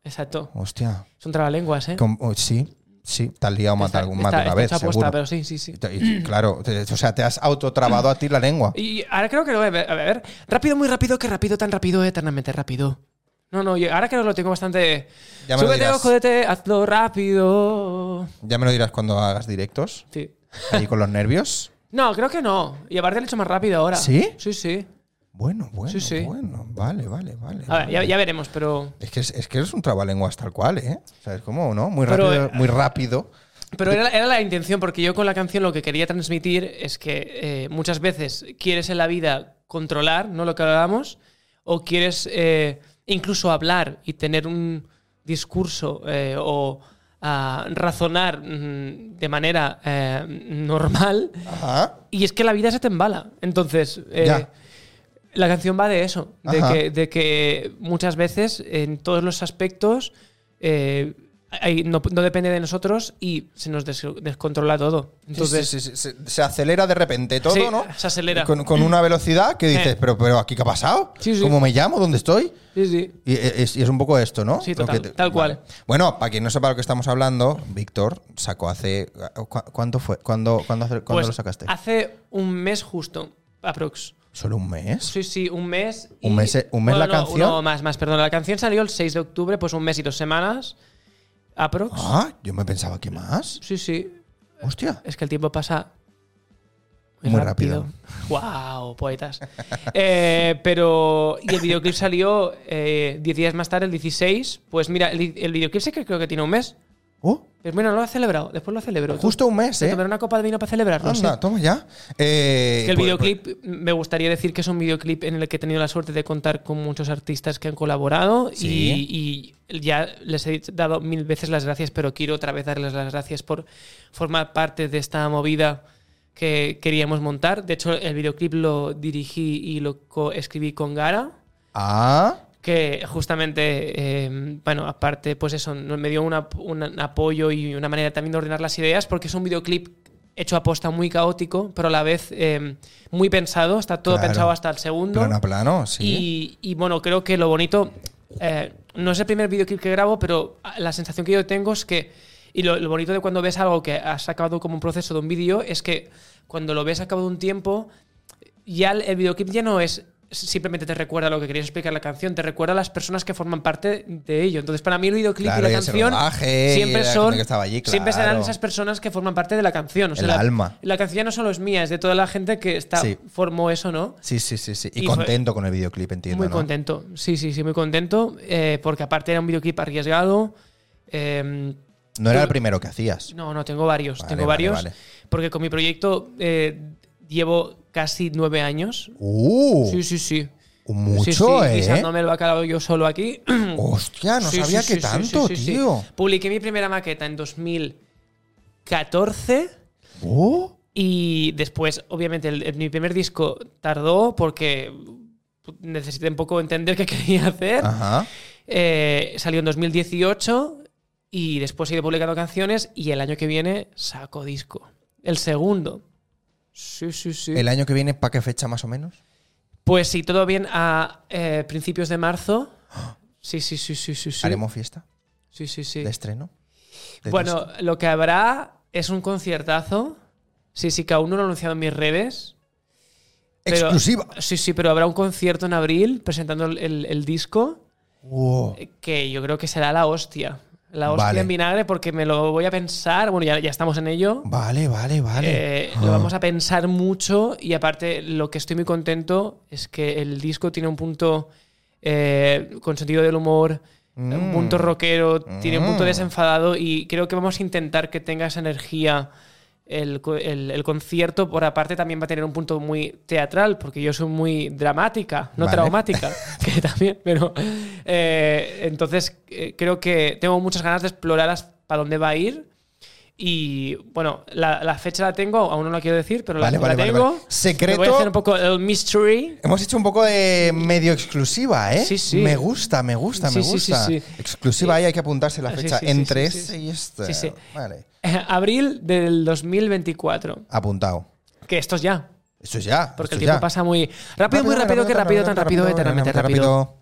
Speaker 2: Exacto.
Speaker 1: Hostia.
Speaker 2: Son trabalenguas, ¿eh?
Speaker 1: Com- oh, sí, sí, te has liado más de
Speaker 2: Está-
Speaker 1: algún-
Speaker 2: está-
Speaker 1: más de una
Speaker 2: está
Speaker 1: vez,
Speaker 2: hecha aposta,
Speaker 1: seguro.
Speaker 2: pero sí, sí, sí.
Speaker 1: Y te- y, claro, te- o sea, te has autotrabado a ti la lengua.
Speaker 2: <clears throat> Y ahora creo que lo voy a ver. A ver, rápido, muy rápido, que rápido, tan rápido, eternamente rápido. No, no, yo ahora creo que lo tengo bastante.
Speaker 1: Ya me lo
Speaker 2: Súbete,
Speaker 1: dirás.
Speaker 2: jodete, hazlo rápido.
Speaker 1: Ya me lo dirás cuando hagas directos,
Speaker 2: Sí.
Speaker 1: ahí con los nervios.
Speaker 2: No, creo que no. Y aparte lo he hecho más rápido ahora.
Speaker 1: ¿Sí?
Speaker 2: Sí, sí.
Speaker 1: Bueno, bueno,
Speaker 2: Sí, sí.
Speaker 1: bueno, vale, vale, vale.
Speaker 2: A ver, ya,
Speaker 1: vale.
Speaker 2: ya veremos, pero.
Speaker 1: Es que es, es que es un trabalenguas tal cual, ¿eh? ¿Sabes cómo, no? Muy
Speaker 2: Pero,
Speaker 1: rápido,
Speaker 2: eh,
Speaker 1: muy rápido.
Speaker 2: Pero era, era la intención, porque yo con la canción lo que quería transmitir es que eh, muchas veces quieres en la vida controlar, ¿no? Lo que hablábamos, o quieres eh, incluso hablar y tener un discurso eh, o ah, razonar mm, de manera eh, normal.
Speaker 1: Ajá.
Speaker 2: Y es que la vida se te embala. Entonces, eh,
Speaker 1: Ya.
Speaker 2: la canción va de eso, de
Speaker 1: Ajá.
Speaker 2: que, de que muchas veces en todos los aspectos eh, hay- no, no depende de nosotros y se nos des- descontrola todo. Entonces,
Speaker 1: Sí, sí, sí, sí, se, se acelera de repente todo,
Speaker 2: Sí,
Speaker 1: ¿no?
Speaker 2: se acelera.
Speaker 1: Con, con una velocidad que dices,
Speaker 2: Eh.
Speaker 1: pero, pero aquí qué ha pasado?
Speaker 2: Sí, sí.
Speaker 1: ¿Cómo me llamo? ¿Dónde estoy?
Speaker 2: sí, sí.
Speaker 1: Y e, es, y es un poco esto, ¿no?
Speaker 2: Sí,
Speaker 1: Lo
Speaker 2: total, tal cual.
Speaker 1: Bueno, para quien no sepa lo que estamos hablando, Víctor sacó hace. ah, ¿cu- ¿Cuánto fue? ¿Cuándo, cuándo, hace- cuándo
Speaker 2: Pues,
Speaker 1: lo sacaste?
Speaker 2: Hace un mes justo, aprox.
Speaker 1: ¿Solo un mes?
Speaker 2: Sí, sí, un mes.
Speaker 1: ¿Un mes- eh, un mes la
Speaker 2: no,
Speaker 1: canción?
Speaker 2: No, más, más, perdón. La canción salió el 6 de octubre, pues un mes y dos semanas, aprox.
Speaker 1: Ah, yo me pensaba que más.
Speaker 2: Sí, sí.
Speaker 1: Hostia.
Speaker 2: Es que el tiempo pasa
Speaker 1: Muy rápido.
Speaker 2: <laughs> Wow, poetas. Eh, pero y el videoclip salió eh, 10 días más tarde, el 16. Pues mira, el, el videoclip sí que creo que tiene un mes.
Speaker 1: Oh,
Speaker 2: Pero bueno, no lo ha celebrado. Después lo celebro.
Speaker 1: justo un mes,
Speaker 2: Se
Speaker 1: ¿eh?
Speaker 2: tomará una copa de vino para celebrarlo. sí.
Speaker 1: Anda, toma ya. Eh,
Speaker 2: Es que el
Speaker 1: pues-
Speaker 2: videoclip, me gustaría decir que es un videoclip en el que he tenido la suerte de contar con muchos artistas que han colaborado
Speaker 1: Sí.
Speaker 2: y, y ya les he dado mil veces las gracias, pero quiero otra vez darles las gracias por formar parte de esta movida que queríamos montar. De hecho, el videoclip lo dirigí y lo escribí con Gara,
Speaker 1: Ah,
Speaker 2: que justamente, eh, bueno, aparte, pues eso, no- me dio una- un apoyo y una manera también de ordenar las ideas, porque es un videoclip hecho a posta muy caótico, pero a la vez eh, muy pensado, está todo
Speaker 1: Claro.
Speaker 2: pensado hasta el segundo.
Speaker 1: plano a plano, sí.
Speaker 2: y, y, bueno, creo que lo bonito, eh, no es el primer videoclip que grabo, pero la sensación que yo tengo es que, y lo, lo bonito de cuando ves algo que has acabado como un proceso de un vídeo, es que cuando lo ves acabado un tiempo, ya el, el videoclip ya no es simplemente te recuerda lo que querías explicar en la canción, te recuerda a las personas que forman parte de ello. Entonces, para mí el videoclip
Speaker 1: Claro,
Speaker 2: y
Speaker 1: y
Speaker 2: la
Speaker 1: ese
Speaker 2: canción
Speaker 1: rodaje, y
Speaker 2: siempre
Speaker 1: la gente
Speaker 2: son
Speaker 1: que estaba allí,
Speaker 2: siempre serán
Speaker 1: claro.
Speaker 2: esas personas que forman parte de la canción, o sea,
Speaker 1: El
Speaker 2: la,
Speaker 1: alma.
Speaker 2: La canción ya no solo es mía, es de toda la gente que está
Speaker 1: Sí.
Speaker 2: formó eso, ¿no?
Speaker 1: Sí, sí, sí, sí. Y,
Speaker 2: y fue-
Speaker 1: contento con el videoclip, entiendo.
Speaker 2: Muy
Speaker 1: ¿no?
Speaker 2: contento, sí, sí, sí, muy contento, eh, porque aparte era un videoclip arriesgado. eh,
Speaker 1: No era el primero que hacías.
Speaker 2: no, no, tengo varios,
Speaker 1: Vale,
Speaker 2: tengo
Speaker 1: vale,
Speaker 2: varios,
Speaker 1: vale.
Speaker 2: porque con mi proyecto eh, llevo casi nueve años.
Speaker 1: Uh,
Speaker 2: Sí, sí, sí.
Speaker 1: mucho,
Speaker 2: sí, sí,
Speaker 1: ¿eh?
Speaker 2: guisándome el bacalao yo solo aquí. <clears throat>
Speaker 1: Hostia, no
Speaker 2: Sí,
Speaker 1: sabía
Speaker 2: sí,
Speaker 1: que
Speaker 2: sí, sí,
Speaker 1: tanto,
Speaker 2: sí, sí, sí.
Speaker 1: tío.
Speaker 2: Publiqué mi primera maqueta en 2014
Speaker 1: Oh.
Speaker 2: y después, obviamente, el- el- mi primer disco tardó porque necesité un poco entender qué <laughs> quería hacer.
Speaker 1: Ajá.
Speaker 2: Eh, salió en 2018 y después he ido publicando canciones y el año que viene saco disco. El segundo. Sí, sí, sí.
Speaker 1: ¿El año que viene para qué fecha más o menos?
Speaker 2: Pues sí, todo bien a eh, principios
Speaker 1: <gasps>
Speaker 2: de marzo. Sí, sí, sí, sí, sí. sí.
Speaker 1: ¿Haremos fiesta
Speaker 2: Sí, sí, sí.
Speaker 1: de estreno? ¿De
Speaker 2: Bueno, lo que habrá es un conciertazo. Sí, sí, que aún no lo he anunciado en mis redes. pero-
Speaker 1: ¡Exclusiva!
Speaker 2: Sí, sí, pero habrá un concierto en abril presentando el, el- el disco
Speaker 1: Wow.
Speaker 2: eh, que yo creo que será la hostia. La hostia
Speaker 1: Vale.
Speaker 2: en vinagre porque me lo voy a pensar. Bueno, ya, ya estamos en ello.
Speaker 1: Vale, vale, vale. Ah.
Speaker 2: Eh, Lo vamos a pensar mucho y aparte lo que estoy muy contento es que el disco tiene un punto eh, con sentido del humor, eh, un punto rockero, tiene un punto
Speaker 1: Mm.
Speaker 2: desenfadado y creo que vamos a intentar que tenga esa energía. El, co- el- el concierto, por aparte, también va a tener un punto muy teatral, porque yo soy muy dramática, no
Speaker 1: Vale. <laughs>
Speaker 2: traumática, que también, pero. eh, entonces, eh, creo que tengo muchas ganas de explorar para dónde va a ir. Y bueno, la, la fecha la tengo, aún no la quiero decir, pero la-
Speaker 1: Vale,
Speaker 2: la,
Speaker 1: vale, vale,
Speaker 2: tengo.
Speaker 1: vale. Secreto.
Speaker 2: Voy a hacer un poco el mystery.
Speaker 1: Hemos hecho un poco de medio exclusiva, ¿eh?
Speaker 2: Sí, sí.
Speaker 1: Me gusta, me gusta, me
Speaker 2: Sí, sí, sí,
Speaker 1: gusta.
Speaker 2: sí.
Speaker 1: Exclusiva ahí hay que apuntarse la
Speaker 2: Ah, sí,
Speaker 1: fecha.
Speaker 2: sí, sí,
Speaker 1: Entre
Speaker 2: sí, sí,
Speaker 1: este
Speaker 2: sí.
Speaker 1: y este.
Speaker 2: Sí, sí.
Speaker 1: Vale.
Speaker 2: eh, Abril del 2024.
Speaker 1: Apuntado.
Speaker 2: Que esto es ya.
Speaker 1: Esto es ya.
Speaker 2: Porque el
Speaker 1: esto es
Speaker 2: tiempo
Speaker 1: ya.
Speaker 2: pasa muy rápido, muy rápido, que rápido, tan rápido, eternamente rápido.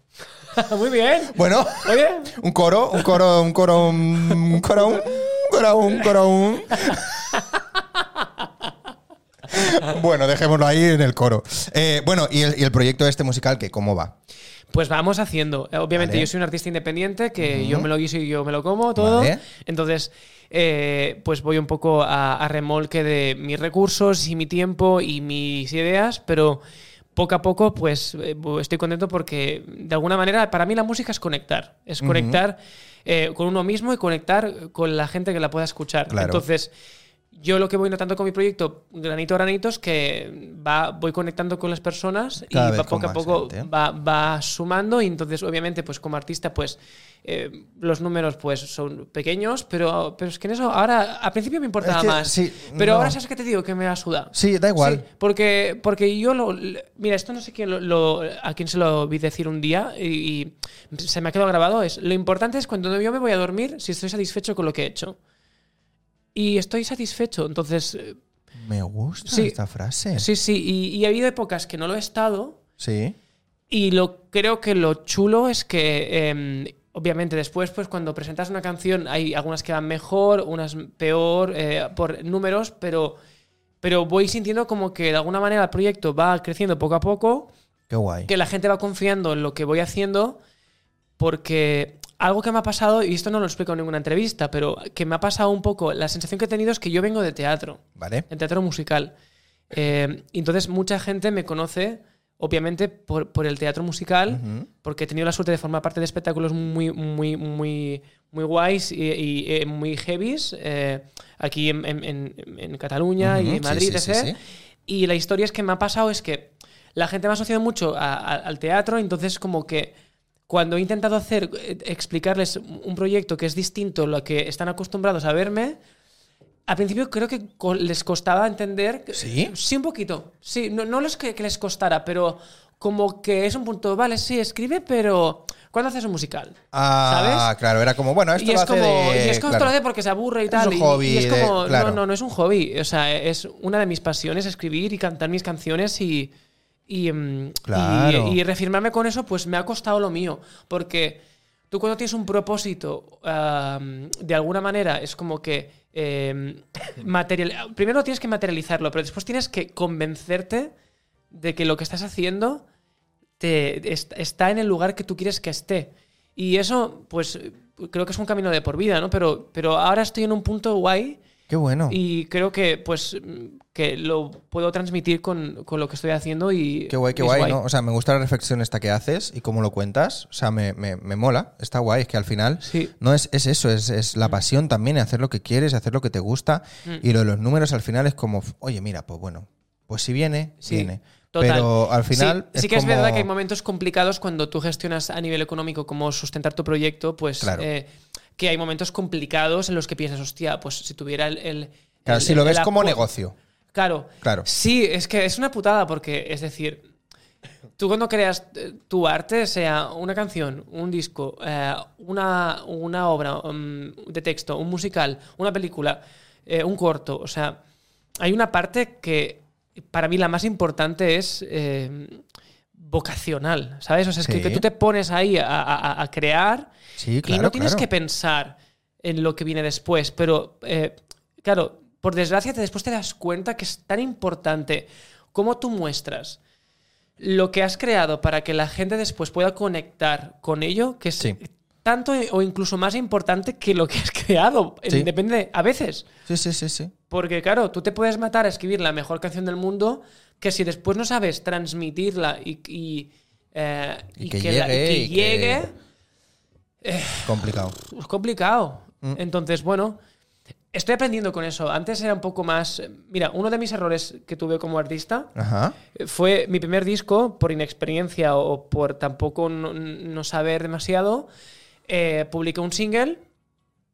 Speaker 2: <laughs> Muy bien.
Speaker 1: Bueno,
Speaker 2: Oye,
Speaker 1: un coro, un coro, un coro, un coro, un coro, un coro. un- Bueno, dejémoslo ahí en el coro. Eh, bueno, y el, y el proyecto este musical, que ¿cómo va?
Speaker 2: pues vamos haciendo. Eh, Obviamente
Speaker 1: Vale.
Speaker 2: yo soy un artista independiente, que yo me lo guiso y yo me lo como todo.
Speaker 1: Vale.
Speaker 2: Entonces, eh, pues voy un poco a, a remolque de mis recursos y mi tiempo y mis ideas, pero poco a poco, pues eh, bu- estoy contento porque de alguna manera para mí la música es conectar, es conectar eh, con uno mismo y conectar con la gente que la pueda escuchar.
Speaker 1: Claro.
Speaker 2: Entonces, yo lo que voy notando con mi proyecto, granito a granito, es que va, voy conectando con las personas
Speaker 1: Cada
Speaker 2: y
Speaker 1: vez
Speaker 2: va,
Speaker 1: con
Speaker 2: poco a
Speaker 1: más
Speaker 2: poco
Speaker 1: gente.
Speaker 2: va, va sumando y entonces obviamente pues como artista pues eh, los números pues son pequeños pero, pero es que en eso ahora al principio me importaba
Speaker 1: Es que
Speaker 2: más
Speaker 1: sí,
Speaker 2: pero
Speaker 1: no.
Speaker 2: ahora sabes que te digo que me la suda
Speaker 1: Sí, da igual.
Speaker 2: Sí, porque, porque yo lo. le- Mira, esto no sé quién lo, lo- a quién se lo vi decir un día y, y se me ha quedado grabado. Es lo importante es cuando yo me voy a dormir si estoy satisfecho con lo que he hecho. Y estoy satisfecho. Entonces, eh,
Speaker 1: Me gusta
Speaker 2: Sí.
Speaker 1: esta frase.
Speaker 2: sí, sí. Y, y ha habido épocas que no lo he estado.
Speaker 1: Sí.
Speaker 2: Y lo, creo que lo chulo es que, eh, obviamente, después, pues cuando presentas una canción, hay algunas que van mejor, unas peor, eh, por números, pero, pero voy sintiendo como que de alguna manera el proyecto va creciendo poco a poco,
Speaker 1: Qué guay.
Speaker 2: que la gente va confiando en lo que voy haciendo, porque algo que me ha pasado, y esto no lo explico en ninguna entrevista, pero que me ha pasado un poco, la sensación que he tenido es que yo vengo de teatro
Speaker 1: Vale.
Speaker 2: en teatro musical. Eh, y entonces mucha gente me conoce, obviamente, por, por el teatro musical,
Speaker 1: Ujú.
Speaker 2: porque he tenido la suerte de formar parte de espectáculos muy, muy, muy, muy guays y, y, eh, muy heavies eh, aquí en, en- en- en Cataluña
Speaker 1: Ujú,
Speaker 2: y
Speaker 1: sí,
Speaker 2: en Madrid,
Speaker 1: sí, sí,
Speaker 2: etc.
Speaker 1: sí.
Speaker 2: Y la historia es que me ha pasado es que la gente me ha asociado mucho a- a- al teatro, entonces como que cuando he intentado hacer, eh, explicarles un proyecto que es distinto a lo que están acostumbrados a verme, al principio creo que co- les costaba entender. que-
Speaker 1: ¿Sí?
Speaker 2: Sí, un poquito. Sí, no, no los que, que les costara, pero como que es un punto, vale, sí, escribe, pero ¿cuándo haces un musical?
Speaker 1: Ah,
Speaker 2: ¿Sabes?
Speaker 1: claro, era como, bueno, esto
Speaker 2: Y
Speaker 1: lo
Speaker 2: es,
Speaker 1: hace
Speaker 2: como,
Speaker 1: de-
Speaker 2: y es como esto
Speaker 1: claro.
Speaker 2: lo hace porque se aburre y
Speaker 1: Es
Speaker 2: tal.
Speaker 1: un
Speaker 2: y-
Speaker 1: hobby
Speaker 2: y es
Speaker 1: de-
Speaker 2: como,
Speaker 1: claro.
Speaker 2: no, no, no es un hobby. O sea, es una de mis pasiones escribir y cantar mis canciones y, y, mm,
Speaker 1: Claro.
Speaker 2: y- y reafirmarme con eso, pues me ha costado lo mío. Porque tú cuando tienes un propósito, ah, de alguna manera, es como que... eh, material, primero tienes que materializarlo, pero después tienes que convencerte de que lo que estás haciendo te- est- está en el lugar que tú quieres que esté. Y eso, pues, creo que es un camino de por vida, ¿no? Pero, pero ahora estoy en un punto guay
Speaker 1: Qué bueno.
Speaker 2: y creo que, pues, mm, que lo puedo transmitir con, con lo que estoy haciendo y...
Speaker 1: Qué guay, qué
Speaker 2: es
Speaker 1: guay, ¿no? O sea, me gusta la reflexión esta que haces y cómo lo cuentas. O sea, me, me- me mola. Está guay, es que al final
Speaker 2: Sí.
Speaker 1: no es, es eso, es, es
Speaker 2: Mm.
Speaker 1: la pasión también, hacer lo que quieres, hacer lo que te gusta. Y lo de los números al final es como, oye, mira, pues bueno, pues si viene,
Speaker 2: Sí,
Speaker 1: viene.
Speaker 2: total.
Speaker 1: Pero al
Speaker 2: Sí,
Speaker 1: final.
Speaker 2: Sí, que es verdad
Speaker 1: como-
Speaker 2: que hay momentos complicados cuando tú gestionas a nivel económico cómo sustentar tu proyecto, pues
Speaker 1: Claro.
Speaker 2: eh, que hay momentos complicados en los que piensas, hostia, pues si tuviera el... el-
Speaker 1: Claro,
Speaker 2: el-
Speaker 1: si lo
Speaker 2: el
Speaker 1: ves como
Speaker 2: apo-
Speaker 1: negocio.
Speaker 2: Claro.
Speaker 1: Claro.
Speaker 2: Sí, es que es una putada porque, es decir, Tú cuando creas eh, tu arte, sea una canción, un disco, eh, una, una obra mm, de texto, un musical, una película, eh, un corto, o sea, hay una parte que para mí la más importante es eh, vocacional, ¿sabes? O sea, es
Speaker 1: Sí.
Speaker 2: que, que tú te pones ahí a, a- a crear
Speaker 1: Sí,
Speaker 2: y no tienes que pensar en lo que viene después, pero eh, claro, por desgracia te- después te das cuenta que es tan importante cómo tú muestras lo que has creado para que la gente después pueda conectar con ello, que es
Speaker 1: Sí.
Speaker 2: tanto o incluso más importante que lo que has <laughs> creado.
Speaker 1: Sí.
Speaker 2: Depende, a veces.
Speaker 1: Sí, sí, sí, sí.
Speaker 2: Porque claro, tú te puedes matar a escribir la mejor canción del mundo que si después no sabes transmitirla y, y, eh,
Speaker 1: Y
Speaker 2: y
Speaker 1: que
Speaker 2: la- y
Speaker 1: llegue,
Speaker 2: que
Speaker 1: y que-
Speaker 2: llegue,
Speaker 1: Complicado.
Speaker 2: es complicado. Entonces, bueno, estoy aprendiendo con eso. Antes era un poco más... eh, Mira, uno de mis errores que tuve como artista eh,
Speaker 1: Ajá.
Speaker 2: fue mi primer disco, por inexperiencia o por tampoco no, no saber demasiado, eh, publiqué un single,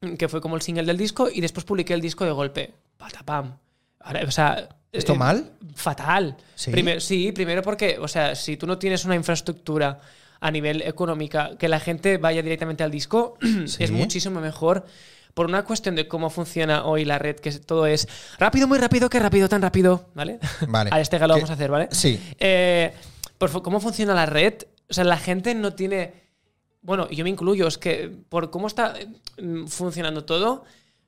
Speaker 2: mm, que fue como el single del disco, y después publiqué el disco de golpe. Patapam. Ahora, o sea,
Speaker 1: ¿Esto
Speaker 2: eh,
Speaker 1: mal?
Speaker 2: Fatal.
Speaker 1: ¿Sí?
Speaker 2: Primer- sí, primero porque, o sea, si tú no tienes una infraestructura a nivel económica, que la gente vaya directamente al disco, <clears throat>
Speaker 1: Sí.
Speaker 2: es muchísimo mejor. Por una cuestión de cómo funciona hoy la red, que es- todo es rápido, muy rápido, que rápido, tan rápido, ¿vale?
Speaker 1: Vale.
Speaker 2: <laughs> a este galo
Speaker 1: Que-
Speaker 2: vamos a hacer, ¿vale?
Speaker 1: Sí.
Speaker 2: Eh, por fa- ¿Cómo funciona la red? O sea, la gente no tiene. Bueno, y yo me incluyo, es que por cómo está eh, mm, funcionando todo,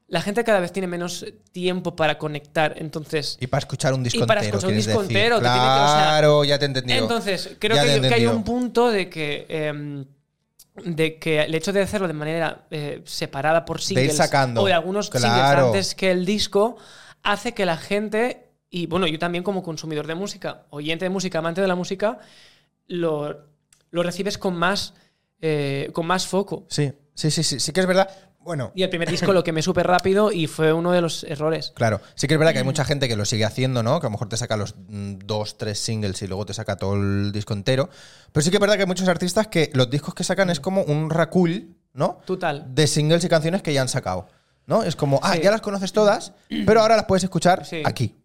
Speaker 2: la gente cada vez tiene menos tiempo para conectar. Entonces,
Speaker 1: Y para escuchar un disco
Speaker 2: Y para
Speaker 1: entero,
Speaker 2: escuchar un
Speaker 1: quieres
Speaker 2: disco
Speaker 1: decir.
Speaker 2: entero, te tiene que- o sea,
Speaker 1: Claro, ya te he entendido.
Speaker 2: entonces creo
Speaker 1: Ya
Speaker 2: que
Speaker 1: te he
Speaker 2: hay, que hay
Speaker 1: entendido.
Speaker 2: un punto de que. em, de que el hecho de hacerlo de manera eh, separada por singles
Speaker 1: sacando.
Speaker 2: o de algunos
Speaker 1: Claro.
Speaker 2: singles antes que el disco hace que la gente y bueno yo también como consumidor de música oyente de música amante de la música lo, lo recibes con más eh, con más foco
Speaker 1: Sí, sí, sí, sí, sí que es verdad. Bueno,
Speaker 2: y el primer disco lo quemé súper rápido y fue uno de los errores
Speaker 1: claro, sí que es verdad
Speaker 2: Mm.
Speaker 1: que hay mucha gente que lo sigue haciendo, ¿no? Que a lo mejor te saca los mm, dos, tres singles y luego te saca todo el disco entero. Pero sí que es verdad que hay muchos artistas que los discos que sacan
Speaker 2: Mm.
Speaker 1: es como un racul, ¿no?
Speaker 2: total
Speaker 1: De singles y canciones que ya han sacado, ¿no? Es como, ah,
Speaker 2: Sí.
Speaker 1: ya las conoces todas, pero ahora las puedes escuchar
Speaker 2: Sí.
Speaker 1: aquí.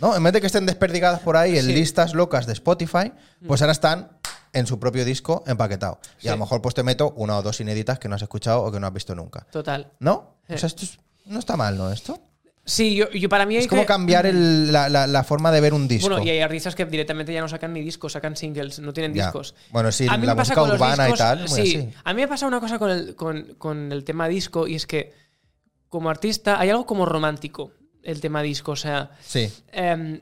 Speaker 1: ¿No? En vez de que estén desperdigadas por ahí en
Speaker 2: Sí. Mm.
Speaker 1: listas locas de Spotify, pues ahora están en su propio disco empaquetado. Y a lo
Speaker 2: Sí.
Speaker 1: mejor pues te meto una o dos inéditas que no has escuchado o que no has visto nunca.
Speaker 2: total
Speaker 1: ¿No?
Speaker 2: Sí.
Speaker 1: O sea, esto es- no está mal, ¿no? Esto.
Speaker 2: sí yo, yo para mí
Speaker 1: Es
Speaker 2: hay
Speaker 1: como
Speaker 2: que-
Speaker 1: cambiar el- la, la- la forma de ver un disco.
Speaker 2: Bueno, y hay artistas que directamente ya no sacan ni discos, sacan singles, no tienen
Speaker 1: Ya.
Speaker 2: discos.
Speaker 1: Bueno, sí,
Speaker 2: A mí
Speaker 1: la
Speaker 2: me pasa
Speaker 1: música
Speaker 2: con los
Speaker 1: urbana y
Speaker 2: discos-
Speaker 1: tal, muy
Speaker 2: sí.
Speaker 1: así.
Speaker 2: A mí me pasa una cosa con el, con, con el tema disco y es que como artista hay algo como romántico el tema disco. O sea,
Speaker 1: Sí.
Speaker 2: em,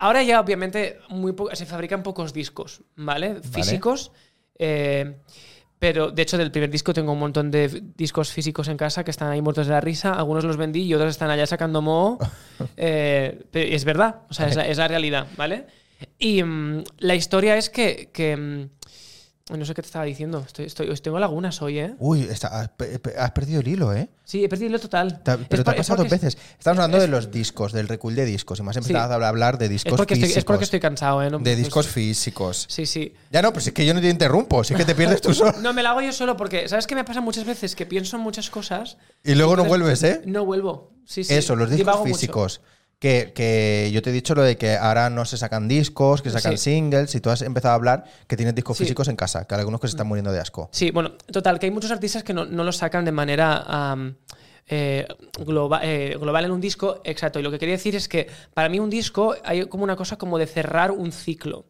Speaker 2: ahora ya obviamente muy po- se fabrican pocos discos, ¿vale? Físicos. eh, pero de hecho del primer disco tengo un montón de f- discos físicos en casa que están ahí muertos de la risa. Algunos los vendí y otros están allá sacando
Speaker 1: <laughs>
Speaker 2: moho. Eh, pero es verdad, o sea, es la, es la realidad, ¿vale? Y mm, la historia es que... que, mm, no sé qué te estaba diciendo. Estoy, estoy, os tengo lagunas hoy, ¿eh?
Speaker 1: Uy, está- has, pe- pe- has perdido el hilo, ¿eh?
Speaker 2: Sí, he perdido lo total.
Speaker 1: Te ha-
Speaker 2: Es
Speaker 1: pero te
Speaker 2: por-
Speaker 1: ha
Speaker 2: es
Speaker 1: pasado dos
Speaker 2: porque-
Speaker 1: veces. Estamos hablando de los discos, del recul de discos. Y más empezado a hablar de discos
Speaker 2: Es porque, estoy,
Speaker 1: físicos.
Speaker 2: es porque estoy cansado, ¿eh? No-
Speaker 1: de discos físicos.
Speaker 2: Sí, sí.
Speaker 1: Ya no, pues es que yo no te interrumpo, sí que te pierdes
Speaker 2: <laughs>
Speaker 1: tú solo.
Speaker 2: No, me la hago yo solo porque, ¿sabes qué me pasa muchas veces? Que pienso en muchas cosas,
Speaker 1: Y luego no vuelves, ¿eh?
Speaker 2: no vuelvo. Sí, sí.
Speaker 1: Eso, los discos
Speaker 2: Divago mucho.
Speaker 1: físicos. Que, que yo te he dicho lo de que ahora no se sacan discos, que sacan
Speaker 2: Sí.
Speaker 1: singles, y tú has empezado a hablar que tienes discos
Speaker 2: Sí.
Speaker 1: físicos en casa, que hay algunos que se están muriendo de asco.
Speaker 2: Sí, bueno, total, que hay muchos artistas que no, no los sacan de manera am, eh, globa- eh, global en un disco. Exacto, y lo que quería decir es que para mí un disco hay como una cosa como de cerrar un ciclo,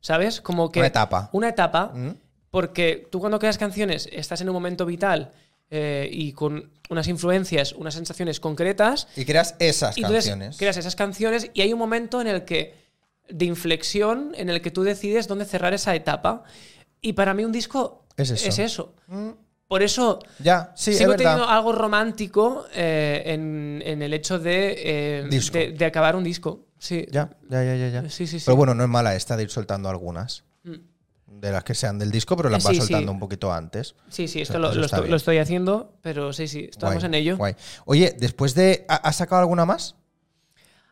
Speaker 2: ¿sabes? Como que...
Speaker 1: Una etapa.
Speaker 2: Una etapa,
Speaker 1: ¿Mm?
Speaker 2: porque tú cuando creas canciones estás en un momento vital eh, y con unas influencias, unas sensaciones concretas,
Speaker 1: Y creas esas
Speaker 2: Y entonces
Speaker 1: canciones.
Speaker 2: creas esas canciones y hay un momento en el que, de inflexión, en el que tú decides dónde cerrar esa etapa. Y para mí un disco
Speaker 1: Es eso. Mm,
Speaker 2: Por eso
Speaker 1: Ya, sí, es
Speaker 2: sigo
Speaker 1: verdad.
Speaker 2: teniendo algo romántico eh, en, en el hecho de, eh,
Speaker 1: Disco.
Speaker 2: de, de acabar un disco. Sí.
Speaker 1: Ya, ya, ya, ya, ya.
Speaker 2: Sí, sí, sí.
Speaker 1: Pero bueno, no es mala esta de ir soltando algunas. De las que sean del disco, pero las
Speaker 2: Eh,
Speaker 1: vas
Speaker 2: sí, sí.
Speaker 1: soltando un poquito antes.
Speaker 2: Sí, sí, esto
Speaker 1: Eso-
Speaker 2: lo,
Speaker 1: eso
Speaker 2: lo
Speaker 1: pues está
Speaker 2: esto-
Speaker 1: bien.
Speaker 2: lo estoy haciendo, pero sí, sí, estamos
Speaker 1: Guay,
Speaker 2: en ello.
Speaker 1: guay. Oye, después de. ¿ha- ¿Has sacado alguna más?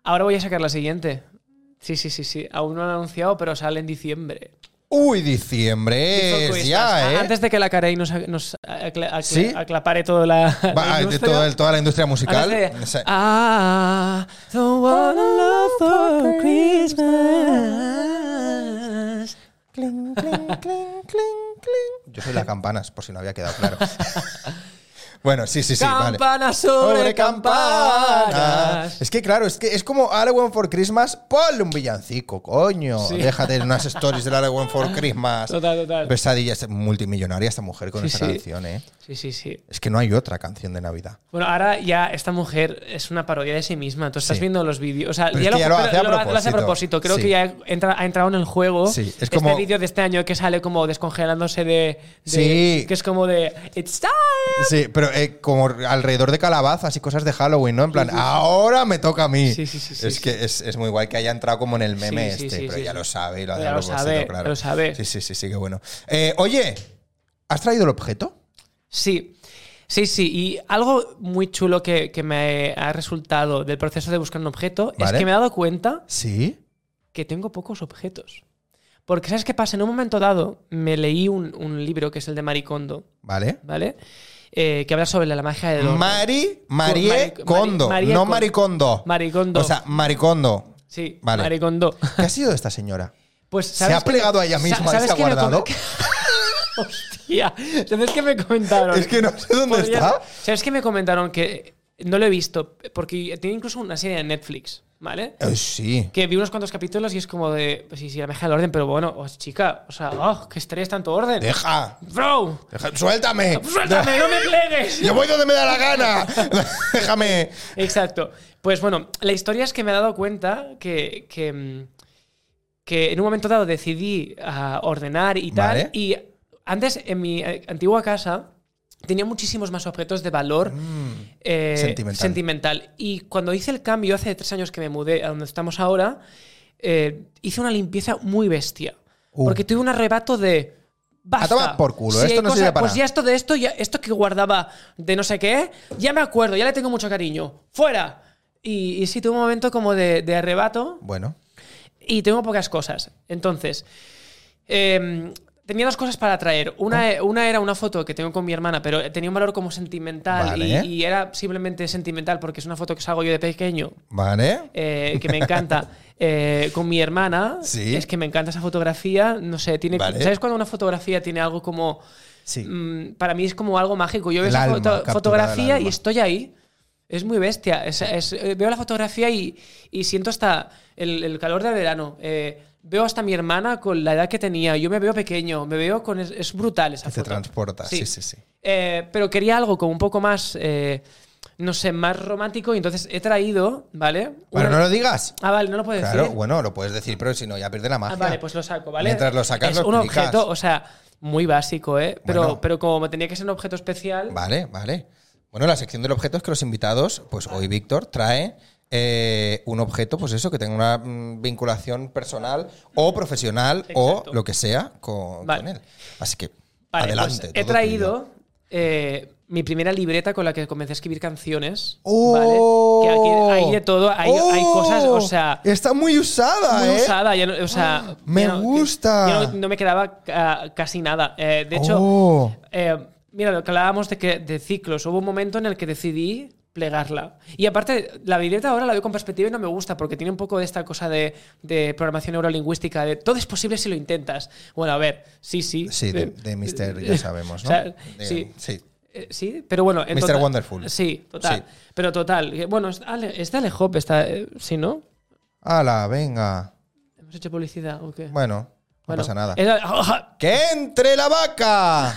Speaker 2: Ahora voy a sacar la siguiente. Sí, sí, sí, sí. Aún no lo han anunciado, pero sale en diciembre.
Speaker 1: Uy, diciembre
Speaker 2: Poco
Speaker 1: es
Speaker 2: estás.
Speaker 1: ya, ¿eh?
Speaker 2: Ah, Antes de que la Carey nos, nos acla- acla-
Speaker 1: ¿Sí?
Speaker 2: aclapare toda la, la
Speaker 1: Va, de
Speaker 2: industria.
Speaker 1: todo el- toda la industria
Speaker 2: Ahora
Speaker 1: musical.
Speaker 2: es de,
Speaker 1: O sea,
Speaker 2: Ah. "I don't wanna love for Christmas.
Speaker 1: Cling, cling, cling, cling, cling. Yo soy las campanas, por si no había quedado claro.
Speaker 2: <laughs>
Speaker 1: bueno, sí, sí, sí, vale.
Speaker 2: Campanas sobre campanas.
Speaker 1: Es que claro, es que es como All I Want for Christmas, ponle un villancico, coño.
Speaker 2: Sí.
Speaker 1: Déjate unas stories del All I Want for Christmas.
Speaker 2: Total, total.
Speaker 1: Pesadilla es multimillonaria esta mujer con
Speaker 2: Sí,
Speaker 1: esa
Speaker 2: sí.
Speaker 1: canción, eh.
Speaker 2: Sí, sí, sí.
Speaker 1: Es que no hay otra canción de Navidad.
Speaker 2: Bueno, ahora ya esta mujer es una parodia de sí misma. Tú estás
Speaker 1: Sí.
Speaker 2: viendo los vídeos. O sea,
Speaker 1: Pero es
Speaker 2: ya,
Speaker 1: que
Speaker 2: lo,
Speaker 1: ya lo hace
Speaker 2: pero
Speaker 1: a
Speaker 2: lo hace a
Speaker 1: propósito.
Speaker 2: propósito. Creo
Speaker 1: Sí.
Speaker 2: que ya entra- ha entrado en el juego.
Speaker 1: Sí, es como-
Speaker 2: Este vídeo de este año que sale como descongelándose de. de-
Speaker 1: Sí.
Speaker 2: Que es como de. ¡It's time!
Speaker 1: Sí, pero eh, como alrededor de calabazas y cosas de Halloween, ¿no? En plan, ahora me toca a mí.
Speaker 2: Sí, sí, sí, sí,
Speaker 1: es
Speaker 2: sí.
Speaker 1: que es, es muy guay que haya entrado como en el meme
Speaker 2: Sí, sí,
Speaker 1: este,
Speaker 2: sí,
Speaker 1: pero
Speaker 2: sí,
Speaker 1: ya
Speaker 2: sí.
Speaker 1: lo sabe y lo,
Speaker 2: Ya
Speaker 1: hace a
Speaker 2: lo
Speaker 1: propósito,
Speaker 2: sabe,
Speaker 1: claro.
Speaker 2: lo sabe.
Speaker 1: Sí, sí, sí, sí, qué bueno. Eh, oye, ¿has traído el objeto?
Speaker 2: Sí. Sí, sí, y algo muy chulo que, que me ha resultado del proceso de buscar un objeto
Speaker 1: Vale.
Speaker 2: es que me he dado cuenta
Speaker 1: Sí.
Speaker 2: que tengo pocos objetos. Porque, ¿sabes qué pasa? En un momento dado me leí un, un libro que es el de Maricondo,
Speaker 1: Vale.
Speaker 2: ¿vale? Eh, que habla sobre la magia del orden.
Speaker 1: Mari, Marie
Speaker 2: Mari-
Speaker 1: Kondo,
Speaker 2: Mari- Marie
Speaker 1: no
Speaker 2: Kondo.
Speaker 1: Maricondo.
Speaker 2: Maricondo.
Speaker 1: O sea, Maricondo.
Speaker 2: sí,
Speaker 1: vale.
Speaker 2: Maricondo.
Speaker 1: ¿Qué ha sido de esta
Speaker 2: <laughs>
Speaker 1: señora?
Speaker 2: Pues,
Speaker 1: ¿Se
Speaker 2: ¿sabes
Speaker 1: ha
Speaker 2: qué
Speaker 1: plegado
Speaker 2: me-
Speaker 1: a ella
Speaker 2: sa-
Speaker 1: misma y
Speaker 2: ¿sabes
Speaker 1: se ha
Speaker 2: qué me com- <laughs>
Speaker 1: guardado?
Speaker 2: Hostia, ¿sabes qué me comentaron?
Speaker 1: Es que no sé dónde
Speaker 2: Podría
Speaker 1: está.
Speaker 2: ser- ¿Sabes qué me comentaron? Que no lo he visto, porque tiene incluso una serie de Netflix, ¿vale?
Speaker 1: Eh, sí.
Speaker 2: Que vi unos cuantos capítulos y es como de. pues sí, sí, la magia del orden, pero bueno, oh, chica, o sea, oh, que estarías tanto orden.
Speaker 1: Deja.
Speaker 2: ¡Bro!
Speaker 1: Deja- Suéltame.
Speaker 2: ¡Suéltame, no me plegues!
Speaker 1: Yo voy donde me da la gana. <laughs> Déjame.
Speaker 2: <laughs> Exacto. Pues bueno, la historia es que me he dado cuenta que. que, mm, que en un momento dado decidí ah, ordenar y tal.
Speaker 1: Vale.
Speaker 2: Y antes, en mi eh, antigua casa, tenía muchísimos más objetos de valor eh,
Speaker 1: Sentimental.
Speaker 2: sentimental. Y cuando hice el cambio, hace tres años que me mudé a donde estamos ahora, eh, hice una limpieza muy bestia.
Speaker 1: Uh.
Speaker 2: Porque tuve un arrebato de. Basta.
Speaker 1: tomar por culo,
Speaker 2: hay
Speaker 1: esto no
Speaker 2: cosa-
Speaker 1: sirve para
Speaker 2: Pues
Speaker 1: nada".
Speaker 2: ya esto de esto, ya, esto que guardaba de no sé qué, ya me acuerdo, ya le tengo mucho cariño. ¡Fuera! Y, y sí, tuve un momento como de, de arrebato
Speaker 1: Bueno.
Speaker 2: y tengo pocas cosas. Entonces, eh, tenía dos cosas para traer.
Speaker 1: Oh.
Speaker 2: Una, e, una era una foto que tengo con mi hermana, pero tenía un valor como sentimental
Speaker 1: Vale.
Speaker 2: y, y era simplemente sentimental porque es una foto que salgo yo de pequeño.
Speaker 1: Vale.
Speaker 2: eh, que
Speaker 1: <laughs>
Speaker 2: me encanta eh, con mi hermana
Speaker 1: Sí.
Speaker 2: es que me encanta esa fotografía no sé tiene
Speaker 1: Vale.
Speaker 2: sabes cuando una fotografía tiene algo como
Speaker 1: Sí.
Speaker 2: Mm, para mí es como algo mágico. Yo veo
Speaker 1: El
Speaker 2: esa
Speaker 1: alma,
Speaker 2: foto-
Speaker 1: capturada el
Speaker 2: fotografía
Speaker 1: alma.
Speaker 2: y estoy ahí. Es muy bestia. Es- es- eh, veo la fotografía y, y siento hasta el, el calor del verano. Eh, veo hasta mi hermana con la edad que tenía. Yo me veo pequeño, me veo con... Es, es brutal esa
Speaker 1: Que te
Speaker 2: foto.
Speaker 1: transporta. Sí, sí, sí.
Speaker 2: Eh, pero quería algo como un poco más, eh, no sé, más romántico. Y entonces he traído, ¿vale?
Speaker 1: Bueno, no
Speaker 2: Una-
Speaker 1: lo digas.
Speaker 2: Ah, vale, no lo puedo
Speaker 1: Claro,
Speaker 2: decir.
Speaker 1: bueno, lo puedes decir, pero si no, ya pierde la magia.
Speaker 2: Ah, vale, pues lo saco, ¿vale?
Speaker 1: Mientras lo sacas,
Speaker 2: Es
Speaker 1: lo
Speaker 2: un
Speaker 1: explicas.
Speaker 2: objeto, o sea, muy básico, ¿eh? Pero,
Speaker 1: Bueno.
Speaker 2: pero como tenía que ser un objeto especial...
Speaker 1: Vale, vale. Bueno, la sección del objeto es que los invitados, pues hoy Víctor trae eh, un objeto, pues eso, que tenga una mm, vinculación personal o profesional o
Speaker 2: Exacto.
Speaker 1: lo que sea con,
Speaker 2: Vale.
Speaker 1: con él. Así que,
Speaker 2: Vale,
Speaker 1: adelante.
Speaker 2: pues
Speaker 1: todo
Speaker 2: he
Speaker 1: tuyo.
Speaker 2: traído eh, mi primera libreta con la que comencé a escribir canciones.
Speaker 1: ¡Oh!
Speaker 2: ¿vale? Que aquí hay de todo, hay, hay
Speaker 1: ¡Oh!
Speaker 2: cosas, o sea,
Speaker 1: Está muy usada,
Speaker 2: muy
Speaker 1: ¿eh? Ah,
Speaker 2: usada. ya no- o sea,
Speaker 1: ¡Me
Speaker 2: ya no-
Speaker 1: gusta!
Speaker 2: ya no, no me quedaba ca- casi nada. Eh, de hecho,
Speaker 1: Oh.
Speaker 2: eh, mira, lo que hablábamos de, que, de ciclos. Hubo un momento en el que decidí plegarla. Y aparte, la libreta ahora la veo con perspectiva y no me gusta porque tiene un poco de esta cosa de, de programación neurolingüística, de todo es posible si lo intentas. Bueno, a ver, sí, sí.
Speaker 1: Sí, de,
Speaker 2: Eh, <laughs>
Speaker 1: de Mr. ya sabemos, ¿no?
Speaker 2: o sea,
Speaker 1: De-
Speaker 2: sí.
Speaker 1: sí.
Speaker 2: eh, sí, pero bueno. en total-
Speaker 1: Wonderful.
Speaker 2: Sí, total.
Speaker 1: Sí.
Speaker 2: Pero total. eh, Bueno, es de Ale, es de Ale Hop, está, eh, sí, ¿no?
Speaker 1: Hala, venga.
Speaker 2: ¿Hemos hecho publicidad o qué?
Speaker 1: Bueno, no
Speaker 2: Bueno,
Speaker 1: pasa nada.
Speaker 2: es de-
Speaker 1: ¡Que entre la
Speaker 2: <laughs>
Speaker 1: vaca!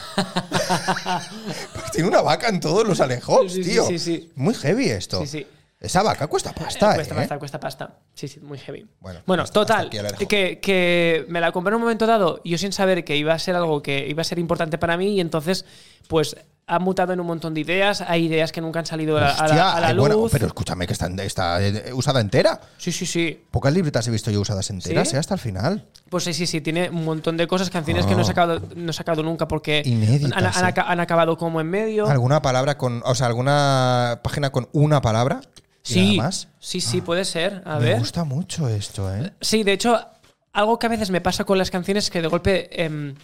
Speaker 1: Pues tiene una vaca en todos los alejos,
Speaker 2: Sí, sí,
Speaker 1: tío.
Speaker 2: sí, sí.
Speaker 1: Muy heavy esto.
Speaker 2: Sí, sí.
Speaker 1: Esa vaca cuesta pasta,
Speaker 2: <laughs> cuesta
Speaker 1: ¿eh?
Speaker 2: pasta, cuesta pasta. Sí, sí, muy heavy.
Speaker 1: Bueno,
Speaker 2: Bueno,
Speaker 1: hasta- hasta
Speaker 2: total,
Speaker 1: aquí el Alejo.
Speaker 2: que, que me la compré en un momento dado, yo sin saber que iba a ser algo que iba a ser importante para mí, y entonces, pues ha mutado en un montón de ideas. Hay ideas que nunca han salido a la, a la-
Speaker 1: Hostia,
Speaker 2: a la
Speaker 1: ay,
Speaker 2: luz.
Speaker 1: bueno, pero escúchame que está, está, eh, usada entera.
Speaker 2: Sí, sí, sí.
Speaker 1: Pocas libretas he visto yo usadas enteras,
Speaker 2: ¿Sí?
Speaker 1: ¿eh? Hasta el final.
Speaker 2: Pues sí, sí, sí, tiene un montón de cosas, canciones que no he
Speaker 1: Ah.
Speaker 2: sacado, no he sacado nunca porque
Speaker 1: Inéditas,
Speaker 2: han, han
Speaker 1: eh.
Speaker 2: aca- han acabado como en medio.
Speaker 1: ¿Alguna palabra con. O sea, alguna página con una palabra? y
Speaker 2: sí,
Speaker 1: nada más? Ah.
Speaker 2: sí, sí, puede ser. A
Speaker 1: Me
Speaker 2: ver.
Speaker 1: gusta mucho esto, ¿eh?
Speaker 2: Sí, de hecho, algo que a veces me pasa con las canciones es que de golpe em,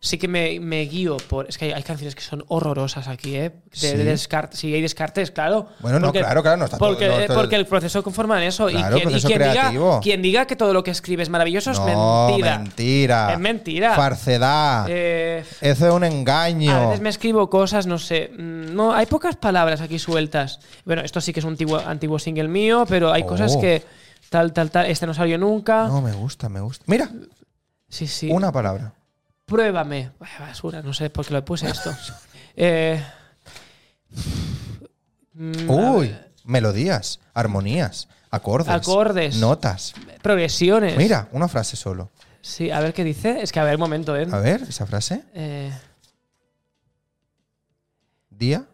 Speaker 2: sí que me, me guío por. Es que hay, hay canciones que son horrorosas aquí, ¿eh? De,
Speaker 1: Sí.
Speaker 2: de descarte- si hay descartes, claro.
Speaker 1: Bueno, no, claro, claro, no está todo-
Speaker 2: porque, eh,
Speaker 1: no está-
Speaker 2: porque el proceso conforma en eso.
Speaker 1: Claro,
Speaker 2: y quien, y
Speaker 1: proceso
Speaker 2: quien diga,
Speaker 1: creativo.
Speaker 2: quien diga que todo lo que escribe es maravilloso es
Speaker 1: No,
Speaker 2: mentira.
Speaker 1: mentira.
Speaker 2: Es mentira.
Speaker 1: Falsedad.
Speaker 2: Eh,
Speaker 1: Eso es un
Speaker 2: a
Speaker 1: engaño.
Speaker 2: veces me escribo cosas, no sé. mm, No, hay pocas palabras aquí sueltas. Bueno, esto sí que es un antiguo, antiguo single mío, pero hay cosas
Speaker 1: Oh.
Speaker 2: que tal, tal, tal. Este no salió nunca.
Speaker 1: No, me gusta, me gusta. Mira,
Speaker 2: sí, sí.
Speaker 1: una palabra.
Speaker 2: Pruébame. Ay, basura, no sé por qué lo puse
Speaker 1: <laughs>
Speaker 2: esto. Eh, mm, a
Speaker 1: Uy,
Speaker 2: ver,
Speaker 1: melodías, armonías, acordes.
Speaker 2: Acordes.
Speaker 1: Notas.
Speaker 2: progresiones.
Speaker 1: Mira, una frase solo.
Speaker 2: Sí, a ver qué dice. Es que a ver, un momento, ¿eh?
Speaker 1: A ver, esa frase.
Speaker 2: Eh,
Speaker 1: Día.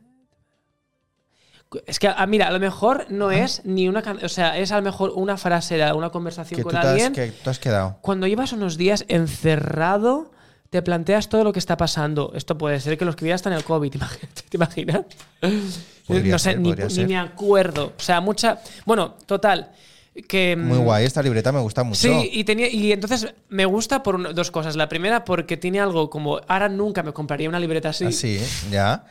Speaker 2: es que, ah, mira, a lo mejor no
Speaker 1: Ah.
Speaker 2: es ni una canción. O sea, es a lo mejor una frase, de una conversación
Speaker 1: Que tú,
Speaker 2: con
Speaker 1: te has,
Speaker 2: alguien.
Speaker 1: que tú has quedado.
Speaker 2: Cuando llevas unos días encerrado, te planteas todo lo que está pasando. Esto puede ser que lo escribieras hasta en el COVID, <laughs> ¿te imag- ¿te imaginas?
Speaker 1: Podría
Speaker 2: no sé,
Speaker 1: ser,
Speaker 2: ni,
Speaker 1: podría
Speaker 2: ni
Speaker 1: ser.
Speaker 2: me acuerdo. O sea, mucha. Bueno, total. Que, mm,
Speaker 1: Muy guay, esta libreta me gusta mucho.
Speaker 2: Sí, y, tenía, y entonces me gusta por una- dos cosas. La primera, porque tiene algo como. Ahora nunca me compraría una libreta así.
Speaker 1: Así, ya.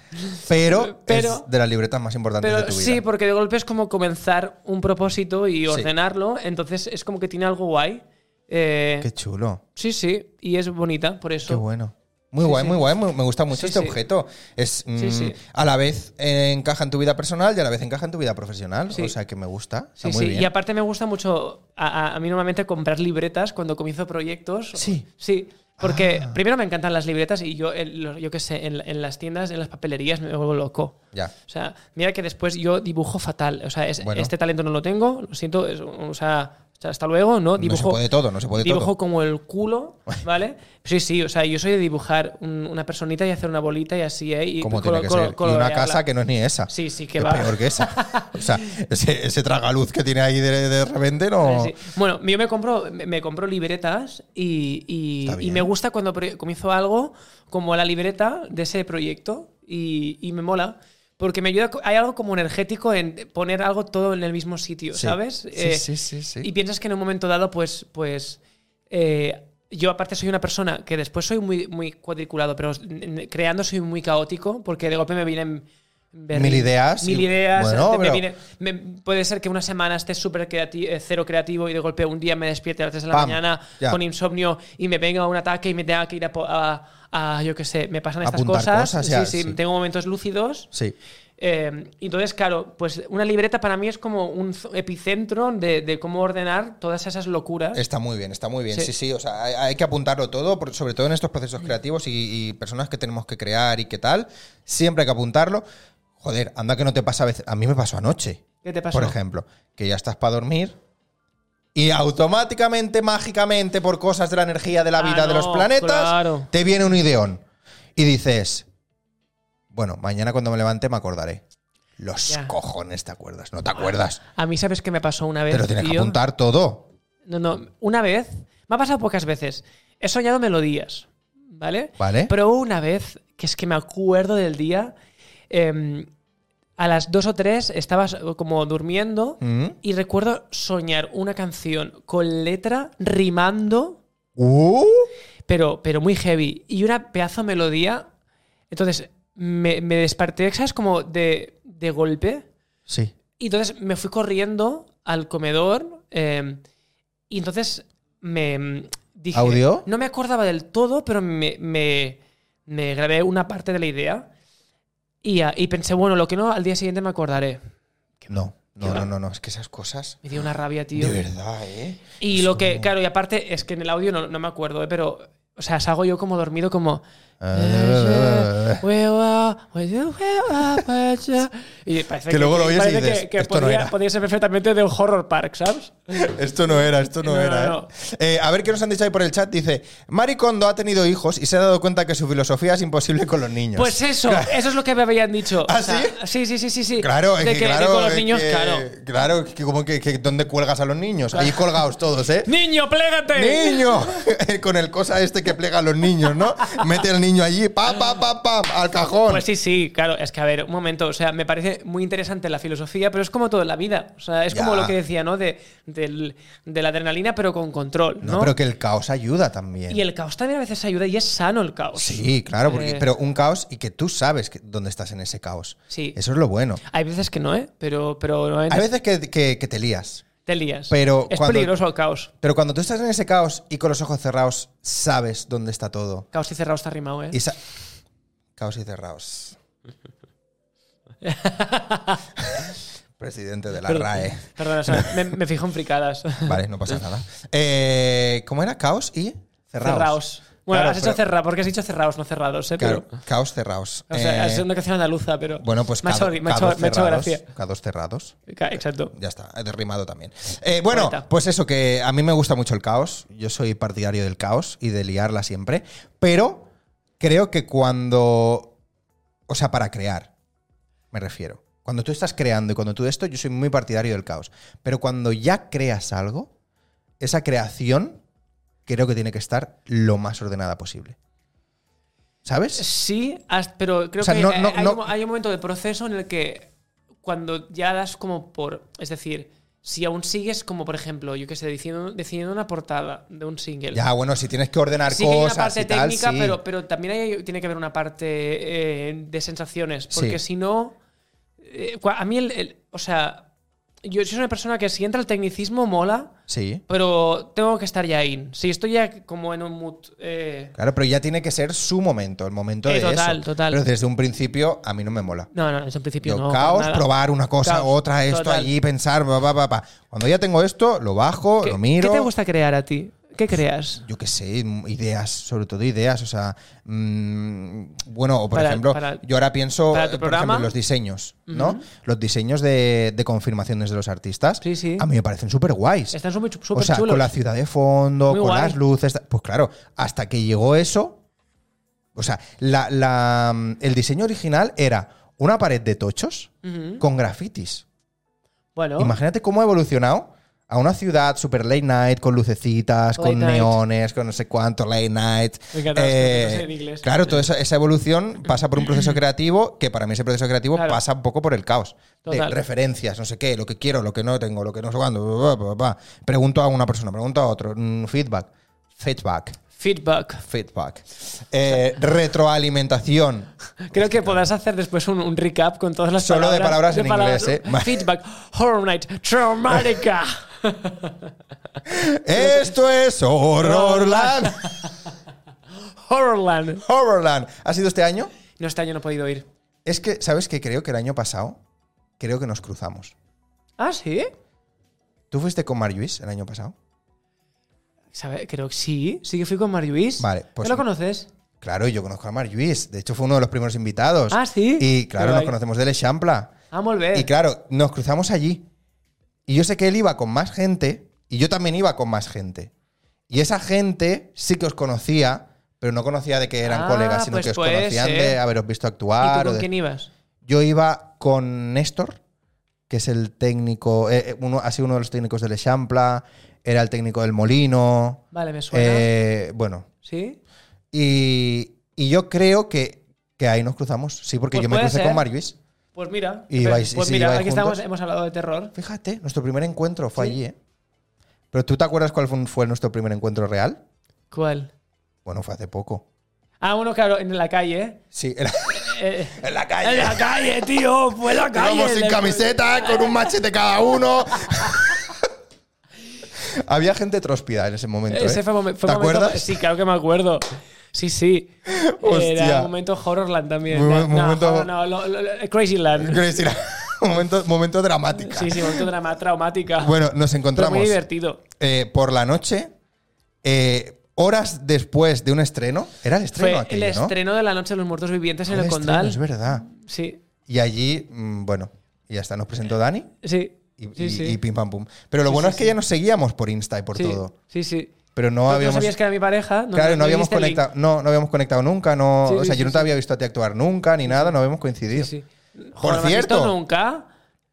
Speaker 1: Pero,
Speaker 2: <laughs> Pero-
Speaker 1: es de las libretas más importantes de
Speaker 2: Pero
Speaker 1: tu vida.
Speaker 2: sí, porque de golpe es como comenzar un propósito y
Speaker 1: Sí.
Speaker 2: ordenarlo. Entonces es como que tiene algo guay. Eh,
Speaker 1: Qué chulo.
Speaker 2: sí, sí, y es bonita, por eso.
Speaker 1: Qué bueno. Muy guay,
Speaker 2: sí.
Speaker 1: muy guay. muy- me gusta mucho
Speaker 2: Sí,
Speaker 1: este
Speaker 2: sí.
Speaker 1: objeto. Es mm,
Speaker 2: Sí, sí.
Speaker 1: a la vez eh, encaja en tu vida personal y a la vez encaja en tu vida profesional.
Speaker 2: Sí.
Speaker 1: O sea que me gusta. Está
Speaker 2: Sí,
Speaker 1: muy
Speaker 2: sí.
Speaker 1: bien.
Speaker 2: Y aparte me gusta mucho a, a- a mí normalmente comprar libretas cuando comienzo proyectos.
Speaker 1: Sí.
Speaker 2: Sí. Porque
Speaker 1: Ah.
Speaker 2: primero me encantan las libretas y yo, en lo- yo qué sé, en, en las tiendas, en las papelerías me vuelvo loco.
Speaker 1: ya.
Speaker 2: O sea, mira que después yo dibujo fatal. O sea, es-
Speaker 1: Bueno.
Speaker 2: este talento no lo tengo, lo siento, es- o sea, hasta- hasta luego, ¿no? Dibujo,
Speaker 1: no se puede todo, no se puede
Speaker 2: dibujo
Speaker 1: todo.
Speaker 2: como el culo, ¿vale? Sí, sí, o sea, yo soy de dibujar un- una personita y hacer una bolita y así, ¿eh? Y
Speaker 1: Como
Speaker 2: colo-
Speaker 1: tiene que
Speaker 2: colo-
Speaker 1: ser. Y una
Speaker 2: colorearla.
Speaker 1: casa que no es ni esa.
Speaker 2: Sí, sí, que
Speaker 1: Es
Speaker 2: va.
Speaker 1: peor que esa. o
Speaker 2: <laughs>
Speaker 1: sea, ese, ese tragaluz que tiene ahí de, de repente no.
Speaker 2: Sí. Bueno, yo me compro, me, me compro libretas y, y-
Speaker 1: Está
Speaker 2: y
Speaker 1: bien.
Speaker 2: me gusta cuando pro- comienzo algo como la libreta de ese proyecto y, y me mola. Porque me ayuda, co- hay algo como energético en poner algo todo en el mismo sitio,
Speaker 1: Sí.
Speaker 2: ¿sabes?
Speaker 1: Sí,
Speaker 2: Eh,
Speaker 1: sí, sí, sí.
Speaker 2: Y piensas que en un momento dado, pues, pues eh, yo aparte soy una persona que después soy muy, muy cuadriculado, pero n- n- creando soy muy caótico porque de golpe me vienen... berrin-
Speaker 1: Mil ideas
Speaker 2: Mil
Speaker 1: y-
Speaker 2: ideas.
Speaker 1: bueno,
Speaker 2: te- me
Speaker 1: pero-
Speaker 2: viene- me- puede ser que una semana esté súper creati- eh, cero creativo y de golpe un día me despierte a las 3 de la
Speaker 1: Pam,
Speaker 2: mañana
Speaker 1: ya.
Speaker 2: con insomnio y me venga un ataque y me tenga que ir a, po- a- a, yo qué sé, me pasan estas
Speaker 1: Apuntar
Speaker 2: cosas.
Speaker 1: cosas, ya,
Speaker 2: sí, sí,
Speaker 1: sí.
Speaker 2: tengo momentos lúcidos.
Speaker 1: Sí.
Speaker 2: Eh, entonces, claro, pues una libreta para mí es como un zo- epicentro de, de cómo ordenar todas esas locuras.
Speaker 1: Está muy bien, está muy bien.
Speaker 2: Sí.
Speaker 1: Sí, sí, o sea, hay, hay que apuntarlo todo, por- sobre todo en estos procesos creativos y, y personas que tenemos que crear y qué tal. Siempre hay que apuntarlo. Joder, anda que no te pasa a veces. A mí me pasó anoche.
Speaker 2: ¿Qué te pasó?
Speaker 1: Por ejemplo, que ya estás para dormir y automáticamente, mágicamente, por cosas de la energía de la
Speaker 2: Ah,
Speaker 1: vida de los
Speaker 2: no,
Speaker 1: planetas,
Speaker 2: claro.
Speaker 1: te viene un ideón y dices, bueno, mañana cuando me levante me acordaré. Los
Speaker 2: Ya.
Speaker 1: cojones te acuerdas, no te acuerdas.
Speaker 2: A mí, ¿sabes qué me pasó una vez?
Speaker 1: Pero tienes que
Speaker 2: tío?
Speaker 1: apuntar todo.
Speaker 2: No, no, una vez, me ha pasado pocas veces, he soñado melodías, ¿vale?
Speaker 1: Vale.
Speaker 2: Pero una vez, que es que me acuerdo del día, em, a las dos o tres estabas como durmiendo
Speaker 1: ¿Mm?
Speaker 2: y recuerdo soñar una canción con letra rimando.
Speaker 1: Uh.
Speaker 2: pero, pero muy heavy. Y una pedazo de melodía. Entonces, me, me desperté, ¿sabes? Como de, de golpe.
Speaker 1: Sí.
Speaker 2: Y entonces me fui corriendo al comedor. eh, y entonces me mm, dije.
Speaker 1: ¿Audio?
Speaker 2: No me acordaba del todo, pero me, me, me grabé una parte de la idea. Y, ah, y pensé, bueno, lo que no, al día siguiente me acordaré.
Speaker 1: No, no,
Speaker 2: qué va.
Speaker 1: no, no, no, es que esas cosas.
Speaker 2: Me dio una rabia, tío.
Speaker 1: De verdad, ¿eh?
Speaker 2: Y lo
Speaker 1: Son-
Speaker 2: que, claro, y aparte es que en el audio no, no me acuerdo, ¿eh? pero, o sea, salgo yo como dormido, como. Eh, Y parece
Speaker 1: Que luego lo oyes y
Speaker 2: parece
Speaker 1: dices,
Speaker 2: que, que
Speaker 1: "Esto no
Speaker 2: podría,
Speaker 1: era".
Speaker 2: podría ser perfectamente de un horror park, ¿sabes?
Speaker 1: Esto no era, esto no,
Speaker 2: No, no,
Speaker 1: era. ¿eh?
Speaker 2: no.
Speaker 1: Eh, a ver qué nos han dicho ahí por el chat. Dice: Maricondo ha tenido hijos y se ha dado cuenta que su filosofía es imposible con los niños.
Speaker 2: Pues eso, eso es lo que me habían dicho.
Speaker 1: ¿Ah,
Speaker 2: O sea, sí? Sí, sí, sí, sí.
Speaker 1: Claro, es
Speaker 2: de
Speaker 1: que, claro.
Speaker 2: con los
Speaker 1: es
Speaker 2: niños,
Speaker 1: que-
Speaker 2: claro.
Speaker 1: Claro, que como que, que
Speaker 2: <laughs>
Speaker 1: ¿dónde cuelgas a los niños? Ahí colgados todos, ¿eh?
Speaker 2: ¡Niño, plégate!
Speaker 1: ¡Niño! <laughs> con el cosa este que plegan los niños, ¿no? Mete al niño allí, pam, pam, pam, pam, al cajón.
Speaker 2: Pues sí, sí, claro, es que a ver, un momento, o sea, me parece muy interesante la filosofía, pero es como todo en la vida, o sea, es como
Speaker 1: Ya.
Speaker 2: lo que decía, ¿no? De, del- de la adrenalina, pero con control,
Speaker 1: no,
Speaker 2: ¿no?
Speaker 1: pero que el caos ayuda también.
Speaker 2: Y el caos también a veces ayuda y es sano el caos.
Speaker 1: Sí, claro, porque,
Speaker 2: Eh.
Speaker 1: pero un caos y que tú sabes que- dónde estás en ese caos.
Speaker 2: Sí.
Speaker 1: Eso es lo bueno.
Speaker 2: Hay veces que no, ¿eh? Pero, pero no
Speaker 1: Hay veces que, que- que te lías,
Speaker 2: te lías.
Speaker 1: pero
Speaker 2: es
Speaker 1: cuando-
Speaker 2: peligroso el caos.
Speaker 1: pero cuando tú estás en ese caos y con los ojos cerrados, sabes dónde está todo.
Speaker 2: Caos y cerrado está rimado, ¿eh?
Speaker 1: Y sa- caos y
Speaker 2: <laughs>
Speaker 1: cerrados. Presidente de la
Speaker 2: Perdón.
Speaker 1: RAE.
Speaker 2: Perdona, o sea,
Speaker 1: <laughs>
Speaker 2: me, me fijo en fricadas.
Speaker 1: Vale, no pasa nada. Eh, ¿Cómo era? Caos y cerrados.
Speaker 2: Cerraos. Bueno,
Speaker 1: Claro,
Speaker 2: has hecho
Speaker 1: pero-
Speaker 2: cerra, porque has dicho cerrados, no cerrados, ¿eh?
Speaker 1: Claro,
Speaker 2: Pero-
Speaker 1: caos cerrados.
Speaker 2: o sea,
Speaker 1: Eh,
Speaker 2: es una canción andaluza, pero.
Speaker 1: Bueno, pues
Speaker 2: Me ha hecho-
Speaker 1: cado-
Speaker 2: me ha hecho
Speaker 1: cados
Speaker 2: me ha hecho
Speaker 1: cerrados,
Speaker 2: gracia.
Speaker 1: Cados cerrados.
Speaker 2: Ca- Exacto.
Speaker 1: Ya está, he derrimado también. Eh, bueno,
Speaker 2: Correcta.
Speaker 1: pues eso, que a mí me gusta mucho el caos. Yo soy partidario del caos y de liarla siempre. Pero creo que cuando. O sea, para crear, me refiero. Cuando tú estás creando y cuando tú esto, yo soy muy partidario del caos. Pero cuando ya creas algo, esa creación creo que tiene que estar lo más ordenada posible. ¿Sabes?
Speaker 2: Sí, has- pero creo
Speaker 1: O sea,
Speaker 2: que
Speaker 1: no-
Speaker 2: hay-
Speaker 1: no-
Speaker 2: hay,
Speaker 1: no-
Speaker 2: un- hay un momento de proceso en el que cuando ya das como por. Es decir, si aún sigues como, por ejemplo, yo qué sé, decidiendo, decidiendo una portada de un single.
Speaker 1: Ya, bueno, si tienes que ordenar
Speaker 2: Sí que hay una
Speaker 1: cosas
Speaker 2: parte
Speaker 1: y tal,
Speaker 2: técnica,
Speaker 1: sí.
Speaker 2: pero, pero también hay- tiene que haber una parte eh, de sensaciones. Porque
Speaker 1: Sí.
Speaker 2: si no. eh, cua- a mí, el, el- o sea, yo soy una persona que si entra el tecnicismo mola,
Speaker 1: Sí.
Speaker 2: pero tengo que estar ya in. Si estoy ya como en un mood. eh,
Speaker 1: Claro, pero ya tiene que ser su momento, el momento
Speaker 2: Eh,
Speaker 1: de
Speaker 2: total,
Speaker 1: eso.
Speaker 2: total.
Speaker 1: Pero desde un principio a mí no me mola.
Speaker 2: no, no, en principio
Speaker 1: Yo,
Speaker 2: no. para
Speaker 1: caos,
Speaker 2: nada.
Speaker 1: probar una cosa,
Speaker 2: Caos,
Speaker 1: otra, esto
Speaker 2: total.
Speaker 1: allí, pensar, pa, pa, pa, pa. Cuando ya tengo esto, lo bajo,
Speaker 2: ¿Qué,
Speaker 1: lo miro.
Speaker 2: qué te gusta crear a ti? ¿Qué creas?
Speaker 1: Yo qué sé, ideas, sobre todo ideas, o sea, mm, bueno, o por
Speaker 2: Para-
Speaker 1: ejemplo,
Speaker 2: para-
Speaker 1: yo ahora pienso,
Speaker 2: para
Speaker 1: eh,
Speaker 2: tu
Speaker 1: por
Speaker 2: programa.
Speaker 1: ejemplo, los diseños, ¿no? Los diseños de, de confirmaciones de los artistas,
Speaker 2: Sí, sí.
Speaker 1: a mí me parecen súper guays.
Speaker 2: Están súper
Speaker 1: O sea,
Speaker 2: chulos.
Speaker 1: con la ciudad de fondo,
Speaker 2: Muy
Speaker 1: con
Speaker 2: guay.
Speaker 1: las luces. ta- Pues claro, hasta que llegó eso. O sea, la- la, mm, el diseño original era una pared de tochos
Speaker 2: Ujú.
Speaker 1: con grafitis.
Speaker 2: Bueno,
Speaker 1: Imagínate cómo ha evolucionado a una ciudad super late night, con lucecitas,
Speaker 2: Late
Speaker 1: con
Speaker 2: night.
Speaker 1: neones, con no sé cuánto, late night. eh,
Speaker 2: Me encantan las películas en inglés.
Speaker 1: claro, toda esa, esa evolución pasa por un proceso creativo que para mí ese proceso creativo
Speaker 2: Claro.
Speaker 1: pasa un poco por el caos. De
Speaker 2: Total.
Speaker 1: referencias, no sé qué, lo que quiero, lo que no tengo, lo que no sé cuándo. bla, bla, bla, bla. Pregunto a una persona, pregunto a otro. mm, Feedback. Feedback.
Speaker 2: feedback.
Speaker 1: Feedback. Eh,
Speaker 2: <laughs>
Speaker 1: retroalimentación.
Speaker 2: Creo que podrás hacer después un, un recap con todas las
Speaker 1: Solo de palabras en inglés, ¿eh?
Speaker 2: Feedback, Horror Night, Traumática.
Speaker 1: Esto es Horrorland.
Speaker 2: Horrorland.
Speaker 1: Horrorland. ¿Ha sido este año?
Speaker 2: No, este año no he podido ir.
Speaker 1: Es que, ¿sabes qué? Creo que el año pasado, creo que nos cruzamos.
Speaker 2: ¿Ah, sí?
Speaker 1: ¿Tú fuiste con Marjuis el año pasado?
Speaker 2: ¿Sabe? Creo que sí. Sí que fui con Mariuis.
Speaker 1: Vale, pues-
Speaker 2: ¿No lo conoces?
Speaker 1: Claro, yo conozco a Marjuis. De hecho, fue uno de los primeros invitados.
Speaker 2: Ah, ¿sí?
Speaker 1: Pues Y claro,
Speaker 2: Qué
Speaker 1: nos
Speaker 2: guay.
Speaker 1: conocemos del Champla.
Speaker 2: Ah, molt bé.
Speaker 1: Y claro, nos cruzamos allí. Y yo sé que él iba con más gente y yo también iba con más gente. Y esa gente sí que os conocía, pero no conocía de que eran
Speaker 2: Ah,
Speaker 1: colegas, sino
Speaker 2: pues
Speaker 1: que os
Speaker 2: puede
Speaker 1: conocían de
Speaker 2: ser.
Speaker 1: haberos visto
Speaker 2: ¿Y
Speaker 1: actuar.
Speaker 2: tú
Speaker 1: o
Speaker 2: con
Speaker 1: de-
Speaker 2: quién ibas?
Speaker 1: Yo iba con Néstor, que es el técnico, eh, eh, uno, ha sido uno de los técnicos del Echampla, era el técnico del Molino.
Speaker 2: Vale, me suena.
Speaker 1: eh, bueno,
Speaker 2: ¿Sí?
Speaker 1: y, y yo creo que, que ahí nos cruzamos, sí, porque
Speaker 2: Pues
Speaker 1: yo me
Speaker 2: puede
Speaker 1: crucé
Speaker 2: ser.
Speaker 1: con Marjuis.
Speaker 2: Pues mira.
Speaker 1: Y vais-
Speaker 2: pues
Speaker 1: y si
Speaker 2: mira,
Speaker 1: vais
Speaker 2: aquí estamos,
Speaker 1: juntos.
Speaker 2: hemos hablado de terror.
Speaker 1: Fíjate, nuestro primer encuentro fue allí, ¿eh? Pero ¿tú te acuerdas cuál fue- fue nuestro primer encuentro real?
Speaker 2: ¿Cuál?
Speaker 1: Bueno, fue hace poco.
Speaker 2: Ah, bueno, claro, en la calle.
Speaker 1: Sí, <laughs> era-
Speaker 2: Eh,
Speaker 1: en la
Speaker 2: en
Speaker 1: calle.
Speaker 2: la calle, tío. Fue en la calle.
Speaker 1: Íbamos sin
Speaker 2: del-
Speaker 1: camiseta, con un machete cada uno. <laughs> Había gente tróspida en ese momento.
Speaker 2: Ese
Speaker 1: ¿eh?
Speaker 2: fue, momen- fue
Speaker 1: ¿Te
Speaker 2: momento-
Speaker 1: acuerdas?
Speaker 2: Sí, claro que me acuerdo. Sí, sí.
Speaker 1: <laughs> Hostia.
Speaker 2: Era un momento Horrorland también.
Speaker 1: Muy buen
Speaker 2: no,
Speaker 1: momento-
Speaker 2: horror no, lo- lo- lo-
Speaker 1: <laughs>
Speaker 2: Crazyland.
Speaker 1: Quiero decir, momento, momento dramática.
Speaker 2: Sí, sí, momento drama, traumática.
Speaker 1: Bueno, nos
Speaker 2: Pero
Speaker 1: encontramos
Speaker 2: muy divertido.
Speaker 1: eh, por la noche, eh, horas después de un estreno. Era el estreno
Speaker 2: Fue
Speaker 1: aquello,
Speaker 2: el
Speaker 1: ¿no?
Speaker 2: estreno de la noche de los muertos vivientes en
Speaker 1: Era
Speaker 2: el
Speaker 1: estreno,
Speaker 2: Condal.
Speaker 1: Es verdad.
Speaker 2: sí,
Speaker 1: Y allí, mm, bueno, y ya está, nos presentó Dani
Speaker 2: sí.
Speaker 1: y,
Speaker 2: sí,
Speaker 1: y-
Speaker 2: sí.
Speaker 1: y pim pam pum. Pero lo bueno es que ya nos seguíamos por Insta y por
Speaker 2: sí,
Speaker 1: todo.
Speaker 2: Sí, sí.
Speaker 1: Pero no
Speaker 2: Tú
Speaker 1: habíamos.
Speaker 2: sabías que era mi pareja. No,
Speaker 1: Claro, no, habíamos
Speaker 2: viste el link.
Speaker 1: conectado, no, no habíamos conectado nunca, no,
Speaker 2: Sí,
Speaker 1: o
Speaker 2: sí,
Speaker 1: sea,
Speaker 2: sí,
Speaker 1: yo no te
Speaker 2: sí.
Speaker 1: había visto a ti actuar nunca ni nada, no habíamos coincidido.
Speaker 2: Sí, sí.
Speaker 1: Por
Speaker 2: Joder, ¿me has visto
Speaker 1: cierto.
Speaker 2: Nunca.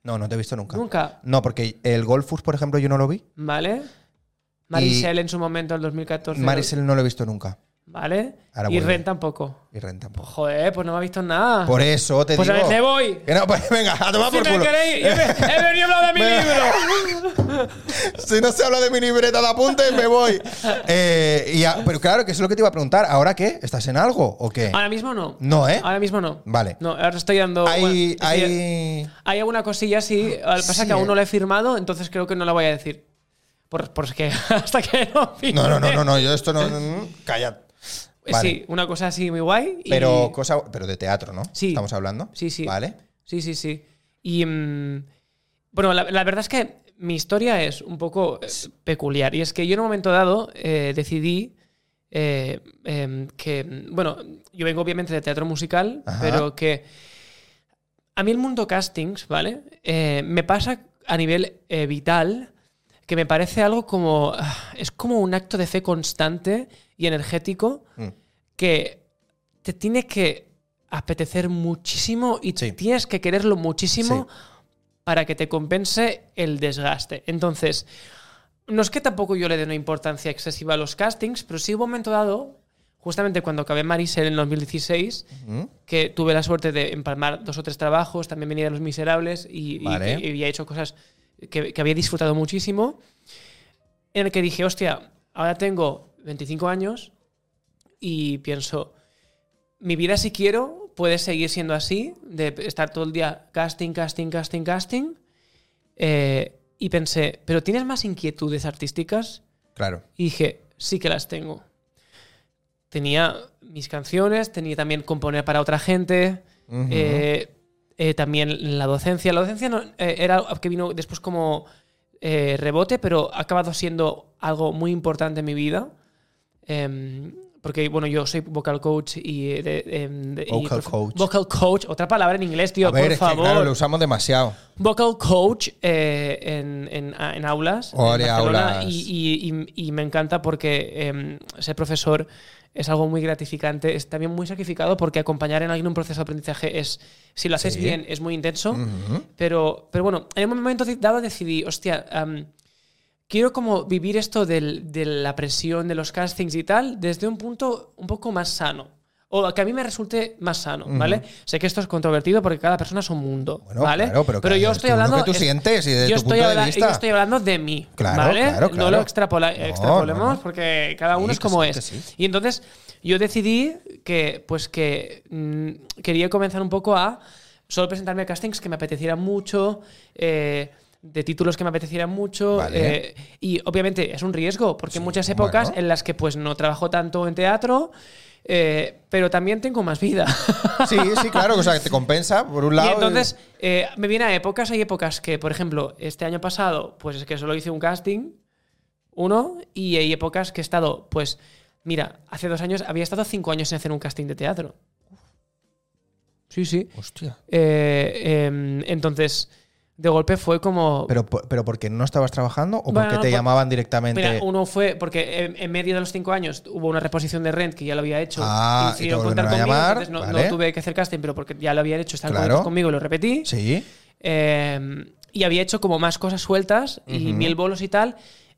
Speaker 1: No, no te he visto nunca.
Speaker 2: Nunca.
Speaker 1: No, porque el Golfus, por ejemplo, yo no lo vi.
Speaker 2: ¿Vale? Marisel en su momento, en 2014.
Speaker 1: Marisel no lo he visto nunca.
Speaker 2: ¿vale?
Speaker 1: Ahora
Speaker 2: y
Speaker 1: vuelve.
Speaker 2: Ren tampoco.
Speaker 1: Y renta un
Speaker 2: Pues,
Speaker 1: poco.
Speaker 2: joder, pues no me ha visto nada.
Speaker 1: Por eso te
Speaker 2: Pues a
Speaker 1: digo.
Speaker 2: ver, me voy.
Speaker 1: Que no, pues, venga, a tomar
Speaker 2: si
Speaker 1: por
Speaker 2: me
Speaker 1: culo.
Speaker 2: queréis, he, he venido a hablar de mi
Speaker 1: Me-
Speaker 2: libro.
Speaker 1: <laughs> Si no se habla de mi libreta de apuntes, me
Speaker 2: <laughs>
Speaker 1: voy. Eh, y a- pero claro, que eso es lo que te iba a preguntar. ¿Ahora qué? ¿Estás en algo o qué?
Speaker 2: Ahora mismo no.
Speaker 1: No, ¿eh?
Speaker 2: Ahora mismo no.
Speaker 1: Vale.
Speaker 2: No, ahora estoy dando. bueno,
Speaker 1: Hay,
Speaker 2: estoy-
Speaker 1: hay...
Speaker 2: Hay alguna cosilla, sí. Al pasa
Speaker 1: Sí,
Speaker 2: que aún
Speaker 1: eh.
Speaker 2: no la he firmado, entonces creo que no la voy a decir. Por, porque hasta que <laughs> no firme.
Speaker 1: No, no, no, no, no, yo esto
Speaker 2: <laughs>
Speaker 1: no... no, no, Callad. Vale.
Speaker 2: Sí, una cosa así muy guay. y-
Speaker 1: Pero, cosa, pero de teatro, ¿no?
Speaker 2: Sí.
Speaker 1: Estamos hablando.
Speaker 2: Sí, sí.
Speaker 1: Vale.
Speaker 2: Sí, sí, sí. Y. mm, bueno, la, la verdad es que mi historia es un poco eh, peculiar. Y es que yo en un momento dado eh, decidí. eh, em, que, mm, bueno, yo vengo obviamente de teatro musical,
Speaker 1: Ajá.
Speaker 2: pero que a mí el mundo castings, ¿vale? Eh, me pasa a nivel eh, vital que me parece algo como. ah, Es como un acto de fe constante y energético
Speaker 1: Mm.
Speaker 2: que te tiene que apetecer muchísimo y
Speaker 1: Sí.
Speaker 2: tienes que quererlo muchísimo para que te compense el desgaste. Entonces, no es que tampoco yo le dé una importancia excesiva a los castings, pero sí hubo un momento dado, justamente cuando acabé Marisel en 2016,
Speaker 1: Mm.
Speaker 2: que tuve la suerte de empalmar dos o tres trabajos, también venía de Los Miserables y, y
Speaker 1: Vale.
Speaker 2: que- y había hecho cosas que, que había disfrutado muchísimo, en el que dije, hostia, ahora tengo 25 años y pienso, mi vida si quiero puede seguir siendo así, de estar todo el día casting, casting, casting, casting. Eh, y pensé, ¿pero tienes más inquietudes artísticas?
Speaker 1: Claro.
Speaker 2: Y dije, sí que las tengo. Tenía mis canciones, tenía también componer para otra gente,
Speaker 1: Ujú.
Speaker 2: eh, eh, también la docencia. La docencia no- eh, era algo que vino después como eh, rebote, pero ha acabado siendo algo muy importante en mi vida. Em, porque, bueno, yo soy vocal coach y... eh, de- em, de- y
Speaker 1: Vocal
Speaker 2: profe-
Speaker 1: coach.
Speaker 2: Vocal coach, otra palabra en inglés, tío,
Speaker 1: A ver,
Speaker 2: por
Speaker 1: es que,
Speaker 2: favor.
Speaker 1: claro, lo usamos demasiado.
Speaker 2: Vocal coach eh, en, en- a- en aulas. en
Speaker 1: Ole,
Speaker 2: Barcelona,
Speaker 1: Oh, aulas.
Speaker 2: Y, y- y- y me encanta porque em, ser profesor es algo muy gratificante, es también muy sacrificado porque acompañar en alguien un proceso de aprendizaje es, si lo haces
Speaker 1: Sí.
Speaker 2: bien, es muy intenso.
Speaker 1: Ujú.
Speaker 2: Pero, pero bueno, en un momento dado decidí, hostia, am, quiero como vivir esto del- de la presión de los castings y tal desde un punto un poco más sano. O que a mí me resulte más sano, ¿vale? Sé que esto es controvertido porque cada persona es un mundo,
Speaker 1: Bueno,
Speaker 2: ¿vale?
Speaker 1: claro, pero que-
Speaker 2: yo
Speaker 1: tú
Speaker 2: estoy
Speaker 1: lo
Speaker 2: hablando...
Speaker 1: que tú
Speaker 2: es-
Speaker 1: sientes y de
Speaker 2: yo
Speaker 1: tu
Speaker 2: estoy
Speaker 1: punto de
Speaker 2: habla-
Speaker 1: vista. <laughs>
Speaker 2: Yo estoy hablando de mí,
Speaker 1: Claro,
Speaker 2: ¿vale?
Speaker 1: claro,
Speaker 2: No
Speaker 1: claro.
Speaker 2: lo extrapola-
Speaker 1: No,
Speaker 2: extrapolemos
Speaker 1: no, no.
Speaker 2: porque cada uno
Speaker 1: Sí,
Speaker 2: es
Speaker 1: que
Speaker 2: como
Speaker 1: sí,
Speaker 2: es.
Speaker 1: que sí.
Speaker 2: Y entonces yo decidí que, pues que mm, quería comenzar un poco a solo presentarme a castings que me apetecieran mucho, eh, de títulos que me apetecieran mucho.
Speaker 1: Vale.
Speaker 2: eh, y obviamente es un riesgo, porque en muchas épocas
Speaker 1: bueno.
Speaker 2: en las que pues no trabajo tanto en teatro, eh, pero también tengo más vida. <laughs>
Speaker 1: Sí, sí, claro, o sea, que te compensa por un lado.
Speaker 2: Y entonces eh, me viene a épocas, hay épocas que, por ejemplo, este año pasado, pues es que solo hice un casting, uno, y hay épocas que he estado, pues, mira, hace dos años había estado cinco años sin hacer un casting de teatro. Sí, sí.
Speaker 1: Hostia.
Speaker 2: Eh, em, entonces, de golpe fue como...
Speaker 1: Pero, por- pero porque no estabas trabajando o
Speaker 2: Oh. Bueno,
Speaker 1: porque te
Speaker 2: por-
Speaker 1: llamaban directamente.
Speaker 2: Mira, uno fue porque en, en medio de los cinco años hubo una reposición de Rent que ya lo había hecho
Speaker 1: Ah, y
Speaker 2: y
Speaker 1: te
Speaker 2: decidieron
Speaker 1: volvieron
Speaker 2: contar
Speaker 1: a
Speaker 2: conmigo,
Speaker 1: llamar,
Speaker 2: entonces no, no
Speaker 1: vale.
Speaker 2: tuve que hacer casting, pero porque ya lo habían hecho, estaban
Speaker 1: Claro.
Speaker 2: contentos conmigo y lo repetí.
Speaker 1: Sí.
Speaker 2: Eh, y había hecho como más cosas sueltas y
Speaker 1: Ujú.
Speaker 2: mil bolos y tal.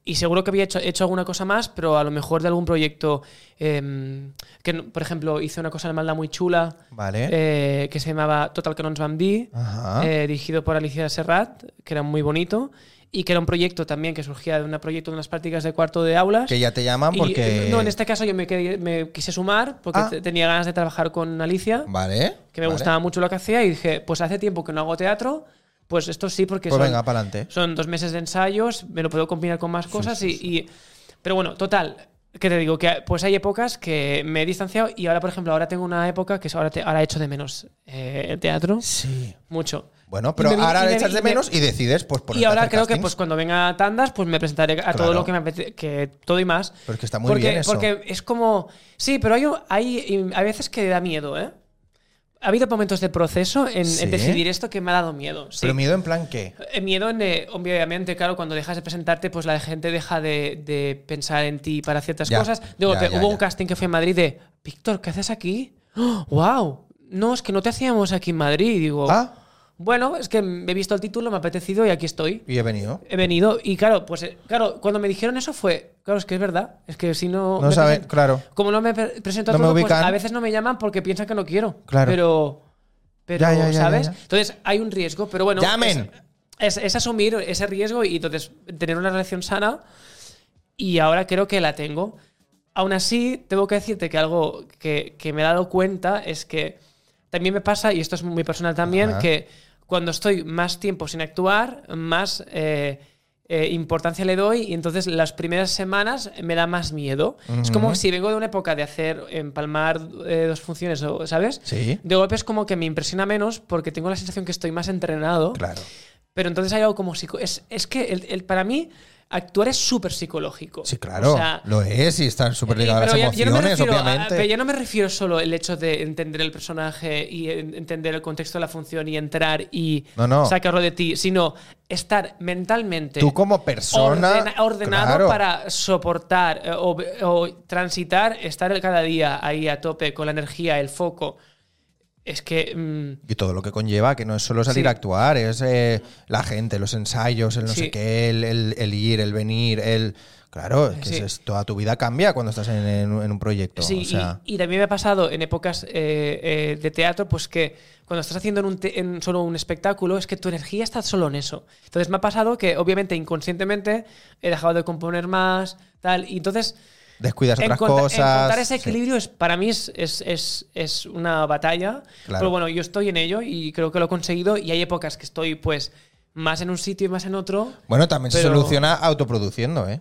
Speaker 2: Y seguro que había hecho, hecho alguna cosa más, pero a lo mejor de algún proyecto. eh, que, no- por ejemplo, hice una cosa de maldad muy chula
Speaker 1: Vale.
Speaker 2: eh, que se llamaba Total Canons Bambi,
Speaker 1: Ajá.
Speaker 2: eh, dirigido por Alicia Serrat, que era muy bonito. Y que era un proyecto también que surgía de un proyecto de unas prácticas de cuarto de aulas.
Speaker 1: que ya te llaman
Speaker 2: Y,
Speaker 1: porque.
Speaker 2: no, en este caso yo me, quedé- me quise sumar porque
Speaker 1: Ah.
Speaker 2: te- tenía ganas de trabajar con Alicia
Speaker 1: Vale.
Speaker 2: que me
Speaker 1: vale.
Speaker 2: gustaba mucho lo que hacía y dije, pues hace tiempo que no hago teatro, pues esto sí, porque
Speaker 1: Pues
Speaker 2: son,
Speaker 1: venga, para adelante.
Speaker 2: son dos meses de ensayos, me lo puedo combinar con más cosas y, y- Pero bueno, total, que te digo, que pues hay épocas que me he distanciado y ahora, por ejemplo, ahora tengo una época que es ahora, te- ahora echo de menos eh, el teatro,
Speaker 1: Sí.
Speaker 2: mucho.
Speaker 1: Bueno,
Speaker 2: Y
Speaker 1: pero
Speaker 2: me vi- y
Speaker 1: ahora
Speaker 2: me
Speaker 1: echas
Speaker 2: vi-
Speaker 1: de
Speaker 2: me-
Speaker 1: menos y decides, pues por
Speaker 2: Y ahora creo que pues cuando venga tandas, pues me presentaré a
Speaker 1: Claro.
Speaker 2: todo lo que me apetece, que todo y más.
Speaker 1: Pero es que está muy
Speaker 2: porque,
Speaker 1: bien eso.
Speaker 2: Porque es como... Sí, pero hay, hay, hay veces que da miedo, ¿eh? Ha habido momentos de proceso en, en
Speaker 1: Sí.
Speaker 2: decidir esto que me ha dado miedo. sí.
Speaker 1: Pero miedo en plan qué?
Speaker 2: Eh, Miedo, en, eh, obviamente, claro, cuando dejas de presentarte, pues la gente deja de, de pensar en ti para ciertas
Speaker 1: Ya,
Speaker 2: cosas. De golpe,
Speaker 1: ya, ya,
Speaker 2: hubo un
Speaker 1: ya.
Speaker 2: casting que fue en Madrid de, <gasps> Víctor, ¿qué haces aquí? ¡Wow! No, es que no te hacíamos aquí en Madrid. Y digo,
Speaker 1: Ah,
Speaker 2: bueno, es que he visto el título, me ha apetecido y aquí estoy.
Speaker 1: Y he venido.
Speaker 2: He venido y claro, pues eh, claro, cuando me dijeron eso fue, claro, es que es verdad, es que si no...
Speaker 1: No
Speaker 2: me
Speaker 1: sabe,
Speaker 2: presen-
Speaker 1: claro.
Speaker 2: Como no me pre- presento a
Speaker 1: No me
Speaker 2: todo, pues,
Speaker 1: ubican.
Speaker 2: a veces no me llaman porque piensan que no quiero.
Speaker 1: Claro.
Speaker 2: Pero, pero
Speaker 1: Ya, ya, ya,
Speaker 2: ¿sabes?
Speaker 1: ya, ya.
Speaker 2: Entonces hay un riesgo, pero bueno...
Speaker 1: ¡Llamen!
Speaker 2: Es, es- es asumir ese riesgo y entonces tener una relación sana y ahora creo que la tengo. Aún así, tengo que decirte que algo que, que me he dado cuenta es que también me pasa, y esto es muy personal también,
Speaker 1: Ajá.
Speaker 2: que cuando estoy más tiempo sin actuar, más eh, eh, importancia le doy y entonces las primeras semanas me da más miedo. Es como si vengo de una época de hacer empalmar eh, dos funciones, o- ¿sabes?
Speaker 1: Sí.
Speaker 2: De golpe es como que me impresiona menos porque tengo la sensación que estoy más entrenado.
Speaker 1: Claro.
Speaker 2: Pero entonces hay algo como psico. Es, es que el, el- para mí actuar es súper psicológico.
Speaker 1: Sí, claro.
Speaker 2: O sea,
Speaker 1: lo es y están súper ligadas
Speaker 2: pero
Speaker 1: las
Speaker 2: ya- ya no me
Speaker 1: emociones,
Speaker 2: refiero a-
Speaker 1: obviamente.
Speaker 2: pero ya no me refiero solo el hecho de entender el personaje y en- entender el contexto de la función y entrar y
Speaker 1: No, no.
Speaker 2: sacarlo de ti, sino estar mentalmente
Speaker 1: Tú como persona.
Speaker 2: ordena- ordenado
Speaker 1: claro.
Speaker 2: para soportar eh, o, o transitar, estar el cada día ahí a tope con la energía, el foco. Es que mm,
Speaker 1: Y todo lo que conlleva, que no es solo salir
Speaker 2: Sí.
Speaker 1: a actuar, es eh, la gente, los ensayos, el no
Speaker 2: Sí.
Speaker 1: sé qué, el, el- el ir, el venir, el. Claro, es que
Speaker 2: Sí.
Speaker 1: es- es- toda tu vida cambia cuando estás en, en- en un proyecto.
Speaker 2: Sí,
Speaker 1: o
Speaker 2: y-
Speaker 1: sea,
Speaker 2: y, también me ha pasado en épocas eh, eh, de teatro, pues que cuando estás haciendo en un te- en solo un espectáculo, es que tu energía está solo en eso. Entonces me ha pasado que, obviamente, inconscientemente, he dejado de componer más, tal, y entonces...
Speaker 1: descuidas otras
Speaker 2: encontra-
Speaker 1: cosas.
Speaker 2: encontrar ese
Speaker 1: sí.
Speaker 2: equilibrio es, para mí es, es- es- es una batalla,
Speaker 1: Claro.
Speaker 2: pero bueno, yo estoy en ello y creo que lo he conseguido y hay épocas que estoy pues más en un sitio y más en otro.
Speaker 1: Bueno, también se
Speaker 2: Pero-
Speaker 1: soluciona autoproduciendo, ¿eh?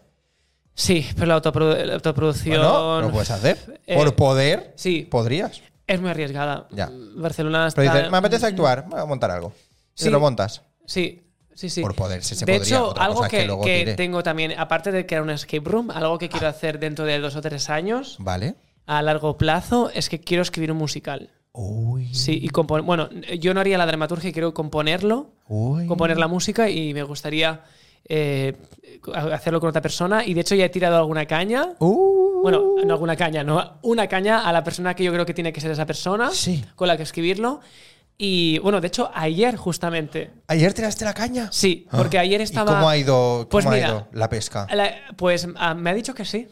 Speaker 2: Sí, pero la, autoprodu- la autoproducción...
Speaker 1: Bueno, lo puedes hacer.
Speaker 2: eh,
Speaker 1: Por poder,
Speaker 2: sí.
Speaker 1: podrías.
Speaker 2: Es muy arriesgada.
Speaker 1: Ya.
Speaker 2: Barcelona está...
Speaker 1: Pero dices, me apetece actuar, voy a montar algo. Si
Speaker 2: Sí.
Speaker 1: lo montas.
Speaker 2: Sí, sí, sí.
Speaker 1: Por poder, sí se
Speaker 2: de
Speaker 1: podría.
Speaker 2: hecho,
Speaker 1: Otra
Speaker 2: algo
Speaker 1: cosa es
Speaker 2: que,
Speaker 1: que luego
Speaker 2: que
Speaker 1: tire. Ah.
Speaker 2: tengo también, aparte de crear un escape room, algo que quiero hacer dentro de dos o tres años,
Speaker 1: Vale.
Speaker 2: a largo plazo, es que quiero escribir un musical.
Speaker 1: Uy.
Speaker 2: Sí, y componer. Bueno, yo no haría la dramaturgia, quiero componerlo,
Speaker 1: Uy.
Speaker 2: componer la música y me gustaría eh, hacerlo con otra persona. Y de hecho, ya he tirado alguna caña.
Speaker 1: Uh.
Speaker 2: Bueno, no alguna caña, no. Una caña a la persona que yo creo que tiene que ser esa persona
Speaker 1: Sí.
Speaker 2: con la que escribirlo. Y bueno, de hecho, ayer justamente
Speaker 1: Ayer tiraste la caña.
Speaker 2: Sí, porque
Speaker 1: Ah.
Speaker 2: ayer
Speaker 1: ¿Y
Speaker 2: estaba-
Speaker 1: cómo ha ido,
Speaker 2: Pues
Speaker 1: cómo ha
Speaker 2: mira,
Speaker 1: ido la pesca?
Speaker 2: La- pues ah, me ha dicho que sí.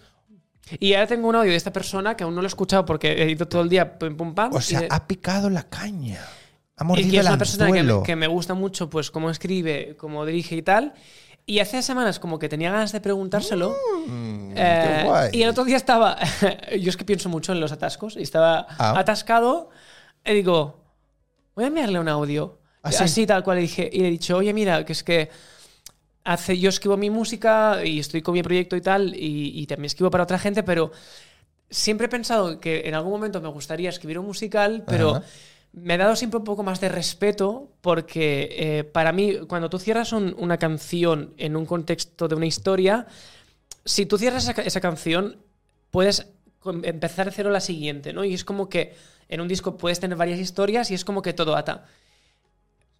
Speaker 2: Y ahora tengo un audio de esta persona que aún no lo he escuchado porque he ido todo el día pum pum pam.
Speaker 1: O sea,
Speaker 2: y,
Speaker 1: ha picado la caña. Ha
Speaker 2: y
Speaker 1: mordido
Speaker 2: que es
Speaker 1: el
Speaker 2: una persona que
Speaker 1: anzuelo.
Speaker 2: me, que me gusta mucho, pues cómo escribe, cómo dirige y tal. Y hace semanas como que tenía ganas de preguntárselo.
Speaker 1: Mm,
Speaker 2: Eh,
Speaker 1: qué guay.
Speaker 2: Y el otro día estaba. <laughs> yo es que pienso mucho en los atascos. Y estaba
Speaker 1: Ah.
Speaker 2: atascado. Y digo, voy a enviarle un audio.
Speaker 1: ¿Ah, sí?
Speaker 2: Así tal cual. Y, dije, y le he dicho, oye, mira, que es que. Hace, yo escribo mi música y estoy con mi proyecto y tal. Y, y también escribo para otra gente, pero. Siempre he pensado que en algún momento me gustaría escribir un musical, pero
Speaker 1: Ajá.
Speaker 2: me ha dado siempre un poco más de respeto porque eh, para mí, cuando tú cierras un- una canción en un contexto de una historia, si tú cierras esa, ca- esa canción, puedes com- empezar de cero la siguiente, ¿no? Y es como que en un disco puedes tener varias historias y es como que todo ata.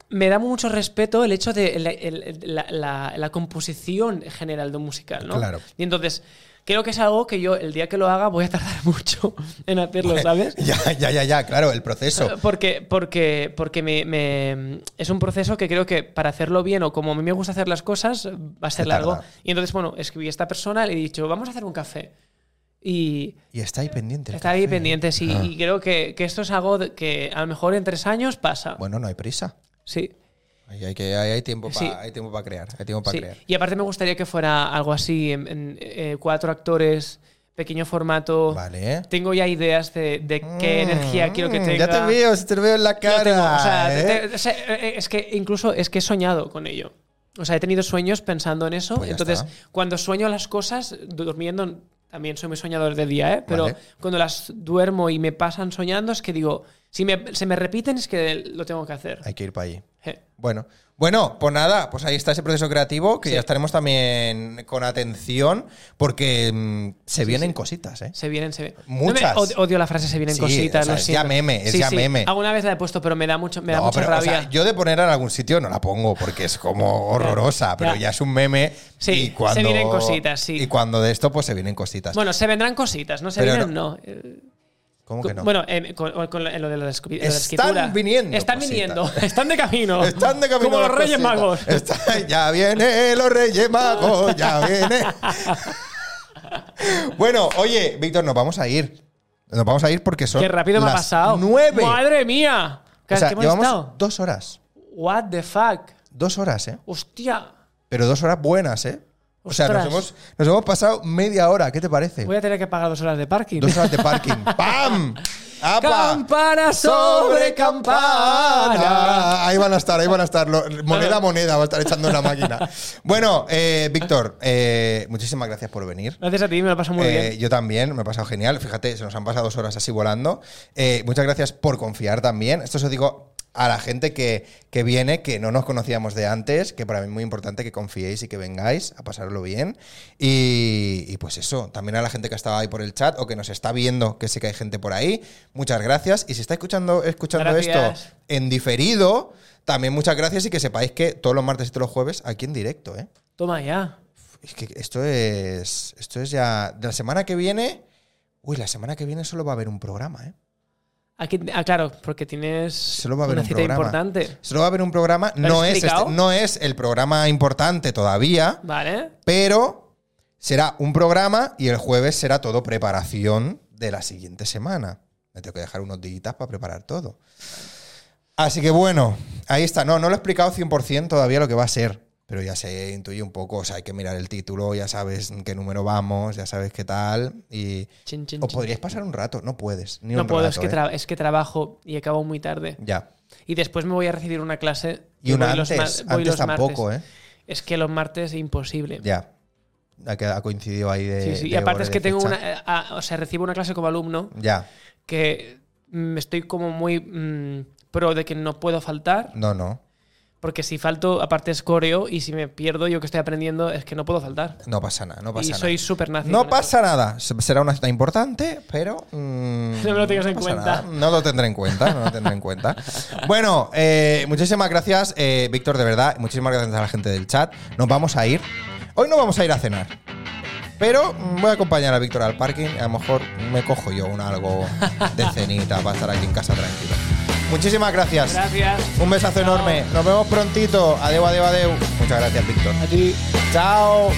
Speaker 2: Me da mucho respeto el hecho de la, el- la- la- la composición general de un musical, ¿no?
Speaker 1: Claro.
Speaker 2: Y entonces, creo que es algo que yo el día que lo haga voy a tardar <laughs> mucho en hacerlo, ¿sabes?
Speaker 1: <laughs> Ya, ya, ya, ya, claro, el
Speaker 2: <laughs>
Speaker 1: proceso.
Speaker 2: Eh, Porque, porque, porque me, me- es un proceso que creo que para hacerlo bien o como a mí me gusta hacer las cosas va a ser
Speaker 1: Se tarda.
Speaker 2: largo. Y entonces, bueno, escribí a esta persona, le he dicho, vamos a hacer un café. Y
Speaker 1: Y está ahí pendiente. el
Speaker 2: está ahí
Speaker 1: café, ¿eh?
Speaker 2: pendiente, sí.
Speaker 1: Ah.
Speaker 2: Y creo que, que esto es algo de- que a lo mejor en tres años pasa.
Speaker 1: Bueno, no hay prisa.
Speaker 2: sí.
Speaker 1: Ahí hay, que, ahí hay tiempo para
Speaker 2: Sí.
Speaker 1: crear. Hay tiempo para
Speaker 2: sí.
Speaker 1: crear.
Speaker 2: Y aparte me gustaría que fuera algo así, en, en, eh, cuatro actores, pequeño formato.
Speaker 1: Vale. ¿eh?
Speaker 2: Tengo ya ideas de, de qué
Speaker 1: Mm,
Speaker 2: energía quiero que
Speaker 1: mm,
Speaker 2: tenga.
Speaker 1: Ya te veo, si te veo en la
Speaker 2: Yo
Speaker 1: cara.
Speaker 2: tengo, o sea,
Speaker 1: ¿eh?
Speaker 2: te- te- o sea, eh, es que incluso es que he soñado con ello. O sea, he tenido sueños pensando en eso.
Speaker 1: Pues ya
Speaker 2: Entonces,
Speaker 1: está.
Speaker 2: cuando sueño las cosas, durmiendo, también soy muy soñador de día, ¿eh? pero
Speaker 1: Vale.
Speaker 2: cuando las duermo y me pasan soñando, es que digo, si me- se me repiten es que lo tengo que hacer.
Speaker 1: Hay que ir para allí.
Speaker 2: Je.
Speaker 1: Bueno, bueno, pues nada, pues ahí está ese proceso creativo que
Speaker 2: Sí.
Speaker 1: ya estaremos también con atención porque mm, se vienen cositas, ¿eh?
Speaker 2: Se vienen, se vienen.
Speaker 1: Muchas.
Speaker 2: No me- od- odio la frase se vienen
Speaker 1: Sí,
Speaker 2: cositas.
Speaker 1: o sea,
Speaker 2: lo
Speaker 1: es ya
Speaker 2: siento.
Speaker 1: meme, es ya meme.
Speaker 2: Alguna vez la he puesto, pero me da, mucho, me da
Speaker 1: No,
Speaker 2: mucha
Speaker 1: pero, o
Speaker 2: rabia.
Speaker 1: sea, yo de poner en algún sitio no la pongo porque es como horrorosa, pero
Speaker 2: <laughs> ya.
Speaker 1: ya es un meme.
Speaker 2: Sí,
Speaker 1: y
Speaker 2: se
Speaker 1: cuando,
Speaker 2: vienen cositas, sí.
Speaker 1: Y cuando de esto, pues se vienen cositas.
Speaker 2: Bueno, se vendrán cositas, no se
Speaker 1: Pero
Speaker 2: vienen, no. Eh,
Speaker 1: ¿Cómo que no?
Speaker 2: Bueno, en, con, con- en lo de la, escri- lo de la
Speaker 1: Están
Speaker 2: escritura.
Speaker 1: viniendo
Speaker 2: Están
Speaker 1: cositas.
Speaker 2: viniendo. <laughs> Están de camino.
Speaker 1: Están de camino
Speaker 2: Como
Speaker 1: las
Speaker 2: los Reyes
Speaker 1: cositas.
Speaker 2: Magos.
Speaker 1: Está- ya viene los Reyes Magos, ya
Speaker 2: <laughs>
Speaker 1: viene. bueno, oye, Víctor, nos vamos a ir. Nos vamos a ir porque son.
Speaker 2: Qué rápido me ha
Speaker 1: las
Speaker 2: pasado.
Speaker 1: Nueve.
Speaker 2: ¡Madre mía! ¿Qué,
Speaker 1: o sea,
Speaker 2: qué hemos
Speaker 1: llevamos
Speaker 2: estado?
Speaker 1: dos horas.
Speaker 2: What the fuck?
Speaker 1: Dos horas, ¿eh?
Speaker 2: Hostia.
Speaker 1: Pero dos horas buenas, ¿eh? O sea, nos
Speaker 2: Ostras.
Speaker 1: hemos, nos hemos pasado media hora. ¿Qué te parece?
Speaker 2: Voy a tener que pagar dos horas de parking.
Speaker 1: Dos horas de
Speaker 2: <laughs>
Speaker 1: parking. ¡Pam! ¡Apa!
Speaker 2: Campana sobre campana.
Speaker 1: Ah, Ahí van a estar, ahí van a estar. Lo- moneda a moneda va a estar echando en la máquina. Bueno, eh, Víctor, eh, muchísimas gracias por venir.
Speaker 2: Gracias a ti, me lo paso muy
Speaker 1: Eh,
Speaker 2: bien.
Speaker 1: Yo también, me he pasado genial. Fíjate, se nos han pasado dos horas así volando. Eh, muchas gracias por confiar también. Esto se lo digo a la gente que, que viene, que no nos conocíamos de antes, que para mí es muy importante que confiéis y que vengáis a pasarlo bien. Y, y pues eso, también a la gente que ha estado ahí por el chat o que nos está viendo, que sé que hay gente por ahí. Muchas gracias. Y si está escuchando, escuchando
Speaker 2: Gracias.
Speaker 1: esto en diferido, también muchas gracias y que sepáis que todos los martes y todos los jueves aquí en directo, ¿eh?
Speaker 2: Toma ya.
Speaker 1: Es que esto es. Esto es ya. De la semana que viene. Uy, la semana que viene solo va a haber un programa, ¿eh?
Speaker 2: Aquí, ah, claro, porque tienes
Speaker 1: Solo va a haber
Speaker 2: una
Speaker 1: un
Speaker 2: cita
Speaker 1: programa.
Speaker 2: importante.
Speaker 1: Solo va a haber un programa.
Speaker 2: ¿Lo has
Speaker 1: No es,
Speaker 2: explicado?
Speaker 1: este- no es el programa importante todavía,
Speaker 2: Vale.
Speaker 1: pero será un programa y el jueves será todo preparación de la siguiente semana. Me tengo que dejar unos días para preparar todo. Así que bueno, ahí está. No, no lo he explicado 100% todavía lo que va a ser, pero ya se intuye un poco. O sea, hay que mirar el título, ya sabes en qué número vamos, ya sabes qué tal. Y
Speaker 2: Chin, chin,
Speaker 1: os
Speaker 2: chin.
Speaker 1: podríais pasar un rato, no puedes. Ni
Speaker 2: No
Speaker 1: un
Speaker 2: puedo,
Speaker 1: rato,
Speaker 2: es, que
Speaker 1: ¿eh?
Speaker 2: tra- es que trabajo y acabo muy tarde.
Speaker 1: Ya.
Speaker 2: Y después me voy a recibir una clase.
Speaker 1: Y una
Speaker 2: voy los
Speaker 1: antes,
Speaker 2: mar- voy
Speaker 1: antes
Speaker 2: los martes.
Speaker 1: tampoco, ¿eh?
Speaker 2: Es que los martes imposible.
Speaker 1: Ya. Ha quedado- ha coincidido ahí de.
Speaker 2: Sí, sí. Y
Speaker 1: de
Speaker 2: aparte
Speaker 1: hora
Speaker 2: es
Speaker 1: de
Speaker 2: que tengo
Speaker 1: fecha.
Speaker 2: una. eh, ah, o sea, recibo una clase como alumno
Speaker 1: Ya.
Speaker 2: que mm, estoy como muy mm, pro de que no puedo faltar.
Speaker 1: No, no.
Speaker 2: Porque si falto, aparte es coreo. Y si me pierdo, yo que estoy aprendiendo, es que no puedo faltar.
Speaker 1: No pasa nada, no pasa
Speaker 2: y
Speaker 1: nada.
Speaker 2: soy súper nazi.
Speaker 1: No
Speaker 2: con eso.
Speaker 1: pasa nada. Se- Será una cita importante, pero. mm,
Speaker 2: No me lo tengas en
Speaker 1: pasa
Speaker 2: cuenta.
Speaker 1: nada. No lo tendré en cuenta. No lo tendré en cuenta. Bueno, eh, muchísimas gracias, eh, Víctor, de verdad. Muchísimas gracias a la gente del chat. Nos vamos a ir. Hoy no vamos a ir a cenar. Pero mm, voy a acompañar a Víctor al parking. A lo mejor me cojo yo un algo de cenita para estar aquí en casa tranquilo. Muchísimas gracias.
Speaker 2: Gracias.
Speaker 1: Un besazo
Speaker 2: Chao.
Speaker 1: enorme. Nos vemos prontito. Adeu, adeu, adeu. Muchas gracias, Víctor.
Speaker 2: A ti.
Speaker 1: Chao.